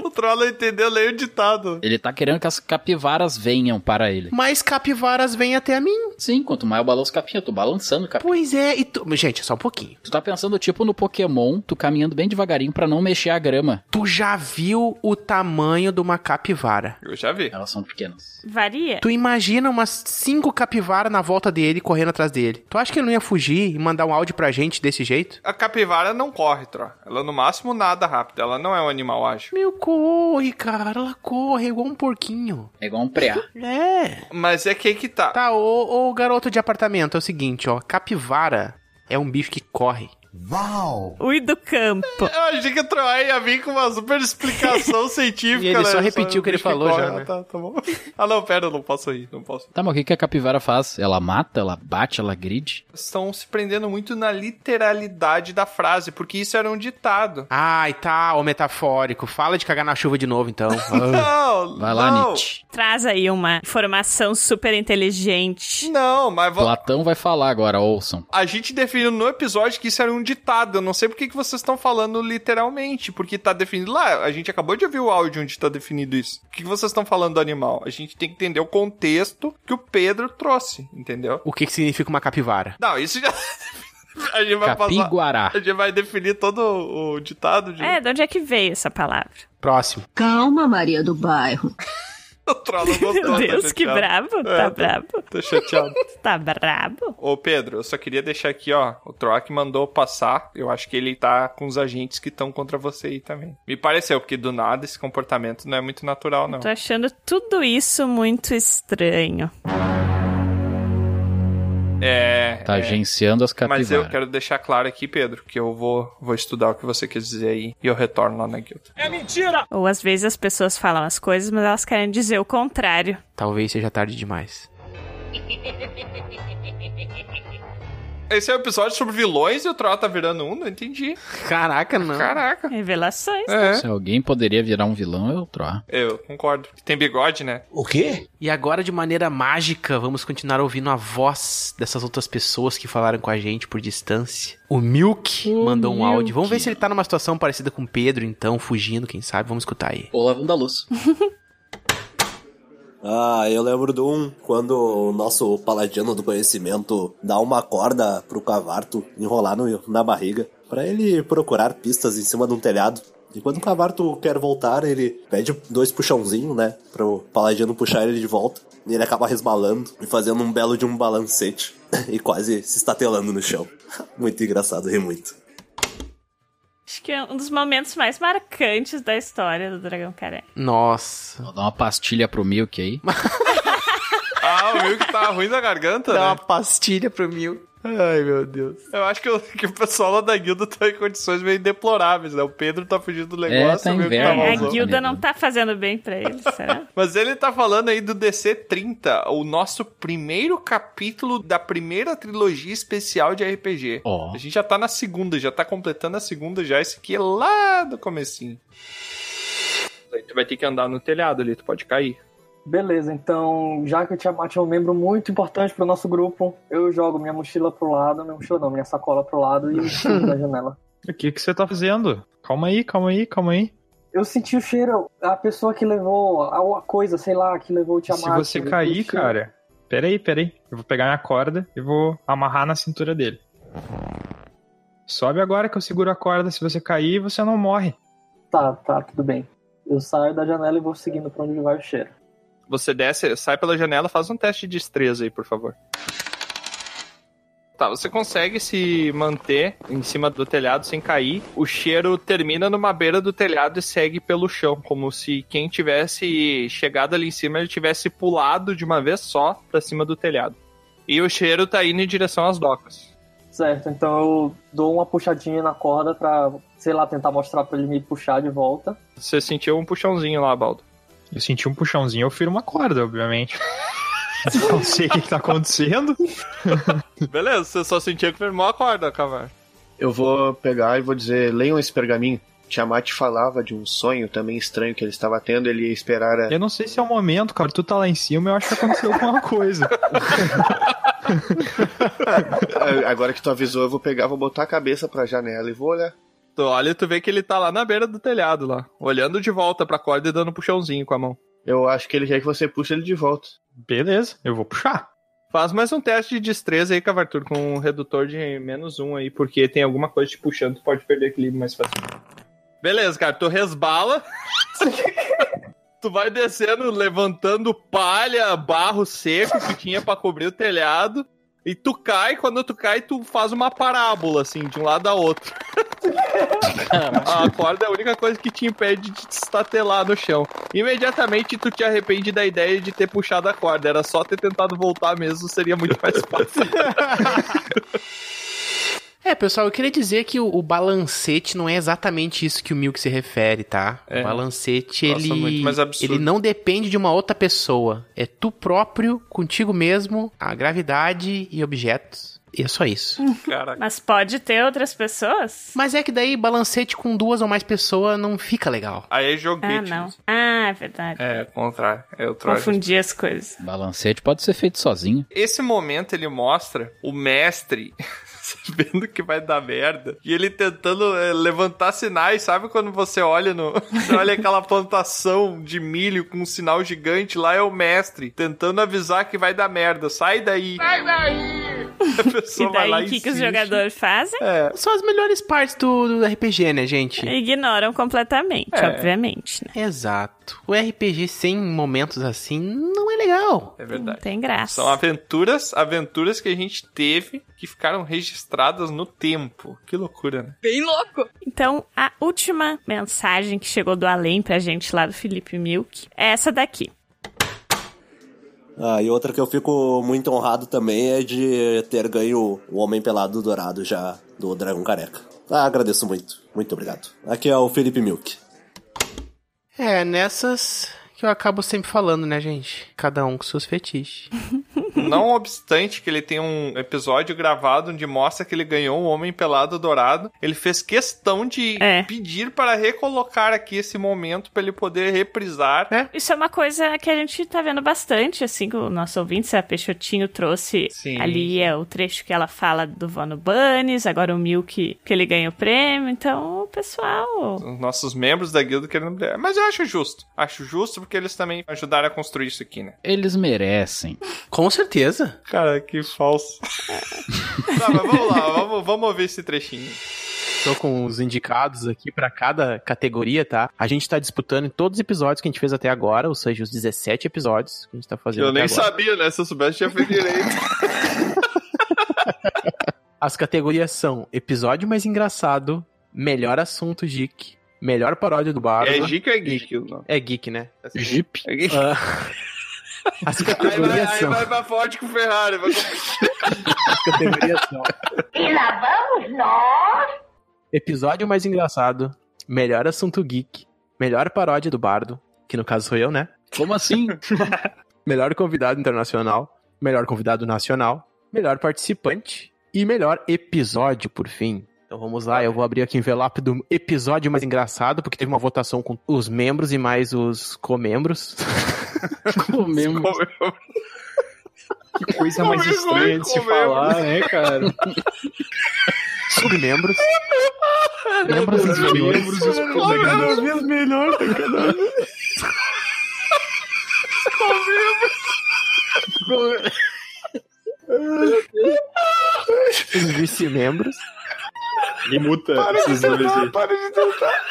Speaker 1: o Troll não entendeu, leio o ditado.
Speaker 3: Ele tá querendo que as capivaras venham para ele.
Speaker 2: Mais capivaras vêm até a mim.
Speaker 3: Sim, quanto mais eu balanço o capim, eu tô balançando o capim.
Speaker 2: Pois é, e tu... Gente, só um pouquinho.
Speaker 3: Tu tá pensando tipo no Pokémon, tu caminhando bem devagarinho pra não mexer a grama.
Speaker 2: Tu já viu o tamanho de uma capivara?
Speaker 1: Eu já vi.
Speaker 3: Elas são pequenas.
Speaker 4: Varia.
Speaker 2: Tu imagina umas cinco capivaras na volta dele, correndo atrás dele. Tu acha que ele não ia fugir e mandar um áudio pra gente desse jeito?
Speaker 1: A capivara não corre, Troll. Ela no máximo nada rápido. Ela não é um animal ágil.
Speaker 2: Meu, corre, cara. Ela corre igual um porquinho.
Speaker 3: É igual um preá.
Speaker 2: É.
Speaker 1: Mas é que aí que tá.
Speaker 2: Tá, ô, ô garoto de apartamento, é o seguinte, ó. Capivara é um bicho que corre.
Speaker 7: Uau!
Speaker 4: Ui do campo.
Speaker 1: Eu achei que o Troy ia vir com uma super
Speaker 2: [LAUGHS]
Speaker 1: explicação científica.
Speaker 2: E ele só
Speaker 1: né?
Speaker 2: repetiu o que ele falou
Speaker 1: corre,
Speaker 2: já, né?
Speaker 1: Tá, tá bom. [LAUGHS] Ah, não, pera, eu não posso ir, não posso.
Speaker 3: Tá, mas o que que a capivara faz? Ela mata, ela bate, ela gride?
Speaker 1: Estão se prendendo muito na literalidade da frase, porque isso era um ditado.
Speaker 2: Ai, tá, ô metafórico. Fala de cagar na chuva de novo, então.
Speaker 1: [LAUGHS] Não,
Speaker 3: Vai lá,
Speaker 1: não.
Speaker 3: Nietzsche.
Speaker 4: Traz aí uma informação super inteligente.
Speaker 1: Não, mas vo-
Speaker 3: Platão vai falar agora, ouçam.
Speaker 1: a gente definiu no episódio que isso era um ditado. Eu não sei por que que vocês estão falando literalmente, porque tá definido lá. A gente acabou de ouvir o áudio onde tá definido isso. O que que vocês estão falando do animal? A gente tem que entender o contexto que o Pedro trouxe, entendeu?
Speaker 2: o que que significa uma capivara?
Speaker 1: Não, isso já. [LAUGHS] a gente vai passar.
Speaker 3: Capiguará.
Speaker 1: A gente vai definir todo o ditado [LAUGHS] de.
Speaker 4: É, de onde é que veio essa palavra?
Speaker 2: Próximo.
Speaker 15: Calma, Maria do Bairro.
Speaker 1: O
Speaker 2: [LAUGHS]
Speaker 1: Troll não gostou,
Speaker 4: Meu
Speaker 1: tá
Speaker 4: Deus, que
Speaker 1: chateado.
Speaker 4: brabo.
Speaker 1: É,
Speaker 4: Tá
Speaker 1: tô-
Speaker 4: brabo.
Speaker 1: Tô chateado.
Speaker 4: Tá brabo.
Speaker 1: Ô Pedro, eu só queria deixar aqui, ó. O Troc mandou passar. Eu acho que ele tá com os agentes que estão contra você aí também. Me pareceu, porque do nada esse comportamento não é muito natural, não.
Speaker 4: Tô achando tudo isso muito estranho.
Speaker 1: É.
Speaker 3: Tá agenciando as capivaras.
Speaker 1: Mas eu quero deixar claro aqui, Pedro, que eu vou, vou estudar o que você quis dizer aí e eu retorno lá na guilda.
Speaker 6: É mentira!
Speaker 4: Ou às vezes as pessoas falam as coisas, mas elas querem dizer o contrário.
Speaker 2: Talvez seja tarde demais.
Speaker 1: Esse é o episódio sobre vilões e o Troll tá virando um? Não entendi.
Speaker 2: Caraca, não.
Speaker 1: Caraca.
Speaker 4: Revelações.
Speaker 1: É.
Speaker 3: Se alguém poderia virar um vilão, eu troar.
Speaker 1: Eu concordo. Tem bigode, né?
Speaker 7: O quê?
Speaker 2: E agora, de maneira mágica, vamos continuar ouvindo a voz dessas outras pessoas que falaram com a gente por distância. O Milk mandou um áudio. Vamos ver se ele tá numa situação parecida com o Pedro, então, fugindo, quem sabe. Vamos escutar aí.
Speaker 3: Ou lavando a luz.
Speaker 18: [LAUGHS] Ah, eu lembro do um, quando o nosso paladino do conhecimento dá uma corda pro cavarto enrolar no- na barriga pra ele procurar pistas em cima de um telhado. E quando o cavarto quer voltar, ele pede dois puxãozinhos, né? Pro paladino puxar ele de volta. E ele acaba resbalando e fazendo um belo de um balancete. [LAUGHS] e quase se estatelando no chão. [LAUGHS] Muito engraçado, ri muito.
Speaker 4: Acho que é um dos momentos mais marcantes da história do Dragão Careca.
Speaker 2: Nossa.
Speaker 3: Vou dar uma pastilha pro Milk aí.
Speaker 1: Ah, o Milk tá ruim da garganta,
Speaker 2: Dá
Speaker 1: né?
Speaker 2: uma pastilha pro Mil. Ai, meu Deus.
Speaker 1: Eu acho que o, que o pessoal lá da guilda tá em condições meio deploráveis, né? O Pedro tá fugindo do
Speaker 19: É.
Speaker 1: negócio.
Speaker 3: tá
Speaker 1: o Milk
Speaker 3: inverno,
Speaker 1: tá
Speaker 4: A
Speaker 1: malzão.
Speaker 4: guilda não tá fazendo bem pra ele, será?
Speaker 1: Mas ele tá falando aí do DC 30, o nosso primeiro capítulo da primeira trilogia especial de RPG.
Speaker 3: Ó.
Speaker 1: A gente já tá na segunda, já tá completando a segunda já, esse aqui é lá do comecinho. Aí tu vai ter que andar no telhado ali, tu pode cair.
Speaker 19: Beleza, então, já que o Tiamat é um membro muito importante pro nosso grupo, eu jogo minha mochila pro lado, minha mochila não, minha sacola pro lado e pulo da janela.
Speaker 11: O que, que você tá fazendo? Calma aí, calma aí, calma aí.
Speaker 19: Eu senti o cheiro, a pessoa que levou, a a coisa, sei lá, que levou o Tiamat.
Speaker 11: [LAUGHS] Se você
Speaker 19: eu
Speaker 11: cair,
Speaker 19: senti-
Speaker 11: cara. Peraí, peraí. Eu vou pegar minha corda e vou amarrar na cintura dele. Sobe agora que eu seguro a corda. Se você cair, você não morre.
Speaker 19: Tá, tá, tudo bem. Eu saio da janela e vou seguindo pra onde vai o cheiro.
Speaker 1: Você desce, sai pela janela, faz um teste de destreza aí, por favor. Tá, você consegue se manter em cima do telhado sem cair. O cheiro termina numa beira do telhado e segue pelo chão, como se quem tivesse chegado ali em cima ele tivesse pulado de uma vez só pra cima do telhado. E o cheiro tá indo em direção às docas.
Speaker 19: Certo, então eu dou uma puxadinha na corda pra, sei lá, tentar mostrar pra ele me puxar de volta.
Speaker 1: Você sentiu um puxãozinho lá, Baldo.
Speaker 11: Eu senti um puxãozinho, eu firo uma corda, obviamente. [LAUGHS] não sei o que, que tá
Speaker 2: [LAUGHS]
Speaker 11: acontecendo.
Speaker 1: Beleza, você só sentia que firmou a corda, Cavar.
Speaker 20: Eu vou pegar e vou dizer: leiam esse pergaminho. Tiamat falava de um sonho também estranho que ele estava tendo, ele ia esperar a... [LAUGHS]
Speaker 11: Eu não sei se é o momento, cara. Tu tá lá em cima, eu acho que aconteceu alguma [LAUGHS] coisa.
Speaker 20: Ah, Agora que tu avisou, eu vou pegar, vou botar a cabeça pra janela e vou olhar.
Speaker 1: Tu olha e tu vê que ele tá lá na beira do telhado lá, olhando de volta pra corda e dando um puxãozinho com a mão.
Speaker 20: Eu acho que ele quer que você puxe ele de volta.
Speaker 11: Beleza, eu vou puxar.
Speaker 1: Faz mais um teste de destreza aí, Cavartur, com um redutor de menos um aí, porque tem alguma coisa te puxando, tu pode perder equilíbrio mais fácil. Beleza, cara,
Speaker 19: [LAUGHS]
Speaker 1: tu resbala. tu vai descendo, levantando palha, barro seco que tinha pra cobrir o telhado. E tu cai, quando tu cai, tu faz uma parábola, assim, de um lado a [LAUGHS] outro. a corda é a única coisa que te impede de te estatelar no chão. Imediatamente tu te arrepende da ideia de ter puxado a corda. Era só ter tentado voltar mesmo, seria muito mais
Speaker 4: [LAUGHS]
Speaker 1: fácil.
Speaker 2: É, pessoal, eu queria dizer que o, o balancete não é exatamente isso que o Milk se refere, tá? O balancete,
Speaker 1: É. Nossa, muito
Speaker 2: ele,
Speaker 1: mais absurdo.
Speaker 2: ele não depende de uma outra pessoa. É tu próprio, contigo mesmo, a gravidade e objetos. E é só isso.
Speaker 1: [LAUGHS] Caraca.
Speaker 4: Mas pode ter outras pessoas?
Speaker 2: Mas é que daí balancete com duas ou mais pessoas não fica legal.
Speaker 1: Aí é joguete.
Speaker 4: Ah, não. Ah, é verdade.
Speaker 1: É, contrário. Eu
Speaker 4: Confundi as coisas.
Speaker 3: Balancete pode ser feito sozinho.
Speaker 1: Esse momento ele mostra o mestre [LAUGHS] sabendo que vai dar merda e ele tentando eh, levantar sinais, sabe quando você olha no, [LAUGHS] você olha aquela plantação de milho com um sinal gigante lá é o mestre tentando avisar que vai dar merda, sai daí.
Speaker 21: Sai daí!
Speaker 1: A pessoa
Speaker 4: E
Speaker 1: vai lá É.
Speaker 4: daí, o que, que os
Speaker 1: insiste.
Speaker 4: jogadores fazem?
Speaker 2: São as melhores partes do, do RPG, né, gente?
Speaker 4: Ignoram completamente,
Speaker 2: É.
Speaker 4: obviamente, né?
Speaker 2: Exato. O RPG sem momentos assim não é legal.
Speaker 1: É verdade.
Speaker 4: Tem graça.
Speaker 1: São aventuras, aventuras que a gente teve que ficaram registradas no tempo. Que loucura, né?
Speaker 4: Bem louco. Então, a última mensagem que chegou do além pra gente lá do Felipe Milk é essa daqui.
Speaker 18: Ah, e outra que eu fico muito honrado também é de ter ganho o Homem Pelado Dourado já do Dragão Careca. Ah, agradeço muito. Muito obrigado. Aqui é o Felipe Milk.
Speaker 2: É, nessas que eu acabo sempre falando, né, gente? Cada um com seus fetiches.
Speaker 1: Não obstante que ele tem um episódio gravado onde mostra que ele ganhou o Homem Pelado Dourado, ele fez questão de pedir para recolocar aqui esse momento para ele poder reprisar.
Speaker 4: Isso é uma coisa que a gente tá vendo bastante, assim, que o nosso ouvinte, a Peixotinho, trouxe
Speaker 1: Sim.
Speaker 4: ali é o trecho que ela fala do Vano Bunnies, agora o Milk que ele ganha o prêmio, então o pessoal...
Speaker 1: Os nossos membros da guilda querendo. Mas eu acho justo. Acho justo porque eles também ajudaram a construir isso aqui, né?
Speaker 3: Eles merecem.
Speaker 2: Com certeza.
Speaker 1: Cara, que falso. tá, mas vamos lá, vamos, vamos ouvir esse trechinho.
Speaker 2: Tô com os indicados aqui pra cada categoria, tá? A gente tá disputando em todos os episódios que a gente fez até agora, ou seja, os 17 episódios que a gente tá fazendo
Speaker 1: Eu
Speaker 2: até
Speaker 1: nem
Speaker 2: agora.
Speaker 1: sabia, né? Se eu soubesse, tinha feito direito.
Speaker 2: As categorias são episódio mais engraçado, melhor assunto geek, melhor paródia do bar.
Speaker 1: É geek ou é geek?
Speaker 2: né? É geek, né?
Speaker 1: Jeep. É geek.
Speaker 2: Ah. [LAUGHS] As
Speaker 1: Aí vai,
Speaker 2: categorias
Speaker 1: aí
Speaker 2: são...
Speaker 1: vai pra forte com o Ferrari. Vai...
Speaker 2: As categorias são
Speaker 21: E lá vamos nós!
Speaker 2: episódio mais engraçado, melhor assunto geek, melhor paródia do bardo, que no caso sou eu, né?
Speaker 3: Como assim?
Speaker 2: [LAUGHS] melhor convidado internacional, melhor convidado nacional, melhor participante e melhor episódio, por fim. Então vamos lá, eu vou abrir aqui o envelope do episódio mais engraçado, porque teve uma votação com os membros e mais os comembros.
Speaker 3: comemos.
Speaker 2: Que
Speaker 20: coisa mais Comemos, estranha de se comemos. falar, né,
Speaker 2: cara? [LAUGHS] Submembros. Membros
Speaker 21: Deus,
Speaker 2: inferiores.
Speaker 21: membros e os colegas.
Speaker 2: vezes melhor, Os vice-membros.
Speaker 20: E muta
Speaker 21: Para de
Speaker 20: esses números
Speaker 21: tentar,
Speaker 20: aí.
Speaker 21: para de tentar.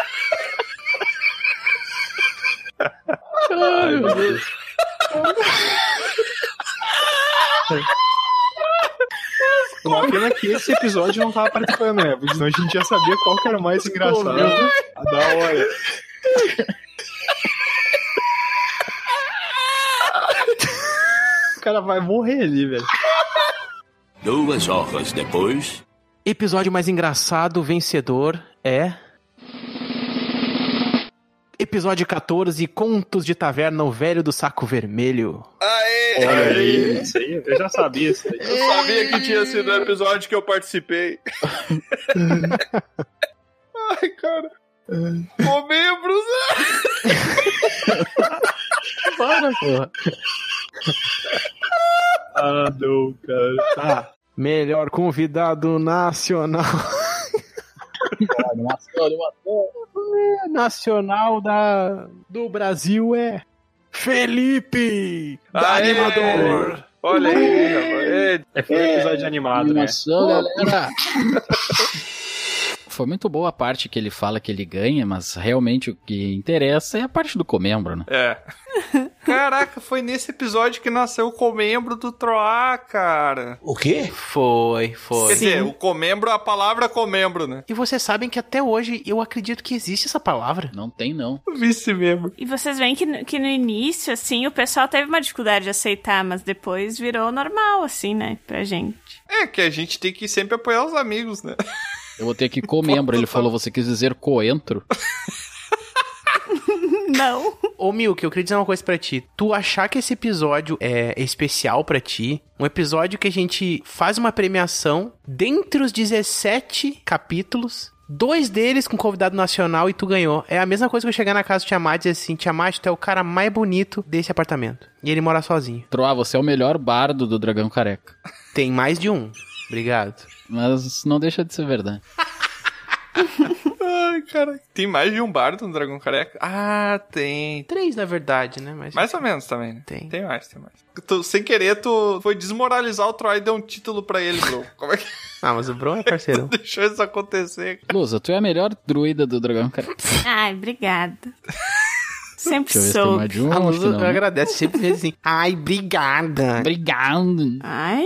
Speaker 21: Ai, meu Deus.
Speaker 20: Uma pena que esse episódio não tava participando, né? Porque senão a gente já sabia qual que era o mais engraçado.
Speaker 21: Comeu.
Speaker 20: A da hora. O cara vai morrer ali, velho.
Speaker 5: Duas horas depois.
Speaker 2: Episódio mais engraçado, vencedor é. Episódio 14, Contos de Taverna, o Velho do Saco Vermelho.
Speaker 20: Olha aí, isso aí, eu já sabia isso aí.
Speaker 1: Eu sabia que tinha sido o episódio que
Speaker 20: [LAUGHS]
Speaker 1: eu participei. Ai, cara. Ô, membros!
Speaker 20: [LAUGHS]
Speaker 2: Para, porra.
Speaker 20: Ah, não, cara.
Speaker 2: Tá. Melhor convidado nacional. Ah, nacional da, do Brasil é Felipe
Speaker 1: Aê!
Speaker 2: Animador.
Speaker 1: Olha aí, rapaz.
Speaker 20: É, foi um episódio animado, né?
Speaker 3: Animação, galera. Foi muito boa a parte que ele fala que ele ganha, mas realmente o que interessa é a parte do comembro, né?
Speaker 1: É. Caraca, foi nesse episódio que nasceu o comembro do Troá, cara.
Speaker 2: O quê? Foi, foi.
Speaker 1: Quer dizer, o comembro, a palavra comembro, né?
Speaker 2: E vocês sabem que até hoje eu acredito que existe essa palavra.
Speaker 3: Não tem, não.
Speaker 1: Vice-membro.
Speaker 4: E vocês veem que, no- que no início, assim, o pessoal teve uma dificuldade de aceitar, mas depois virou normal, assim, né, pra gente.
Speaker 1: É que a gente tem que sempre apoiar os amigos, né?
Speaker 3: Eu botei aqui
Speaker 2: [LAUGHS]
Speaker 3: comembro, ele falou, você quis dizer coentro?
Speaker 4: Não.
Speaker 2: Ô, Milk, eu queria dizer uma coisa pra ti. Tu achar que esse episódio é especial pra ti, um episódio que a gente faz uma premiação dentre os 17 capítulos, dois deles com convidado nacional e tu ganhou. É a mesma coisa que eu chegar na casa do Tiamat e dizer assim, Tiamat, tu é o cara mais bonito desse apartamento. E ele mora sozinho.
Speaker 3: Troá, você é o melhor bardo do Dragão Careca.
Speaker 2: Tem mais de um. Obrigado.
Speaker 3: Mas não deixa de ser verdade.
Speaker 1: Ai, cara. Tem mais de um bardo no Dragão Careca? Ah, tem.
Speaker 2: Três, na verdade, né? Mas...
Speaker 1: Mais ou menos também, né?
Speaker 2: Tem.
Speaker 1: Tem mais, tem mais. Tu, sem querer, tu foi desmoralizar o Troy e deu um título pra ele, bro. Como é que
Speaker 2: [LAUGHS] Ah, mas o Bron é parceirão.
Speaker 1: [LAUGHS] deixou isso acontecer?
Speaker 3: Lusa, tu é a melhor druida do Dragão Careca.
Speaker 4: Ai, obrigada. Sempre
Speaker 3: Deixa eu ver se tem
Speaker 4: soube.
Speaker 3: mais de um,
Speaker 2: A
Speaker 3: acho que
Speaker 2: Lusa
Speaker 3: não, né?
Speaker 2: agradece sempre diz assim, ai, obrigada.
Speaker 3: Obrigado.
Speaker 2: [LAUGHS]
Speaker 4: Ai.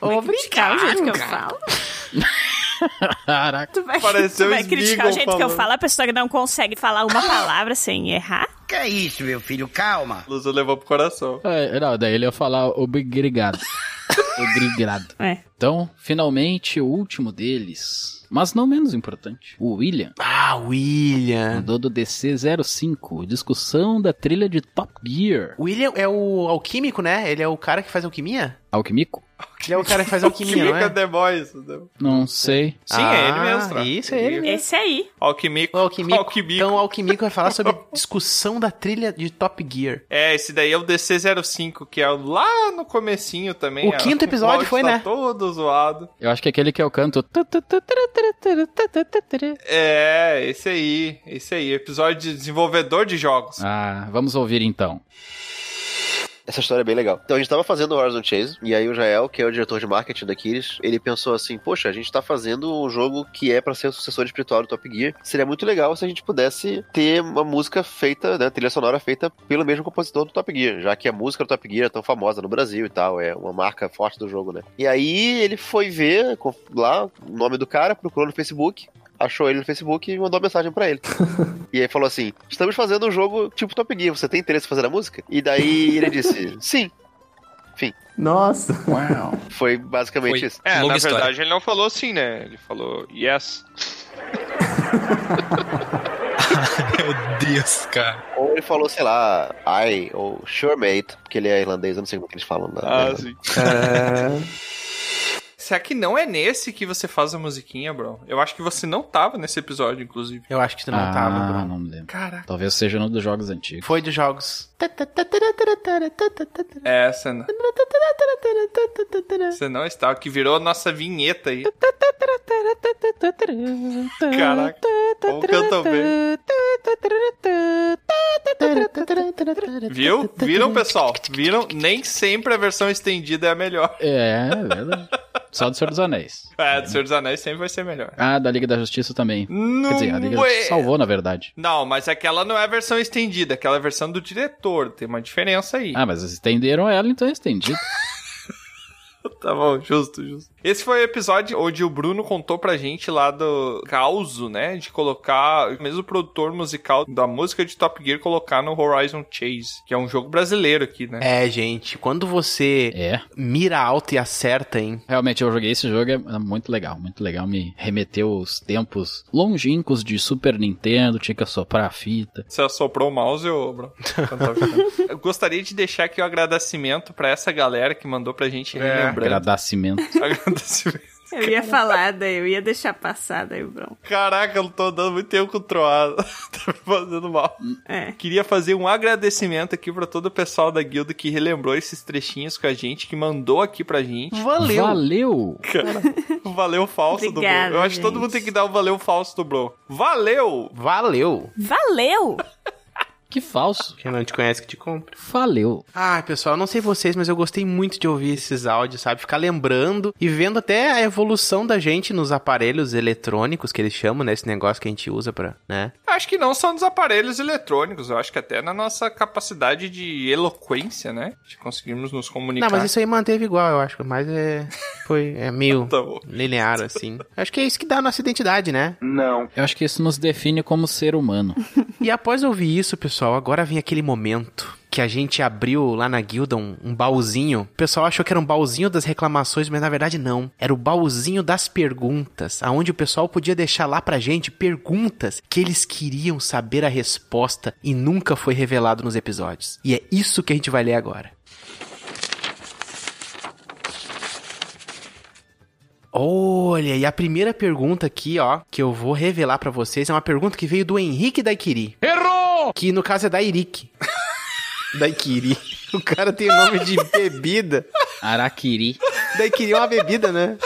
Speaker 4: Obrigado. o jeito que eu falo. [LAUGHS]
Speaker 3: Caraca.
Speaker 4: Tu vai,
Speaker 21: Pareceu
Speaker 4: tu [LAUGHS] vai
Speaker 21: o
Speaker 4: criticar o
Speaker 21: Smeagol
Speaker 4: jeito que eu
Speaker 21: falando.
Speaker 4: falo, a pessoa que não consegue falar uma palavra sem errar?
Speaker 21: Que é isso, meu filho? Calma.
Speaker 1: Lusa levou pro coração.
Speaker 2: [LAUGHS]
Speaker 3: É, não, daí ele ia falar obrigado. Ogrigrado.
Speaker 4: É.
Speaker 3: Então, finalmente, o último deles, mas não menos importante, o William.
Speaker 2: Ah, William.
Speaker 3: Mandou do DC05, discussão da trilha de Top Gear.
Speaker 2: William é o alquímico, né? Ele é o cara que faz alquimia?
Speaker 3: Alquimico?
Speaker 2: Ele é o cara que faz alquimia, não é?
Speaker 1: The Boys.
Speaker 3: Não sei.
Speaker 2: Ah.
Speaker 1: Sim, é ele mesmo. tá?
Speaker 2: Isso, é ele mesmo.
Speaker 4: Esse aí.
Speaker 1: Alquimico.
Speaker 3: né?
Speaker 2: Alquimico. Então o Alquimico vai falar
Speaker 3: [LAUGHS]
Speaker 2: sobre discussão da trilha de Top Gear.
Speaker 1: É, esse daí é o DC05, que é lá no comecinho também.
Speaker 2: O
Speaker 1: é,
Speaker 2: quinto episódio
Speaker 1: áudio
Speaker 2: foi,
Speaker 1: tá
Speaker 2: né?
Speaker 1: todo zoado.
Speaker 3: Eu acho que é aquele que é o canto.
Speaker 1: É, esse aí. Esse aí. Episódio de desenvolvedor de jogos.
Speaker 3: Ah, vamos ouvir então.
Speaker 10: Essa história é bem legal. Então a gente tava fazendo o Horizon Chase, e aí o Jael, que é o diretor de marketing da Kiris, ele pensou assim: poxa, a gente tá fazendo um jogo que é pra ser o sucessor espiritual do Top Gear. Seria muito legal se a gente pudesse ter uma música feita, né, trilha sonora feita pelo mesmo compositor do Top Gear, já que a música do Top Gear é tão famosa no Brasil e tal, é uma marca forte do jogo, né. E aí ele foi ver com- lá o nome do cara, procurou no Facebook. Achou ele no Facebook e mandou uma mensagem pra ele. e aí falou assim: Estamos fazendo um jogo tipo Top Gear, você tem interesse em fazer a música? E daí ele disse: Sim. Enfim.
Speaker 13: Nossa.
Speaker 10: Uau. Foi basicamente isso.
Speaker 13: É,
Speaker 10: Longa
Speaker 13: na
Speaker 10: história.
Speaker 13: verdade
Speaker 1: ele não falou assim, né? Ele falou yes.
Speaker 10: [LAUGHS] Meu Deus, cara. Ou ele falou, sei lá, I, ou sure mate, porque ele é irlandês, eu não sei como que eles falam. na-
Speaker 1: Ah,
Speaker 10: na-
Speaker 1: sim. Será que não é nesse que você faz a musiquinha, bro? Eu acho que você não tava nesse episódio, inclusive.
Speaker 2: Eu acho que você não é um
Speaker 3: ah,
Speaker 2: tava, né? bro.
Speaker 3: não me lembro.
Speaker 1: Caraca.
Speaker 3: Talvez seja um dos jogos antigos.
Speaker 2: Foi dos jogos.
Speaker 1: É, você não... Você não estava, que virou a nossa vinheta aí. Caraca. Como que eu tô bem? Viu? Viram, pessoal? Viram? Nem sempre a versão estendida é a melhor. [LAUGHS]
Speaker 3: É, é
Speaker 2: [LAUGHS]
Speaker 3: verdade. Só do Senhor dos Anéis.
Speaker 1: É, do Senhor dos Anéis sempre vai ser melhor.
Speaker 3: Ah, da Liga da Justiça também.
Speaker 1: Não
Speaker 3: Quer dizer, a Liga da
Speaker 1: é.
Speaker 3: Justiça salvou, na verdade.
Speaker 1: Não, mas aquela não é a versão estendida, aquela é a versão do diretor. Tem uma diferença aí.
Speaker 3: Ah, mas eles estenderam ela, então
Speaker 2: [LAUGHS]
Speaker 3: é estendido.
Speaker 1: [LAUGHS] Tá bom, justo, justo. Esse foi o episódio onde o Bruno contou pra gente lá do caos, né? De colocar o mesmo produtor musical da música de Top Gear colocar no Horizon Chase, que é um jogo brasileiro aqui, né?
Speaker 2: É, gente, quando você
Speaker 3: É.
Speaker 2: mira alto e acerta, hein?
Speaker 3: Realmente, eu joguei esse jogo, é é muito legal, muito legal. Me remeteu aos tempos longínquos de Super Nintendo, tinha que assoprar a fita.
Speaker 1: Você assoprou o mouse, ô, bro? eu gostaria de deixar aqui o agradecimento pra essa galera que mandou pra
Speaker 2: É.
Speaker 1: gente relembrando.
Speaker 3: Agradecimento.
Speaker 1: Agradecimento.
Speaker 4: Eu ia falar, daí eu ia deixar passar, daí o Bron.
Speaker 1: Caraca, eu não tô dando muito tempo com o Troá. tá me [LAUGHS] fazendo mal. Queria fazer um agradecimento aqui pra todo o pessoal da guilda que relembrou esses trechinhos com a gente, que mandou aqui pra gente.
Speaker 3: Valeu! Valeu!
Speaker 1: Cara, o valeu [LAUGHS] falso do
Speaker 4: Obrigada,
Speaker 1: Bro. Eu acho que todo
Speaker 4: gente.
Speaker 1: mundo tem que dar o valeu falso do Bro. Valeu!
Speaker 2: Valeu!
Speaker 4: Valeu!
Speaker 3: Que falso.
Speaker 2: Quem não te conhece que te compra.
Speaker 3: Valeu.
Speaker 2: Ah, pessoal, eu não sei vocês, mas eu gostei muito de ouvir esses áudios, sabe? Ficar lembrando e vendo até a evolução da gente nos aparelhos eletrônicos que eles chamam, né? Esse negócio que a gente usa pra, né?
Speaker 1: Acho que não só nos aparelhos eletrônicos, eu acho que até na nossa capacidade de eloquência, né? De conseguirmos nos comunicar.
Speaker 2: Não, mas isso aí manteve igual, eu acho. Mas é. Foi.
Speaker 1: [LAUGHS]
Speaker 2: É meio
Speaker 1: Então,
Speaker 2: linear, assim. Acho que é isso que dá a nossa identidade, né?
Speaker 3: Não. Eu acho que isso nos define como ser humano.
Speaker 2: E após ouvir isso, pessoal, agora vem aquele momento que a gente abriu lá na guilda um, um baúzinho. O pessoal achou que era um baúzinho das reclamações, mas na verdade não. Era o baúzinho das perguntas, aonde o pessoal podia deixar lá pra gente perguntas que eles queriam saber a resposta e nunca foi revelado nos episódios. E é isso que a gente vai ler agora. Olha, e a primeira pergunta aqui, ó, que eu vou revelar pra vocês é uma pergunta que veio do Henrique Daikiri. Errou! Que no caso é da Irique. Daikiri. O cara tem nome
Speaker 1: [LAUGHS]
Speaker 2: de bebida.
Speaker 3: Araquiri.
Speaker 2: Daikiri é uma bebida,
Speaker 3: [LAUGHS]
Speaker 2: né?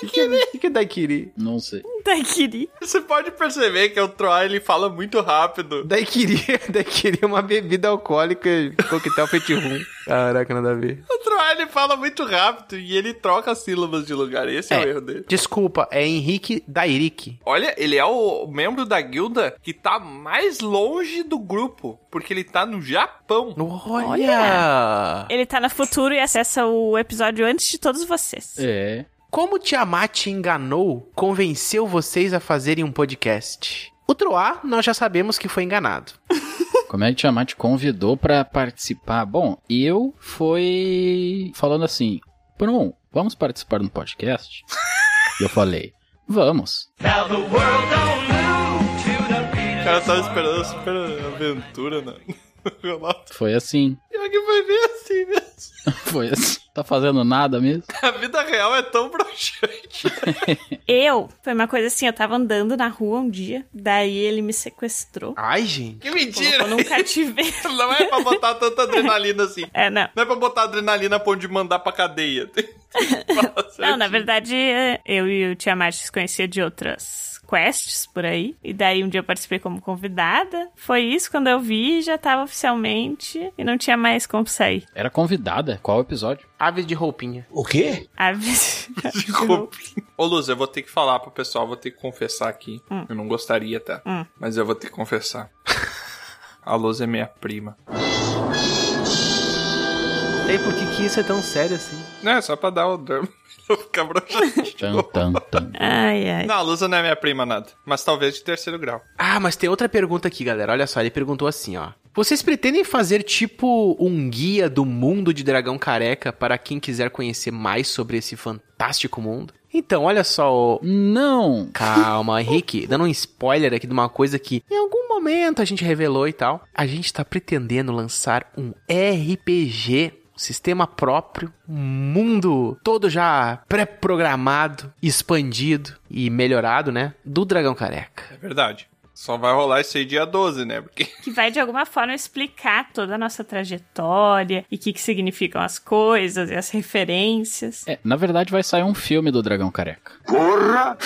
Speaker 2: Daikiri. O que, que é Daikiri?
Speaker 3: Não sei.
Speaker 4: Daikiri.
Speaker 1: Você pode perceber que o Troy ele fala muito rápido.
Speaker 2: Daikiri, [LAUGHS] Daikiri é uma bebida alcoólica, coquetel feito de rum. Caraca, nada a ver.
Speaker 1: [LAUGHS] O Troy ele fala muito rápido e ele troca as sílabas de lugar. Esse é, o erro dele.
Speaker 2: Desculpa, é Henrique Dairique.
Speaker 1: Olha, ele é o membro da guilda que tá mais longe do grupo, porque ele tá no Japão.
Speaker 2: Olha!
Speaker 4: Ele tá no futuro e acessa o episódio antes de todos vocês.
Speaker 3: É.
Speaker 2: Como Tiamat enganou, convenceu vocês a fazerem um podcast? O Troá, nós já sabemos que foi enganado.
Speaker 3: Como é que Tiamat convidou pra participar? Bom, eu foi falando assim: Prum, vamos participar de um podcast? E eu falei, vamos.
Speaker 13: Now the world don't move to the
Speaker 1: O
Speaker 13: beat
Speaker 1: cara tava esperando a né? super aventura na violata.
Speaker 3: Foi assim, [LAUGHS]
Speaker 1: Pior que foi bem assim mesmo.
Speaker 3: foi assim. Tá fazendo nada mesmo?
Speaker 1: [LAUGHS] A vida real é tão broxante.
Speaker 4: Eu, foi uma coisa assim, eu tava andando na rua um dia, daí ele me sequestrou.
Speaker 2: Ai, gente.
Speaker 1: Que mentira!
Speaker 4: Eu nunca cativeiro.
Speaker 1: [LAUGHS] Não é pra botar tanta adrenalina assim.
Speaker 4: É, não.
Speaker 1: Não é pra botar adrenalina a ponto de mandar pra cadeia.
Speaker 4: Não, na verdade, eh, eu e o Tiamat se conhecia de outras quests por aí. E daí um dia eu participei como convidada. Foi isso, quando eu vi, já tava oficialmente e não tinha mais como sair.
Speaker 3: Era convidada, qual episódio?
Speaker 2: Aves de roupinha.
Speaker 1: O quê?
Speaker 4: Aves.
Speaker 1: Ô, Luz, eu vou ter que falar pro pessoal, vou ter que confessar aqui. Eu não gostaria, tá?
Speaker 4: Hum.
Speaker 1: Mas eu vou ter que confessar. A Luz é minha prima.
Speaker 2: E aí, por que, que isso é tão sério assim?
Speaker 1: Não, é só [LAUGHS] pra dar o dormo. Eu ficar broxante.
Speaker 4: Ai, ai.
Speaker 1: Não, a Lusa não é minha prima nada. Mas talvez de terceiro grau.
Speaker 2: Ah, mas tem outra pergunta aqui, galera. Olha só, ele perguntou assim, ó. Vocês pretendem fazer tipo um guia do mundo de dragão careca para quem quiser conhecer mais sobre esse fantástico mundo? Então, olha só. ô-
Speaker 3: Hum, Não!
Speaker 2: Calma, Henrique, dando um spoiler aqui de uma coisa que em algum momento a gente revelou e tal. A gente tá pretendendo lançar um RPG, um sistema próprio, um mundo todo já pré-programado, expandido e melhorado, né? Do Dragão Careca.
Speaker 1: É verdade. Só vai rolar isso aí dia 12, né? Porque
Speaker 4: [LAUGHS] Que vai de alguma forma explicar toda a nossa trajetória e o que, que significam as coisas e as referências.
Speaker 3: É, na verdade vai sair um filme do Dragão Careca. Porra!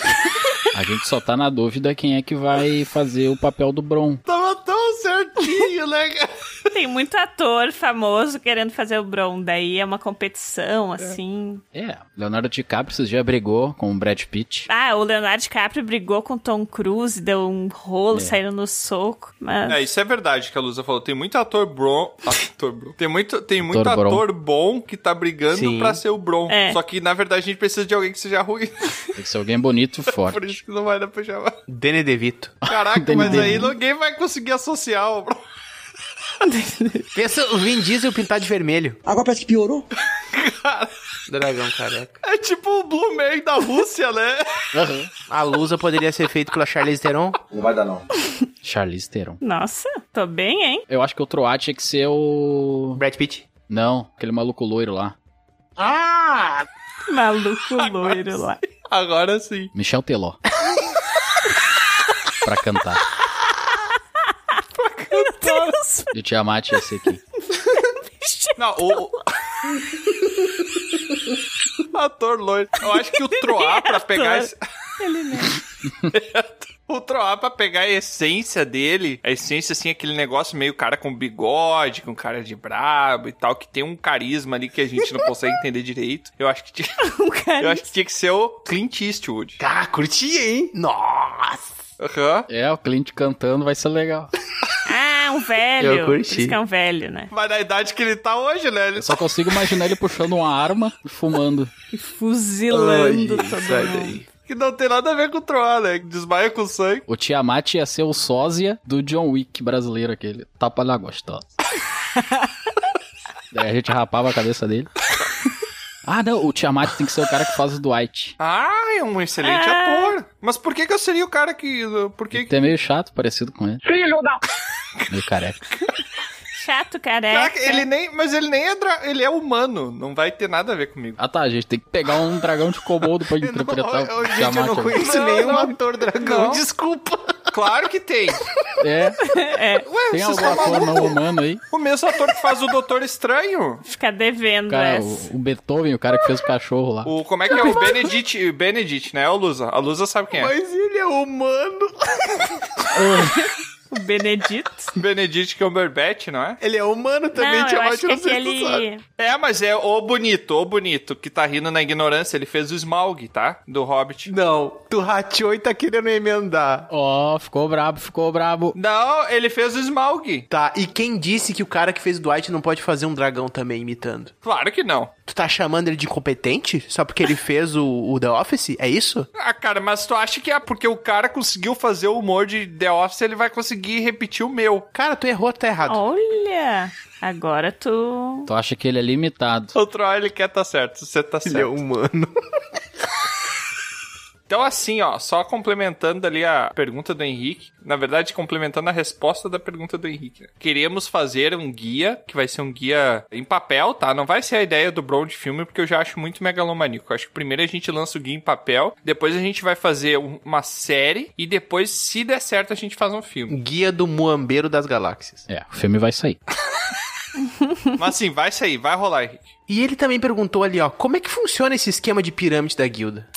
Speaker 3: A gente só tá na dúvida quem é que vai fazer o papel do Bron.
Speaker 1: Tava tão certinho, né, cara?
Speaker 4: [LAUGHS] Tem muito ator famoso querendo fazer o Bron, daí é uma competição, assim.
Speaker 3: É. Leonardo DiCaprio esses dias brigou com o Brad Pitt.
Speaker 4: Ah, o Leonardo DiCaprio brigou com o Tom Cruise, deu um rolo,
Speaker 3: É.
Speaker 4: saíram no soco. Mas...
Speaker 1: [LAUGHS] É, isso é verdade que a Lusa falou. Tem muito ator bron. [LAUGHS] Ator bron. Tem muito, tem muito
Speaker 3: Ator bron.
Speaker 1: ator bom que tá brigando
Speaker 3: Sim.
Speaker 1: pra ser o Bron.
Speaker 4: É.
Speaker 1: Só que, na verdade, a gente precisa de alguém que seja ruim. [LAUGHS]
Speaker 3: Tem que ser alguém bonito e forte.
Speaker 1: Por isso que não vai dar pra chamar.
Speaker 2: Danny DeVito.
Speaker 1: Caraca,
Speaker 3: Danny
Speaker 1: mas aí
Speaker 3: DeVito.
Speaker 1: ninguém vai conseguir associar o Bron.
Speaker 2: Pensa o Vin Diesel pintado de vermelho. Agora parece que piorou. Dragão Careca.
Speaker 1: É tipo o Blue Man da Rússia, né?
Speaker 2: A Lusa poderia ser feita pela Charlize Theron?
Speaker 3: Não vai dar, não. Charlize Theron.
Speaker 4: Nossa, tô bem, hein?
Speaker 3: Eu acho que o Troá tinha que ser o...
Speaker 2: Brad Pitt?
Speaker 3: Não, aquele maluco loiro lá.
Speaker 4: Ah! Maluco loiro lá.
Speaker 1: Agora sim.
Speaker 3: Michel Teló. [LAUGHS] pra cantar.
Speaker 4: Meu Deus!
Speaker 3: E o Tiamat ia ser aqui.
Speaker 1: Não, o. Ator loiro. Eu acho que o Troá, pra pegar esse.
Speaker 4: Ele nem.
Speaker 1: O Troá, pra pegar a essência dele, a essência, assim, aquele negócio meio cara com bigode, com cara de brabo e tal, que tem um carisma ali que a gente não consegue entender direito. Eu acho que [LAUGHS] tinha, eu acho que, tinha que ser o Clint Eastwood.
Speaker 2: Ah, curti, hein? Nossa!
Speaker 3: É, o Clint cantando vai ser legal.
Speaker 4: Ah, um velho.
Speaker 3: Eu curti.
Speaker 4: Por isso que é um velho, né?
Speaker 1: Mas na idade que ele tá hoje, né? Ele
Speaker 3: Eu só consigo imaginar ele puxando uma arma e fumando.
Speaker 4: E fuzilando
Speaker 3: Ai,
Speaker 4: todo
Speaker 3: sai
Speaker 4: mundo.
Speaker 1: Que não tem nada a ver com o Troá, né? Desmaia com sangue.
Speaker 3: O Tiamat ia ser o sósia do John Wick brasileiro, aquele tapa
Speaker 1: [LAUGHS]
Speaker 3: na gostosa. Daí a gente rapava a cabeça dele. Ah, não, o Tiamat tem que ser o cara que faz o Dwight.
Speaker 1: Ah, é um excelente ator. Mas por que que eu seria o cara que... Por que
Speaker 3: Ele é meio chato, parecido com ele.
Speaker 4: Filho da...
Speaker 3: Meio careca.
Speaker 4: Chato, careca.
Speaker 1: Caraca, ele nem... Mas ele nem é... dra- Ele é humano. Não vai ter nada a ver comigo.
Speaker 3: Ah tá, a gente tem que pegar um dragão de komodo
Speaker 1: [LAUGHS]
Speaker 3: pra interpretar o
Speaker 1: Gente,
Speaker 3: Tiamat.
Speaker 1: eu não conheço
Speaker 3: né?
Speaker 1: nenhum ator dragão.
Speaker 3: Não.
Speaker 1: Desculpa. Claro que tem.
Speaker 3: É.
Speaker 1: Ué,
Speaker 3: Tem
Speaker 1: vocês
Speaker 3: algum
Speaker 1: estão
Speaker 3: ator não
Speaker 1: malucos?
Speaker 3: humano aí?
Speaker 1: O mesmo ator que faz o Doutor Estranho.
Speaker 4: Fica devendo
Speaker 3: Cara,
Speaker 4: essa.
Speaker 3: o, o Beethoven, o cara que fez o cachorro lá.
Speaker 1: O, como é que é? O Benedict, Benedict, né? É o Lusa. A Lusa sabe quem é.
Speaker 2: ele é humano.
Speaker 4: O Benedito.
Speaker 1: [LAUGHS] Benedict Cumberbatch, não é?
Speaker 2: Ele é humano
Speaker 4: também, Não, Tia eu acho Mate, que não sei se tu aquele- sabe.
Speaker 1: É, mas é o bonito, o bonito, que tá rindo na ignorância. Ele fez o Smaug, tá? Do Hobbit.
Speaker 2: Não, tu rateou e tá querendo emendar.
Speaker 3: Ó, ficou brabo, ficou brabo.
Speaker 1: Não, ele fez o Smaug.
Speaker 2: Tá, e quem disse que o cara que fez o Dwight não pode fazer um dragão também imitando?
Speaker 1: Claro que não.
Speaker 2: Tu tá chamando ele de incompetente? Só porque ele fez o, o The Office? É isso?
Speaker 1: Ah, cara, mas tu acha que é porque o cara conseguiu fazer o humor de The Office, ele vai conseguir repetir o meu?
Speaker 2: Cara, tu errou, tá errado.
Speaker 4: Olha, agora tu.
Speaker 3: Tu acha que ele é limitado.
Speaker 1: Outro hora ele quer tá certo, você tá certo.
Speaker 2: Ele é humano.
Speaker 1: Então, assim, ó, só complementando ali a pergunta do Henrique, na verdade, complementando a resposta da pergunta do Henrique. né? Queremos fazer um guia, que vai ser um guia em papel, tá? Não vai ser a ideia do Brown de filme, porque eu já acho muito megalomaníaco. Eu Acho que primeiro a gente lança o guia em papel, depois a gente vai fazer um- uma série, e depois, se der certo, a gente faz um filme.
Speaker 2: Guia do Muambeiro das Galáxias.
Speaker 3: É, o filme vai sair.
Speaker 1: [LAUGHS] Mas assim, vai sair, vai rolar, Henrique.
Speaker 2: E ele também perguntou ali, ó, como é que funciona esse esquema de pirâmide da guilda?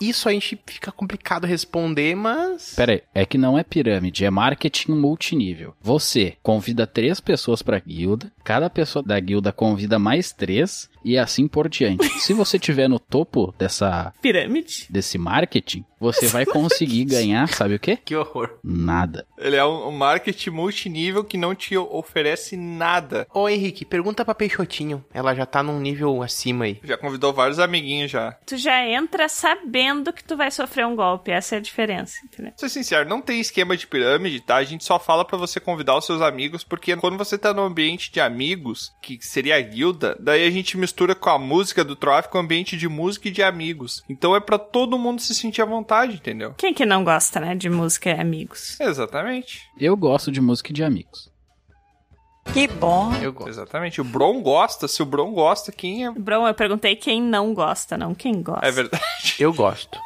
Speaker 2: Isso a gente fica complicado responder, mas.
Speaker 3: Pera aí, é que não é pirâmide, é marketing multinível. Você convida três pessoas pra guilda, cada pessoa da guilda convida mais três e assim por diante. Se você tiver no topo dessa
Speaker 4: pirâmide,
Speaker 3: desse marketing, você vai conseguir ganhar, sabe o quê?
Speaker 2: Que horror.
Speaker 3: Nada.
Speaker 1: Ele é um um marketing multinível que não te oferece nada.
Speaker 2: Ô Henrique, pergunta pra Peixotinho. Ela já tá num nível acima aí.
Speaker 1: Já convidou vários amiguinhos já.
Speaker 4: Tu já entra sabendo que tu vai sofrer um golpe. Essa é a diferença, entendeu?
Speaker 1: Pra ser sincero, não tem esquema de pirâmide, tá? A gente só fala pra você convidar os seus amigos, porque quando você tá no ambiente de amigos, que seria a guilda, daí a gente mistura com a música do Trof com o ambiente de música e de amigos. Então é pra todo mundo se sentir à vontade, entendeu?
Speaker 4: Quem que não gosta, né, de música e amigos?
Speaker 1: Exatamente.
Speaker 3: Eu gosto de música e de amigos.
Speaker 4: Que bom.
Speaker 1: Eu gosto. Exatamente. O Bron gosta. Se o Bron gosta, quem é.
Speaker 4: Bron, eu perguntei quem não gosta, não quem gosta.
Speaker 1: É verdade.
Speaker 2: Eu gosto.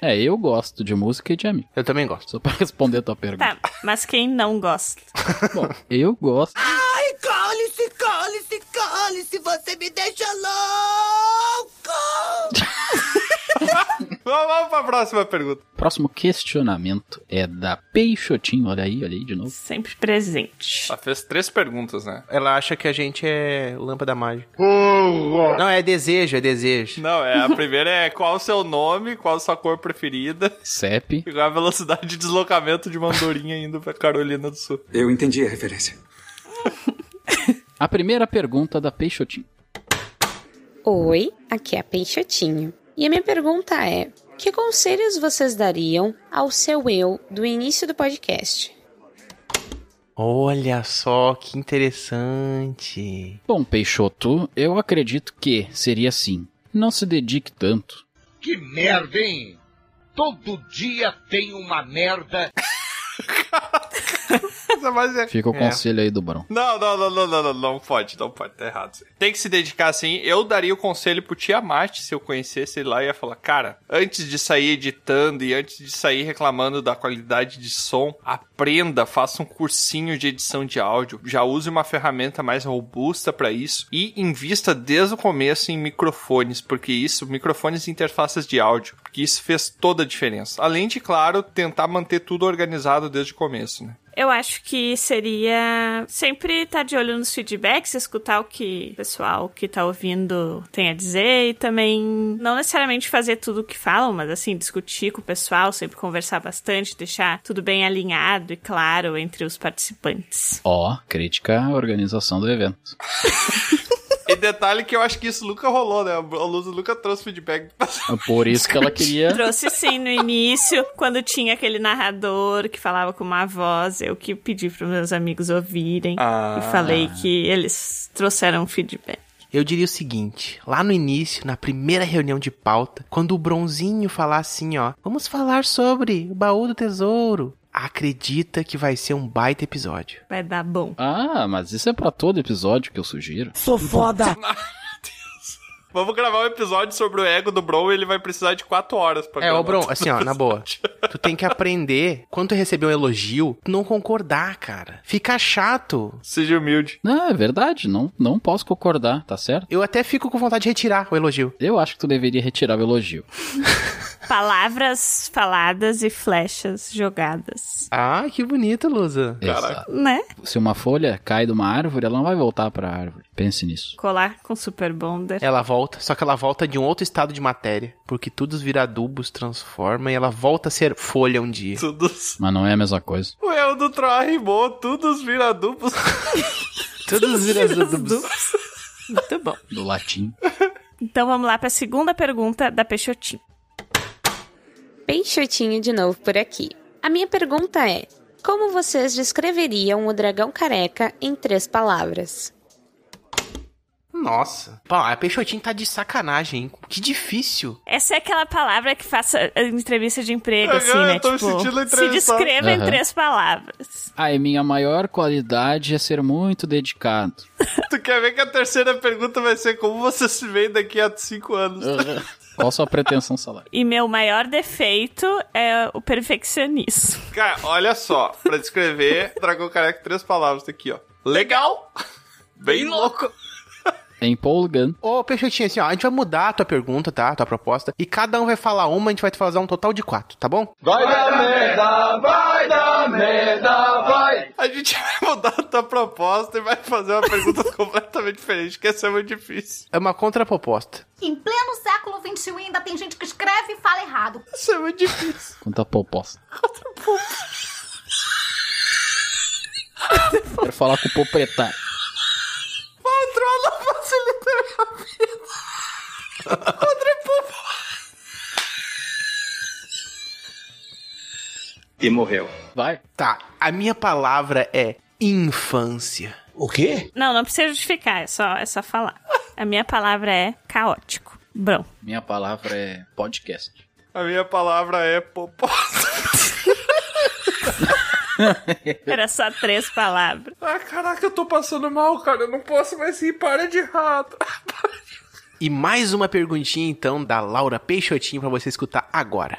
Speaker 3: É, eu gosto de música e de amigos.
Speaker 2: Eu também gosto.
Speaker 3: Só pra responder a tua pergunta.
Speaker 4: Tá, mas quem não gosta?
Speaker 3: Eu gosto.
Speaker 21: Ai, cole-se, cole-se, cole-se, você me deixa louco!
Speaker 1: Vamos, vamos pra próxima pergunta.
Speaker 3: Próximo questionamento é da Peixotinho. Olha aí, olha aí de novo.
Speaker 4: Sempre presente.
Speaker 1: Ela fez três perguntas, né?
Speaker 2: Ela acha que a gente é lâmpada mágica. Não, é desejo, é desejo.
Speaker 1: Não, é. A primeira é qual o seu nome, qual a sua cor preferida.
Speaker 3: CEP.
Speaker 1: Igual a velocidade de deslocamento de uma andorinha indo pra Carolina do Sul.
Speaker 8: Eu entendi a referência.
Speaker 3: A primeira pergunta da Peixotinho.
Speaker 22: [LAUGHS] Oi, aqui é a Peixotinho. E a minha pergunta é: que conselhos vocês dariam ao seu eu do início do podcast?
Speaker 2: Olha só que interessante.
Speaker 3: Bom, Peixoto, eu acredito que seria assim. Não se dedique tanto.
Speaker 21: Que merda, hein? Todo dia tem uma
Speaker 1: [LAUGHS]
Speaker 21: merda.
Speaker 1: Mas é-
Speaker 3: Fica o
Speaker 1: É.
Speaker 3: conselho aí do Barão.
Speaker 1: Não, não, não, não, não, não, não pode, não pode, tá errado. isso aí. Tem que se dedicar assim. Eu daria o conselho pro Tiamat, se eu conhecesse ele lá, eu ia falar, cara, antes de sair editando e antes de sair reclamando da qualidade de som, aprenda, faça um cursinho de edição de áudio, já use uma ferramenta mais robusta pra isso e invista desde o começo em microfones, porque isso, microfones e interfaces de áudio, porque isso fez toda a diferença. Além de, claro, tentar manter tudo organizado desde o começo, né?
Speaker 4: Eu acho que seria sempre estar de olho nos feedbacks, escutar o que o pessoal que tá ouvindo tem a dizer e também não necessariamente fazer tudo o que falam, mas assim, discutir com o pessoal, sempre conversar bastante, deixar tudo bem alinhado e claro entre os participantes.
Speaker 3: Ó, crítica à organização do evento.
Speaker 1: E detalhe que eu acho que isso nunca rolou, né? A Lusa nunca trouxe feedback. [LAUGHS]
Speaker 3: Ah, Por isso que ela queria.
Speaker 4: [LAUGHS] Trouxe sim no início, quando tinha aquele narrador que falava com uma voz, eu que pedi para meus amigos ouvirem
Speaker 2: Ah.
Speaker 4: e falei que eles trouxeram um feedback.
Speaker 2: Eu diria o seguinte, lá no início, na primeira reunião de pauta, quando o Bronzinho falar assim, ó, vamos falar sobre o baú do tesouro, acredita que vai ser um baita episódio.
Speaker 4: Vai dar bom.
Speaker 3: Ah, mas isso é pra todo episódio que eu sugiro.
Speaker 4: Sou foda.
Speaker 1: Vamos gravar um episódio sobre o ego do Bron e ele vai precisar de 4 horas pra
Speaker 2: É,
Speaker 1: gravar.
Speaker 2: ô Bron, assim, ó, na boa. Tu tem que aprender, quando tu receber um elogio, tu não concordar, cara. Fica chato.
Speaker 1: Seja humilde.
Speaker 3: Não, é verdade, não, não posso concordar, tá certo?
Speaker 2: Eu até fico com vontade de retirar o elogio.
Speaker 3: Eu acho que tu deveria retirar o elogio.
Speaker 4: Palavras faladas e flechas jogadas.
Speaker 2: Ah, que bonito, Lusa.
Speaker 3: Exato.
Speaker 4: Né?
Speaker 3: Se uma folha cai de uma árvore, ela não vai voltar pra árvore. Pense nisso.
Speaker 4: Colar com Super Bonder.
Speaker 2: Ela volta, só que ela volta de um outro estado de matéria, porque tudo vira adubos, transforma e ela volta a ser folha um dia.
Speaker 1: Tudo.
Speaker 3: Mas não é a mesma coisa.
Speaker 1: [LAUGHS] O ego do Troy rimou, tudo os vira
Speaker 2: [LAUGHS]
Speaker 1: duplos.
Speaker 2: Todos viram
Speaker 1: duplos.
Speaker 2: [LAUGHS] Tá
Speaker 4: Muito bom.
Speaker 3: Do latim.
Speaker 4: Então vamos lá para a segunda pergunta da Peixotinho.
Speaker 22: Peixotinho de novo por aqui. A minha pergunta é: como vocês descreveriam o dragão careca em três palavras?
Speaker 2: Nossa. Pô, a Peixotinho tá de sacanagem, hein? Que difícil.
Speaker 4: Essa é aquela palavra que faça eh, entrevista de emprego,
Speaker 2: Ah,
Speaker 4: assim, né?
Speaker 2: eu tô me
Speaker 4: tipo,
Speaker 2: sentindo
Speaker 4: se
Speaker 2: entrevistado.
Speaker 4: descreva em
Speaker 3: Aham.
Speaker 4: três palavras.
Speaker 3: Ai, Ah, minha maior qualidade é ser muito dedicado.
Speaker 13: Tu quer ver que a terceira pergunta vai ser como você se vê daqui a cinco anos?
Speaker 1: [LAUGHS]
Speaker 3: Qual sua pretensão salarial?
Speaker 4: E meu maior defeito é o perfeccionismo.
Speaker 13: Cara, olha só, pra descrever Dragão Careca, três palavras tá aqui, ó.
Speaker 1: [LAUGHS]
Speaker 13: Legal! Bem louco!
Speaker 3: Empolgando.
Speaker 2: Ô, Peixotinho, assim, ó, a gente vai mudar a tua pergunta, tá? A tua proposta. E cada um vai falar uma, a gente vai te fazer um total de quatro, tá bom?
Speaker 6: Vai dar merda, vai dar merda, vai!
Speaker 13: A gente vai mudar a tua proposta e vai fazer uma
Speaker 6: [LAUGHS]
Speaker 13: pergunta completamente diferente, que essa é muito difícil.
Speaker 2: É uma contraproposta.
Speaker 8: Em pleno século XXI ainda tem gente que escreve e fala errado.
Speaker 13: Isso é muito difícil.
Speaker 3: Quanto a
Speaker 4: [LAUGHS]
Speaker 3: proposta. Quero falar com o proprietário.
Speaker 6: Controla facilita a vida. Contra povo.
Speaker 2: E morreu.
Speaker 3: Vai.
Speaker 2: Tá, a minha palavra é infância. O quê?
Speaker 4: Não, não precisa justificar, é só, é só falar. A minha palavra é caótico. Brão.
Speaker 3: Minha palavra é podcast.
Speaker 13: A minha palavra é popó.
Speaker 4: [LAUGHS] Era só três palavras.
Speaker 13: Ah, caraca, eu tô passando mal, cara. Eu não posso mais rir. Para de rato.
Speaker 2: E mais uma perguntinha, então, da Laura Peixotinho pra você escutar agora.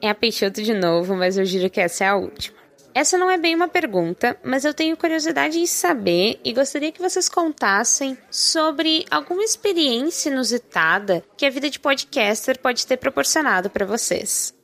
Speaker 22: É a Peixoto de novo, mas eu juro que essa é a última. Essa não é bem uma pergunta, mas eu tenho curiosidade em saber e gostaria que vocês contassem sobre alguma experiência inusitada que a vida de podcaster pode ter proporcionado pra vocês.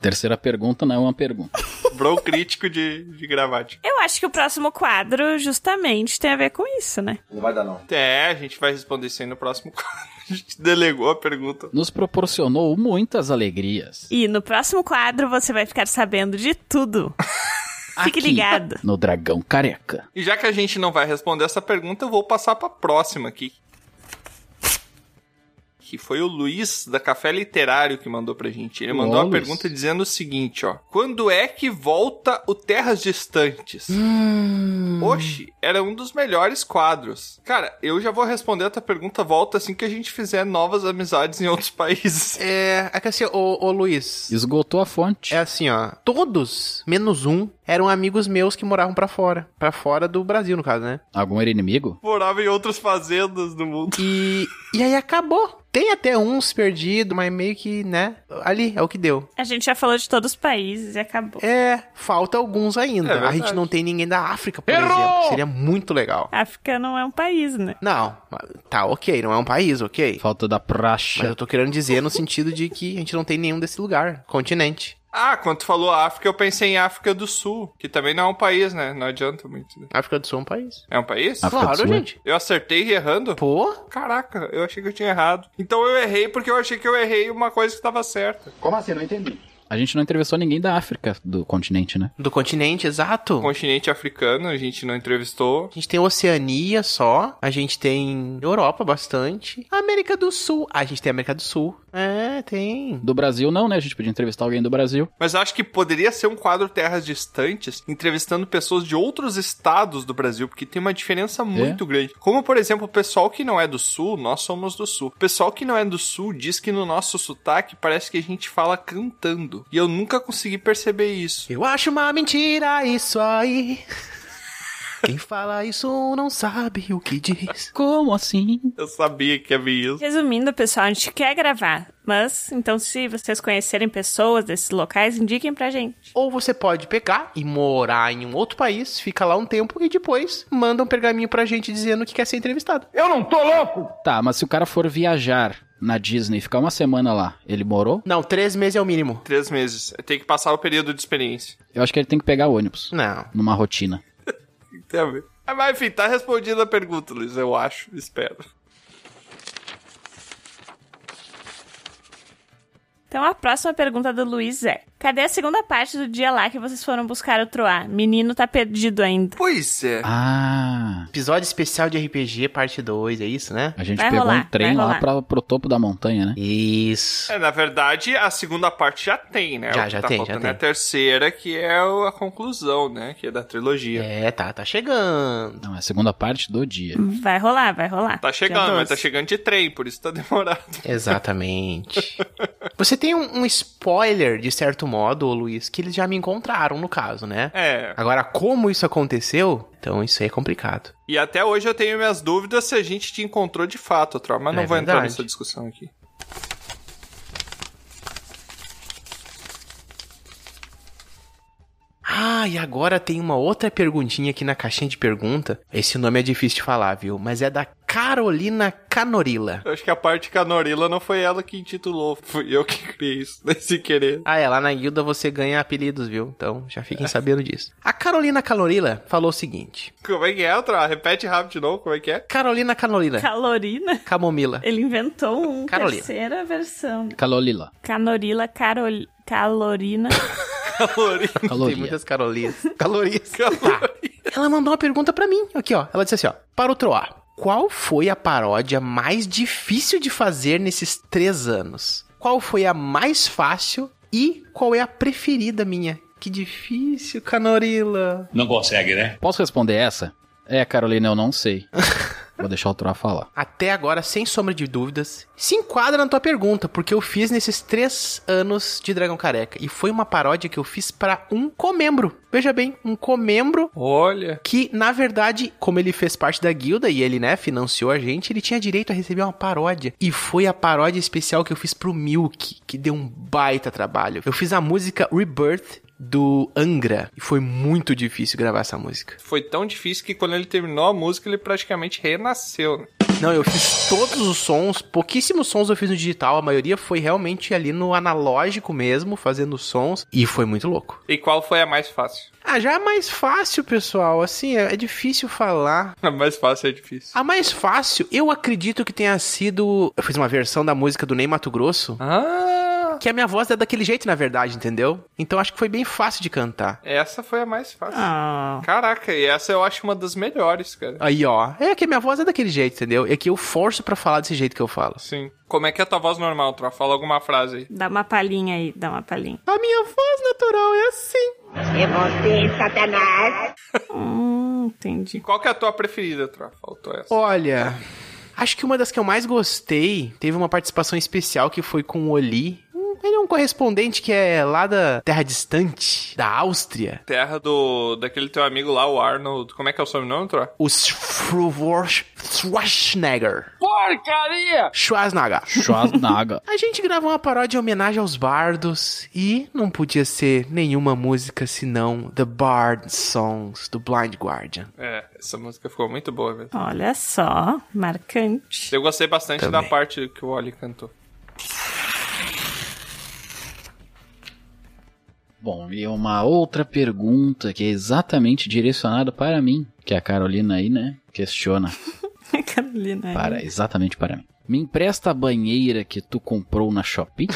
Speaker 3: Terceira pergunta não é uma pergunta.
Speaker 13: Bro crítico de, de gravate.
Speaker 4: Eu acho que o próximo quadro justamente tem a ver com isso, né?
Speaker 13: Não vai dar, não. É, a gente vai responder isso aí no próximo [LAUGHS] quadro. A gente delegou a pergunta.
Speaker 3: Nos proporcionou muitas alegrias.
Speaker 4: E no próximo quadro você vai ficar sabendo de
Speaker 2: [LAUGHS]
Speaker 4: tudo. Fique
Speaker 3: Aqui,
Speaker 4: ligado.
Speaker 3: No Dragão Careca.
Speaker 13: E já que a gente não vai responder essa pergunta, eu vou passar pra próxima aqui. Que foi o Luiz da Café Literário que mandou pra gente. Ele mandou
Speaker 1: Ó,
Speaker 13: uma
Speaker 1: Luiz.
Speaker 13: pergunta dizendo o seguinte, ó: Quando é que volta o Terras Distantes?
Speaker 2: Hum.
Speaker 13: Oxi, era um dos melhores quadros. Cara, eu já vou responder a tua pergunta volta assim que a gente fizer novas amizades em outros [LAUGHS] países.
Speaker 2: É, é que assim, ô, ô Luiz.
Speaker 3: Esgotou a fonte.
Speaker 2: É assim, ó. Todos, menos um, eram amigos meus que moravam pra fora. Pra fora do Brasil, no caso, né?
Speaker 3: Algum era inimigo?
Speaker 13: Morava em outras fazendas do mundo.
Speaker 2: E, e aí acabou. Tem até uns perdidos, mas meio que, né? Ali é o que deu.
Speaker 4: A gente já falou de todos os países e acabou.
Speaker 2: É, falta alguns ainda.
Speaker 4: É
Speaker 2: a
Speaker 4: verdade.
Speaker 2: gente não tem ninguém da África, por
Speaker 4: Errou!
Speaker 2: exemplo. Seria muito legal.
Speaker 4: África não é um país, né?
Speaker 2: Não, mas tá ok, não é um país, ok.
Speaker 3: Falta da praxe.
Speaker 2: Mas eu tô querendo dizer no sentido de que a gente não tem nenhum desse lugar, continente.
Speaker 13: Ah, quando tu falou África, eu pensei em África do Sul, que também não é um país, né? Não adianta muito. Né?
Speaker 2: África do Sul é um país.
Speaker 13: É um país?
Speaker 2: África Claro, do Sul. gente.
Speaker 13: Eu acertei errando?
Speaker 2: Pô?
Speaker 13: Caraca, eu achei que eu tinha errado. Então eu errei porque eu achei que eu errei uma coisa que tava certa. Como assim? Não entendi.
Speaker 3: A gente não entrevistou ninguém da África, do continente, né?
Speaker 2: Do continente, exato.
Speaker 13: Continente africano, a gente não entrevistou.
Speaker 2: A gente tem Oceania só, a gente tem Europa bastante, América do Sul. A gente tem América do Sul. É, tem.
Speaker 3: Do Brasil não, né? A gente podia entrevistar alguém do Brasil.
Speaker 13: Mas eu acho que poderia ser um quadro Terras Distantes, entrevistando pessoas de outros estados do Brasil, porque tem uma
Speaker 2: É.
Speaker 13: diferença muito grande. Como, por exemplo, o pessoal que não é do sul, nós somos do sul. O pessoal que não é do sul diz que no nosso sotaque parece que a gente fala cantando. E eu nunca consegui perceber isso.
Speaker 2: Eu acho uma mentira isso aí. [LAUGHS] Quem fala isso não sabe o que diz.
Speaker 3: Como assim?
Speaker 13: [LAUGHS] Eu sabia que ia vir isso.
Speaker 4: Resumindo, pessoal, a gente quer gravar. Mas, então, se vocês conhecerem pessoas desses locais, indiquem pra gente.
Speaker 2: Ou você pode pegar e morar em um outro país, fica lá um tempo e depois manda um pergaminho pra gente dizendo que quer ser entrevistado.
Speaker 21: Eu não tô louco!
Speaker 3: Tá, mas se o cara for viajar na Disney, ficar uma semana lá, ele morou?
Speaker 2: Não, três meses é o mínimo.
Speaker 13: Três meses. Tem que passar o período de experiência.
Speaker 3: Eu acho que ele tem que pegar ônibus.
Speaker 2: Não.
Speaker 3: Numa rotina.
Speaker 13: Tem a ver. Ah, Mas enfim, tá respondida a pergunta, Luiz, eu acho. Espero.
Speaker 4: Então a próxima pergunta do Luiz é: Cadê a segunda parte do dia lá que vocês foram buscar o Troá? Menino tá perdido ainda.
Speaker 2: Pois é.
Speaker 3: Ah,
Speaker 2: Episódio especial de RPG, parte 2, é isso, né?
Speaker 3: a gente pegou um trem lá pra, pro topo da montanha, né?
Speaker 2: Isso.
Speaker 1: É, na verdade, a segunda parte já tem, né?
Speaker 2: Já,
Speaker 1: O que
Speaker 2: já
Speaker 1: tá
Speaker 2: tem, já
Speaker 1: faltando
Speaker 2: tem.
Speaker 1: é a terceira, que é o- a conclusão, né? Que é da trilogia.
Speaker 2: É, tá, tá chegando.
Speaker 3: Não, é a segunda parte do dia.
Speaker 4: Vai rolar, vai rolar.
Speaker 1: Tá chegando,
Speaker 4: Dia
Speaker 1: mas tá
Speaker 4: 12.
Speaker 1: chegando de trem, por isso tá [LAUGHS] demorado.
Speaker 2: Exatamente. [LAUGHS] Você tem um, um spoiler, de certo modo, ô Luiz, que eles já me encontraram, no caso, né?
Speaker 1: É.
Speaker 2: Agora, como isso aconteceu, então isso aí é complicado.
Speaker 1: E até hoje eu tenho minhas dúvidas se a gente te encontrou de fato, Tro, mas não
Speaker 2: É
Speaker 1: vou entrar
Speaker 2: verdade.
Speaker 1: nessa discussão aqui.
Speaker 2: Ah, e agora tem uma outra perguntinha aqui na caixinha de pergunta. Esse nome é difícil de falar, viu? Mas é da Carolina Canorila.
Speaker 1: Eu acho que a parte com a Norila não foi ela que intitulou, fui eu que criei
Speaker 13: [LAUGHS]
Speaker 1: isso, né, sem querer.
Speaker 2: Ah, é, lá na guilda você ganha apelidos, viu? Então já fiquem sabendo disso. A Carolina Calorila falou o seguinte:
Speaker 1: Como é que é, Tro? Repete rápido de novo, como é que é?
Speaker 2: Carolina Calorila.
Speaker 4: Calorina?
Speaker 2: Camomila.
Speaker 4: Ele inventou uma
Speaker 2: Carolina.
Speaker 4: terceira versão.
Speaker 3: Calolila.
Speaker 4: Canorila, Carol...
Speaker 2: [LAUGHS]
Speaker 4: Calorina.
Speaker 2: Tem muitas calorias. [LAUGHS] Calorias. Tá. Ela mandou uma pergunta pra mim. Aqui, ó. Ela disse assim, ó. Para o Troar, qual foi a paródia mais difícil de fazer nesses três anos? Qual foi a mais fácil e qual é a preferida minha? Que difícil, Canorila.
Speaker 3: Não consegue, né? Posso responder essa? É, Carolina, eu
Speaker 2: [LAUGHS]
Speaker 3: não sei. Vou deixar o Troá falar.
Speaker 2: Até agora, sem sombra de dúvidas, se enquadra na tua pergunta, porque eu fiz nesses três anos de Dragão Careca. E foi uma paródia que eu fiz pra um comembro. Veja bem, um comembro.
Speaker 1: Olha.
Speaker 2: Que, na verdade, como ele fez parte da guilda e ele, né, financiou a gente, ele tinha direito a receber uma paródia. E foi a paródia especial que eu fiz pro Milk, que deu um baita trabalho. Eu fiz a música Rebirth do Angra. E foi muito difícil gravar essa música.
Speaker 1: Foi tão difícil que quando ele terminou a música, ele praticamente renasceu. né?
Speaker 2: Não, eu fiz todos os sons, pouquíssimos sons eu fiz no digital, a maioria foi realmente ali no analógico mesmo, fazendo os sons, e foi muito louco.
Speaker 1: E qual foi a mais fácil? [LAUGHS]
Speaker 2: Ah, já é mais fácil, pessoal, assim, é, é difícil falar.
Speaker 1: A mais fácil é difícil.
Speaker 2: A mais fácil, eu acredito que tenha sido. Eu fiz uma versão da música do Ney Mato Grosso.
Speaker 1: Ah!
Speaker 2: Que a minha voz é daquele jeito, na verdade, entendeu? Então acho que foi bem fácil de cantar.
Speaker 1: Essa foi a mais fácil.
Speaker 2: Ah.
Speaker 1: Ah. Caraca, e essa eu acho uma das melhores, cara.
Speaker 2: Aí, ó. É que a minha voz é daquele jeito, entendeu? É que eu forço pra falar desse jeito que eu falo.
Speaker 1: Sim. Como é que é a tua voz normal, Tro? Fala alguma frase aí.
Speaker 4: Dá uma palhinha aí, dá um uma palhinha.
Speaker 2: A minha voz natural é assim.
Speaker 4: É você, Satanás. Hum, entendi.
Speaker 1: [LAUGHS] Qual que é a tua preferida, Tro? Faltou essa.
Speaker 2: Olha, [LAUGHS] acho que uma das que eu mais gostei teve uma participação especial que foi com o Oli. Hum, Ele é um correspondente que é lá da Terra Distante, da Áustria.
Speaker 1: Terra do daquele teu amigo lá, o Arnold. Como é que é o sobrenome, Tro?
Speaker 2: O Shruvor- Schwarzenegger.
Speaker 1: Porcaria!
Speaker 2: Schwarzenegger.
Speaker 3: Schwarzenegger.
Speaker 2: [LAUGHS] A gente gravou uma paródia em homenagem aos bardos e não podia ser nenhuma música senão The Bard Songs do Blind Guardian.
Speaker 1: É, essa música ficou muito boa, velho.
Speaker 4: Olha só, marcante. [LAUGHS]
Speaker 1: Eu gostei bastante
Speaker 4: Também.
Speaker 1: da parte que o Oli cantou.
Speaker 3: Bom, e uma outra pergunta que é exatamente direcionada para mim, que a Carolina aí, né, questiona.
Speaker 4: Carolina.
Speaker 3: Para, exatamente para mim. Me empresta a banheira que tu comprou na Shopee?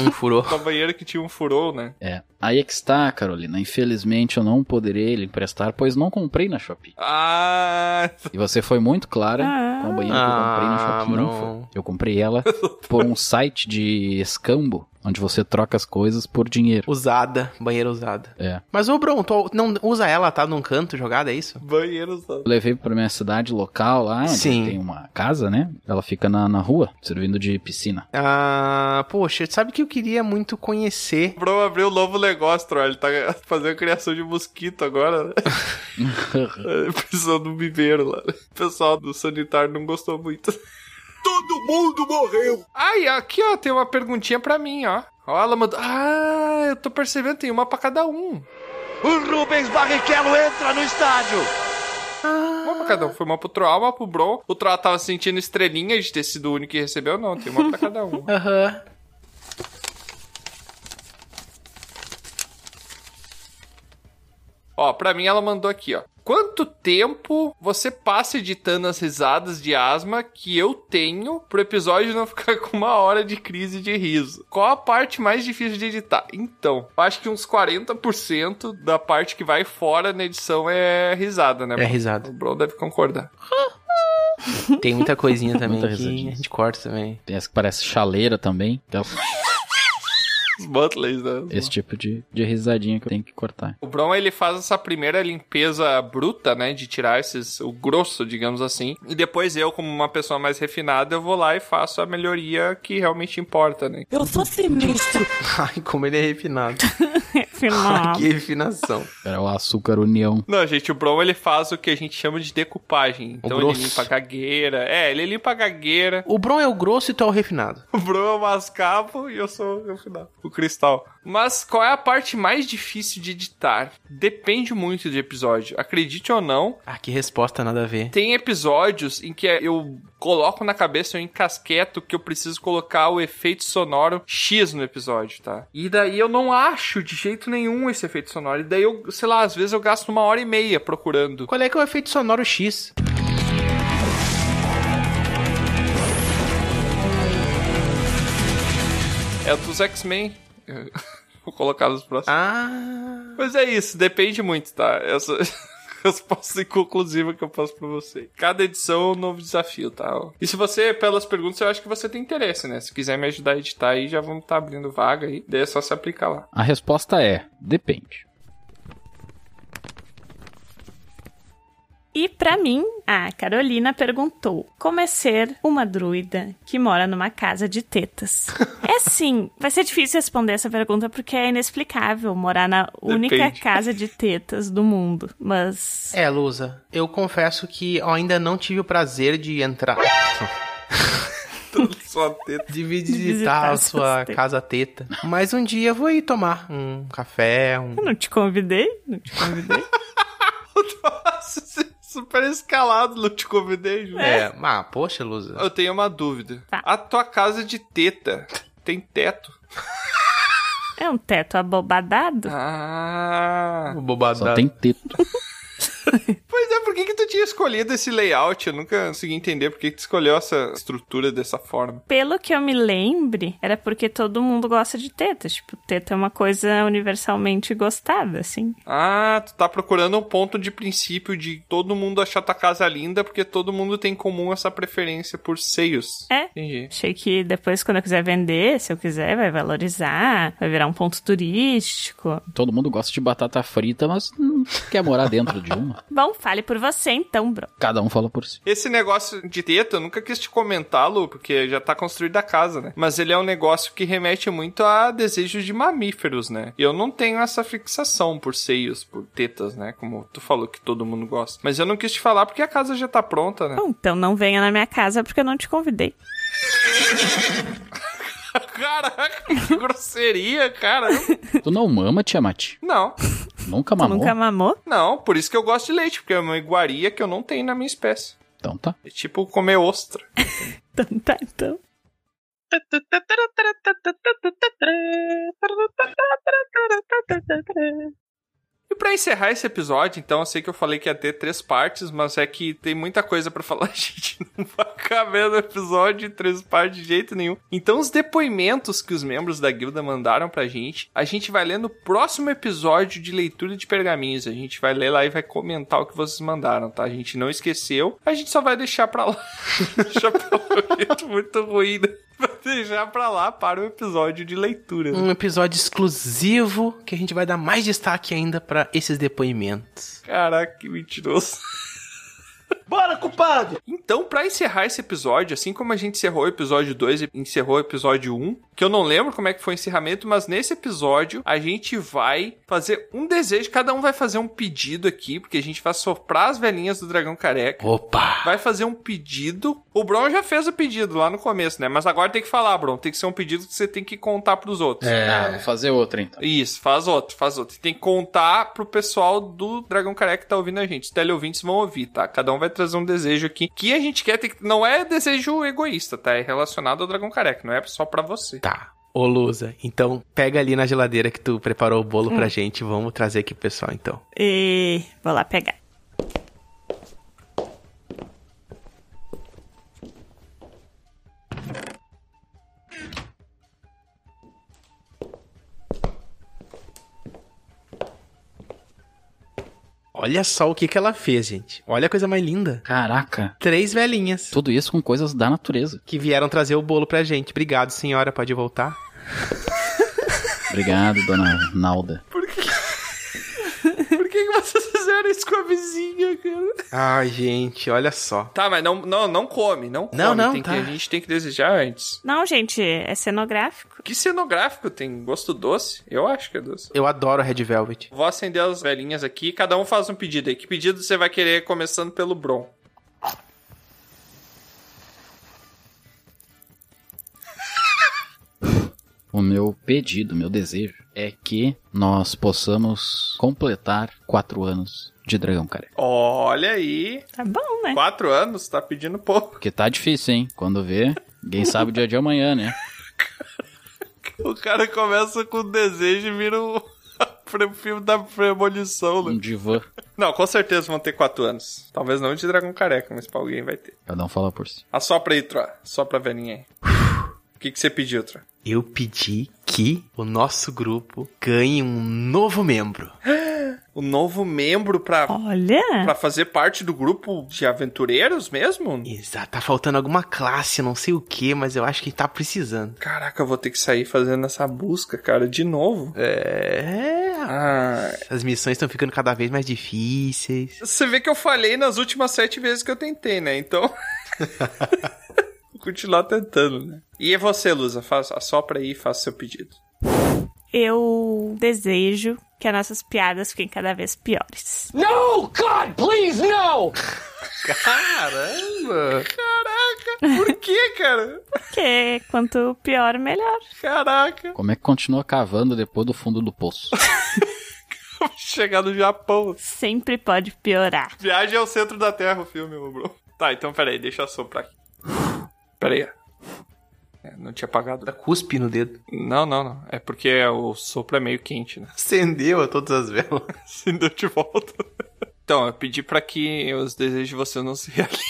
Speaker 2: um
Speaker 1: [LAUGHS]
Speaker 2: furou.
Speaker 1: Tua banheira que tinha um furou, né?
Speaker 3: É. Aí é que está, Carolina. Infelizmente eu não poderei lhe emprestar, pois não comprei na Shopee.
Speaker 1: Ah!
Speaker 3: E você foi muito clara com a banheira que eu comprei na
Speaker 2: Ah,
Speaker 3: Shopee. Não
Speaker 2: Bruno.
Speaker 3: foi. Eu
Speaker 2: [LAUGHS]
Speaker 3: comprei ela por um site de escambo, onde você troca as coisas por dinheiro.
Speaker 2: Usada, banheira usada.
Speaker 3: É.
Speaker 2: Mas ô Bron, tu não usa ela, tá num canto jogada, é isso?
Speaker 1: Banheiro usado.
Speaker 3: Eu levei pra minha cidade local lá, onde
Speaker 2: Sim.
Speaker 3: tem uma casa, né? Ela fica na, na rua, servindo de piscina.
Speaker 2: Ah, poxa, sabe que eu queria muito conhecer.
Speaker 1: O Bro abriu um novo negócio, Tro. Ele tá fazendo criação de mosquito agora.
Speaker 2: [LAUGHS]
Speaker 1: né? Ele Precisou de um viveiro lá. O pessoal do sanitário não gostou muito. Todo mundo morreu! Ai, aqui ó, tem uma perguntinha pra mim, ó. Ó, ela mandou. Ah, eu tô percebendo, tem uma pra cada um. O Rubens Barrichello entra no estádio! Uma pra cada um. Foi uma pro Troll, uma pro Bro. O Troll tava sentindo estrelinha de ter sido o único que recebeu, não. Tem uma pra cada um.
Speaker 2: Aham.
Speaker 1: Ó, pra mim ela mandou aqui, ó. Quanto tempo você passa editando as risadas de asma que eu tenho pro episódio não [LAUGHS] ficar com uma hora de crise de riso? Qual a parte mais difícil de editar? Então, acho que uns 40% da parte que vai fora na edição é risada, né?
Speaker 2: É risada.
Speaker 1: O Bron deve concordar.
Speaker 2: [LAUGHS] Tem muita coisinha também
Speaker 3: [LAUGHS] Muita
Speaker 2: que
Speaker 3: risadinha.
Speaker 2: a gente corta também.
Speaker 3: Tem essa que parece chaleira também. Então, [LAUGHS]
Speaker 1: Os Butlers, né?
Speaker 3: esse tipo de, de risadinha que eu tenho que cortar.
Speaker 1: O Bron ele faz essa primeira limpeza bruta, né, de tirar esses o grosso, digamos assim. E depois eu, como uma pessoa mais refinada, eu vou lá e faço a melhoria que realmente importa, né?
Speaker 6: Eu sou sinistro.
Speaker 2: [LAUGHS] Ai, como ele é refinado.
Speaker 3: [LAUGHS]
Speaker 4: Refinado.
Speaker 2: que refinação.
Speaker 3: Era o açúcar união.
Speaker 1: Não, gente, o Bron ele faz o que a gente chama de decupagem. Então ele
Speaker 2: grosso.
Speaker 1: limpa a gagueira. É, ele limpa a gagueira.
Speaker 2: O Bron é o grosso e tu é o refinado.
Speaker 1: O Bron é o mascavo e eu sou o refinado. O cristal. Mas qual é a parte mais difícil de editar? Depende muito do episódio. Acredite ou não,
Speaker 2: Ah, que resposta nada a ver.
Speaker 1: Tem episódios em que eu coloco na cabeça, eu encasqueto que eu preciso colocar o efeito sonoro X no episódio, tá? E daí eu não acho de jeito nenhum esse efeito sonoro. E daí eu, sei lá, às vezes eu gasto uma hora e meia procurando.
Speaker 2: Qual é que é o efeito sonoro X?
Speaker 1: É dos
Speaker 2: [LAUGHS]
Speaker 1: X-Men. Vou colocar nos próximos.
Speaker 2: Ah!
Speaker 1: Mas é isso, depende muito, tá? Essa [LAUGHS] resposta inconclusiva que eu passo pra você. Cada edição é um novo desafio, tá? E se você, pelas perguntas, eu acho que você tem interesse, né? Se quiser me ajudar a editar aí, já vamos estar abrindo vaga aí. Daí é só se aplicar lá.
Speaker 3: A resposta é: depende.
Speaker 4: E pra mim, a Carolina perguntou: como é ser uma druida que mora numa casa de
Speaker 2: [LAUGHS]
Speaker 4: tetas? é sim, vai ser difícil responder essa pergunta porque é inexplicável morar na única
Speaker 2: Depende.
Speaker 4: [LAUGHS] casa de tetas do mundo. Mas.
Speaker 2: É, Lusa, eu confesso que eu ainda não tive o prazer de
Speaker 1: [LAUGHS]
Speaker 2: entrar.
Speaker 1: Sua teta.
Speaker 2: De visitar a
Speaker 1: suas
Speaker 2: sua
Speaker 1: tetas.
Speaker 2: casa teta. Mas um dia eu vou ir tomar um café, um.
Speaker 4: Eu não te convidei? Não te convidei?
Speaker 1: Super escalado, né? não te convidei, Ju.
Speaker 2: É, ah, poxa, Lusa.
Speaker 1: Eu tenho uma dúvida. A tua casa de teta tem teto?
Speaker 4: É um teto abobadado?
Speaker 1: Ah.
Speaker 2: Bobadão.
Speaker 3: Só tem teto.
Speaker 2: [LAUGHS]
Speaker 1: Pois é, por que, que tu tinha escolhido esse layout? Eu nunca consegui entender por que, que tu escolheu essa estrutura dessa forma.
Speaker 4: Pelo que eu me lembre, era porque todo mundo gosta de tetas. Tipo, teta é uma coisa universalmente gostada, assim.
Speaker 1: Ah, tu tá procurando um ponto de princípio de todo mundo achar tua casa linda, porque todo mundo tem em comum essa preferência por seios.
Speaker 4: É.
Speaker 1: Entendi.
Speaker 4: Achei que depois, quando eu quiser vender, se eu quiser, vai valorizar, vai virar um ponto turístico.
Speaker 3: Todo mundo gosta de batata frita, mas não quer morar dentro de uma.
Speaker 4: Bom, fale por você então, bro.
Speaker 3: Cada um fala por si.
Speaker 1: Esse negócio de teta, eu nunca quis te comentar, Lu, porque já tá construída a casa, né? Mas ele é um negócio que remete muito a desejos de mamíferos, né? E eu não tenho essa fixação por seios, por tetas, né? Como tu falou que todo mundo gosta. Mas eu não quis te falar porque a casa já tá pronta, né?
Speaker 4: Bom, então não venha na minha casa porque eu não te convidei.
Speaker 1: [LAUGHS] Caraca, que [LAUGHS] grosseria, cara.
Speaker 3: Tu não mama, Tiamat?
Speaker 1: Não,
Speaker 3: Nunca mamou?
Speaker 4: Nunca mamou?
Speaker 1: não, por isso que eu gosto de leite, porque é uma iguaria que eu não tenho na minha espécie.
Speaker 3: Então tá.
Speaker 1: É tipo comer ostra.
Speaker 4: [LAUGHS] Então tá, então.
Speaker 1: E pra encerrar esse episódio, então, eu sei que eu falei que ia ter três partes, mas é que tem muita coisa pra [LAUGHS] falar, a gente não vai caber no episódio em três partes de jeito nenhum. Então, os depoimentos que os membros da guilda mandaram pra gente, a gente vai ler no próximo episódio de leitura de pergaminhos. A gente vai ler lá e vai comentar o que vocês mandaram, tá? A gente não esqueceu, a gente só vai deixar pra lá. deixar pra lá, é um jeito muito ruim, né? Vai deixar pra lá para o episódio de leitura. né?
Speaker 2: [LAUGHS] Um episódio exclusivo que a gente vai dar mais destaque ainda pra esses depoimentos.
Speaker 1: Caraca, que mentiroso. [LAUGHS] Bora, culpado! Então, pra encerrar esse episódio, assim como a gente encerrou o episódio 2 e encerrou o episódio 1, que eu não lembro como é que foi o encerramento, mas nesse episódio a gente vai fazer um desejo, cada um vai fazer um pedido aqui, porque a gente vai soprar as velhinhas do Dragão Careca.
Speaker 2: Opa!
Speaker 1: Vai fazer um pedido. O Bron já fez o pedido lá no começo, né? Mas agora tem que falar, Bron. Tem que ser um pedido que você tem que contar pros outros.
Speaker 3: Ah, vou fazer outra então.
Speaker 1: Isso, faz outro, faz outro. Tem que contar pro pessoal do Dragão Careca que tá ouvindo a gente. Os teleouvintes vão ouvir, tá? Cada um vai trazer um desejo aqui. Que a gente quer ter que... Não é desejo egoísta, tá? É relacionado ao Dragão Careca, não é só pra você.
Speaker 2: Tá. Ô, Lusa, então pega ali na geladeira que tu preparou o bolo
Speaker 4: Hum.
Speaker 2: pra gente. Vamos trazer aqui pro pessoal, então.
Speaker 4: E vou lá pegar.
Speaker 2: Olha só o que, que ela fez, gente. Olha a coisa mais linda.
Speaker 3: Caraca.
Speaker 2: Três velhinhas.
Speaker 3: Tudo isso com coisas da natureza.
Speaker 2: Que vieram trazer o bolo pra gente. Obrigado, senhora. Pode voltar.
Speaker 3: Obrigado, dona Nalda.
Speaker 1: Por que, que vocês fizeram isso com a vizinha, cara?
Speaker 2: Ai, gente, olha só.
Speaker 1: Tá, mas não, não, não come, não come.
Speaker 2: Não, não,
Speaker 1: tem que-
Speaker 2: tá.
Speaker 1: a gente tem que desejar antes.
Speaker 4: Não, gente, é cenográfico.
Speaker 1: Que cenográfico, tem gosto doce? Eu acho que é doce.
Speaker 2: Eu adoro Red Velvet.
Speaker 1: Vou acender as velhinhas aqui, cada um faz um pedido aí. Que pedido você vai querer, começando pelo Bron?
Speaker 3: O meu pedido, meu desejo é que nós possamos completar quatro anos de Dragão Careca.
Speaker 1: Olha aí.
Speaker 4: Tá bom, né?
Speaker 1: Quatro anos, tá pedindo pouco. [LAUGHS]
Speaker 3: Porque tá difícil, hein? Quando vê, ninguém sabe o dia de amanhã, né?
Speaker 1: O cara começa com desejo e vira um [LAUGHS] filme da premonição, né?
Speaker 3: Um divã.
Speaker 1: [LAUGHS] Não, com certeza vão ter quatro anos. Talvez não de dragão careca, mas pra alguém vai ter.
Speaker 3: Cada um fala por si.
Speaker 1: Assopra aí, Tro. Assopra a velhinha aí. O que, que você pediu, Tro?
Speaker 2: Eu pedi que o nosso grupo ganhe um novo membro.
Speaker 1: [GASPS] O novo membro pra...
Speaker 4: Olha!
Speaker 1: Pra fazer parte do grupo de aventureiros mesmo?
Speaker 2: Exato. Tá faltando alguma classe, não sei o que, mas eu acho que tá precisando.
Speaker 1: Caraca, eu vou ter que sair fazendo essa busca, cara, de novo. Ah.
Speaker 2: É. As missões estão ficando cada vez mais difíceis.
Speaker 1: Você vê que eu falei nas últimas sete vezes que eu tentei, né? Então. [LAUGHS] Vou continuar tentando, né? E é você, Lusa, faz, assopra aí e faça seu pedido.
Speaker 4: Eu desejo que as nossas piadas fiquem cada vez piores.
Speaker 13: No, God, please, no!
Speaker 2: Caramba!
Speaker 1: Caraca! Por que, cara?
Speaker 4: Porque quanto pior, melhor.
Speaker 1: Caraca!
Speaker 3: Como é que continua cavando depois do fundo do poço?
Speaker 1: Chegar no Japão.
Speaker 4: Sempre pode piorar.
Speaker 1: Viagem ao centro da Terra, o filme, meu bro. Tá, então peraí, deixa eu soprar aqui. Peraí. É, não tinha apagado. Da
Speaker 2: Tá cuspe no dedo.
Speaker 1: Não, não, não. É porque o sopro é meio quente, né?
Speaker 2: Acendeu a todas as velas.
Speaker 1: [LAUGHS] Acendeu de volta. Então, eu pedi pra que os desejos de você não se realizem.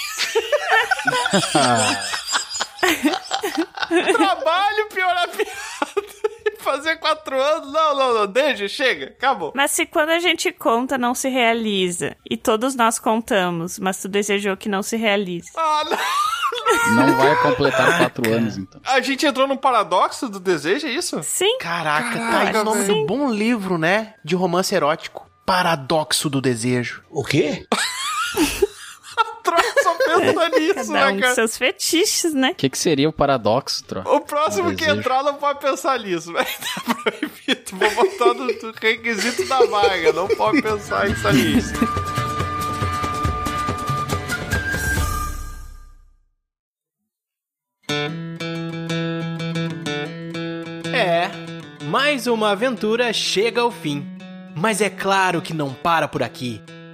Speaker 1: Trabalho, piorar piada. [LAUGHS] Fazer quatro anos. Não, não, não. Deixa, chega. Acabou.
Speaker 4: Mas se quando a gente conta não se realiza, e todos nós contamos, mas tu desejou que não se realize.
Speaker 1: Ah, não.
Speaker 3: Não vai completar quatro anos, então.
Speaker 1: A gente entrou num paradoxo do desejo, é isso? então
Speaker 4: Sim.
Speaker 2: Caraca, tá aí o nome de um bom livro, né? De romance erótico. Paradoxo do desejo. O quê?
Speaker 1: Só pensa nisso,
Speaker 4: Cada
Speaker 1: né,
Speaker 4: um com
Speaker 1: cara?
Speaker 4: seus fetiches, né?
Speaker 3: O que, que seria o paradoxo, Tro?
Speaker 1: O próximo
Speaker 3: Um
Speaker 1: que
Speaker 3: desejo.
Speaker 1: entrar não pode pensar nisso, velho. [LAUGHS] Tá proibido. Vou botar no no requisito da vaga. Não pode pensar nisso ali.
Speaker 2: É, mais uma aventura chega ao fim. Mas é claro que não para por aqui.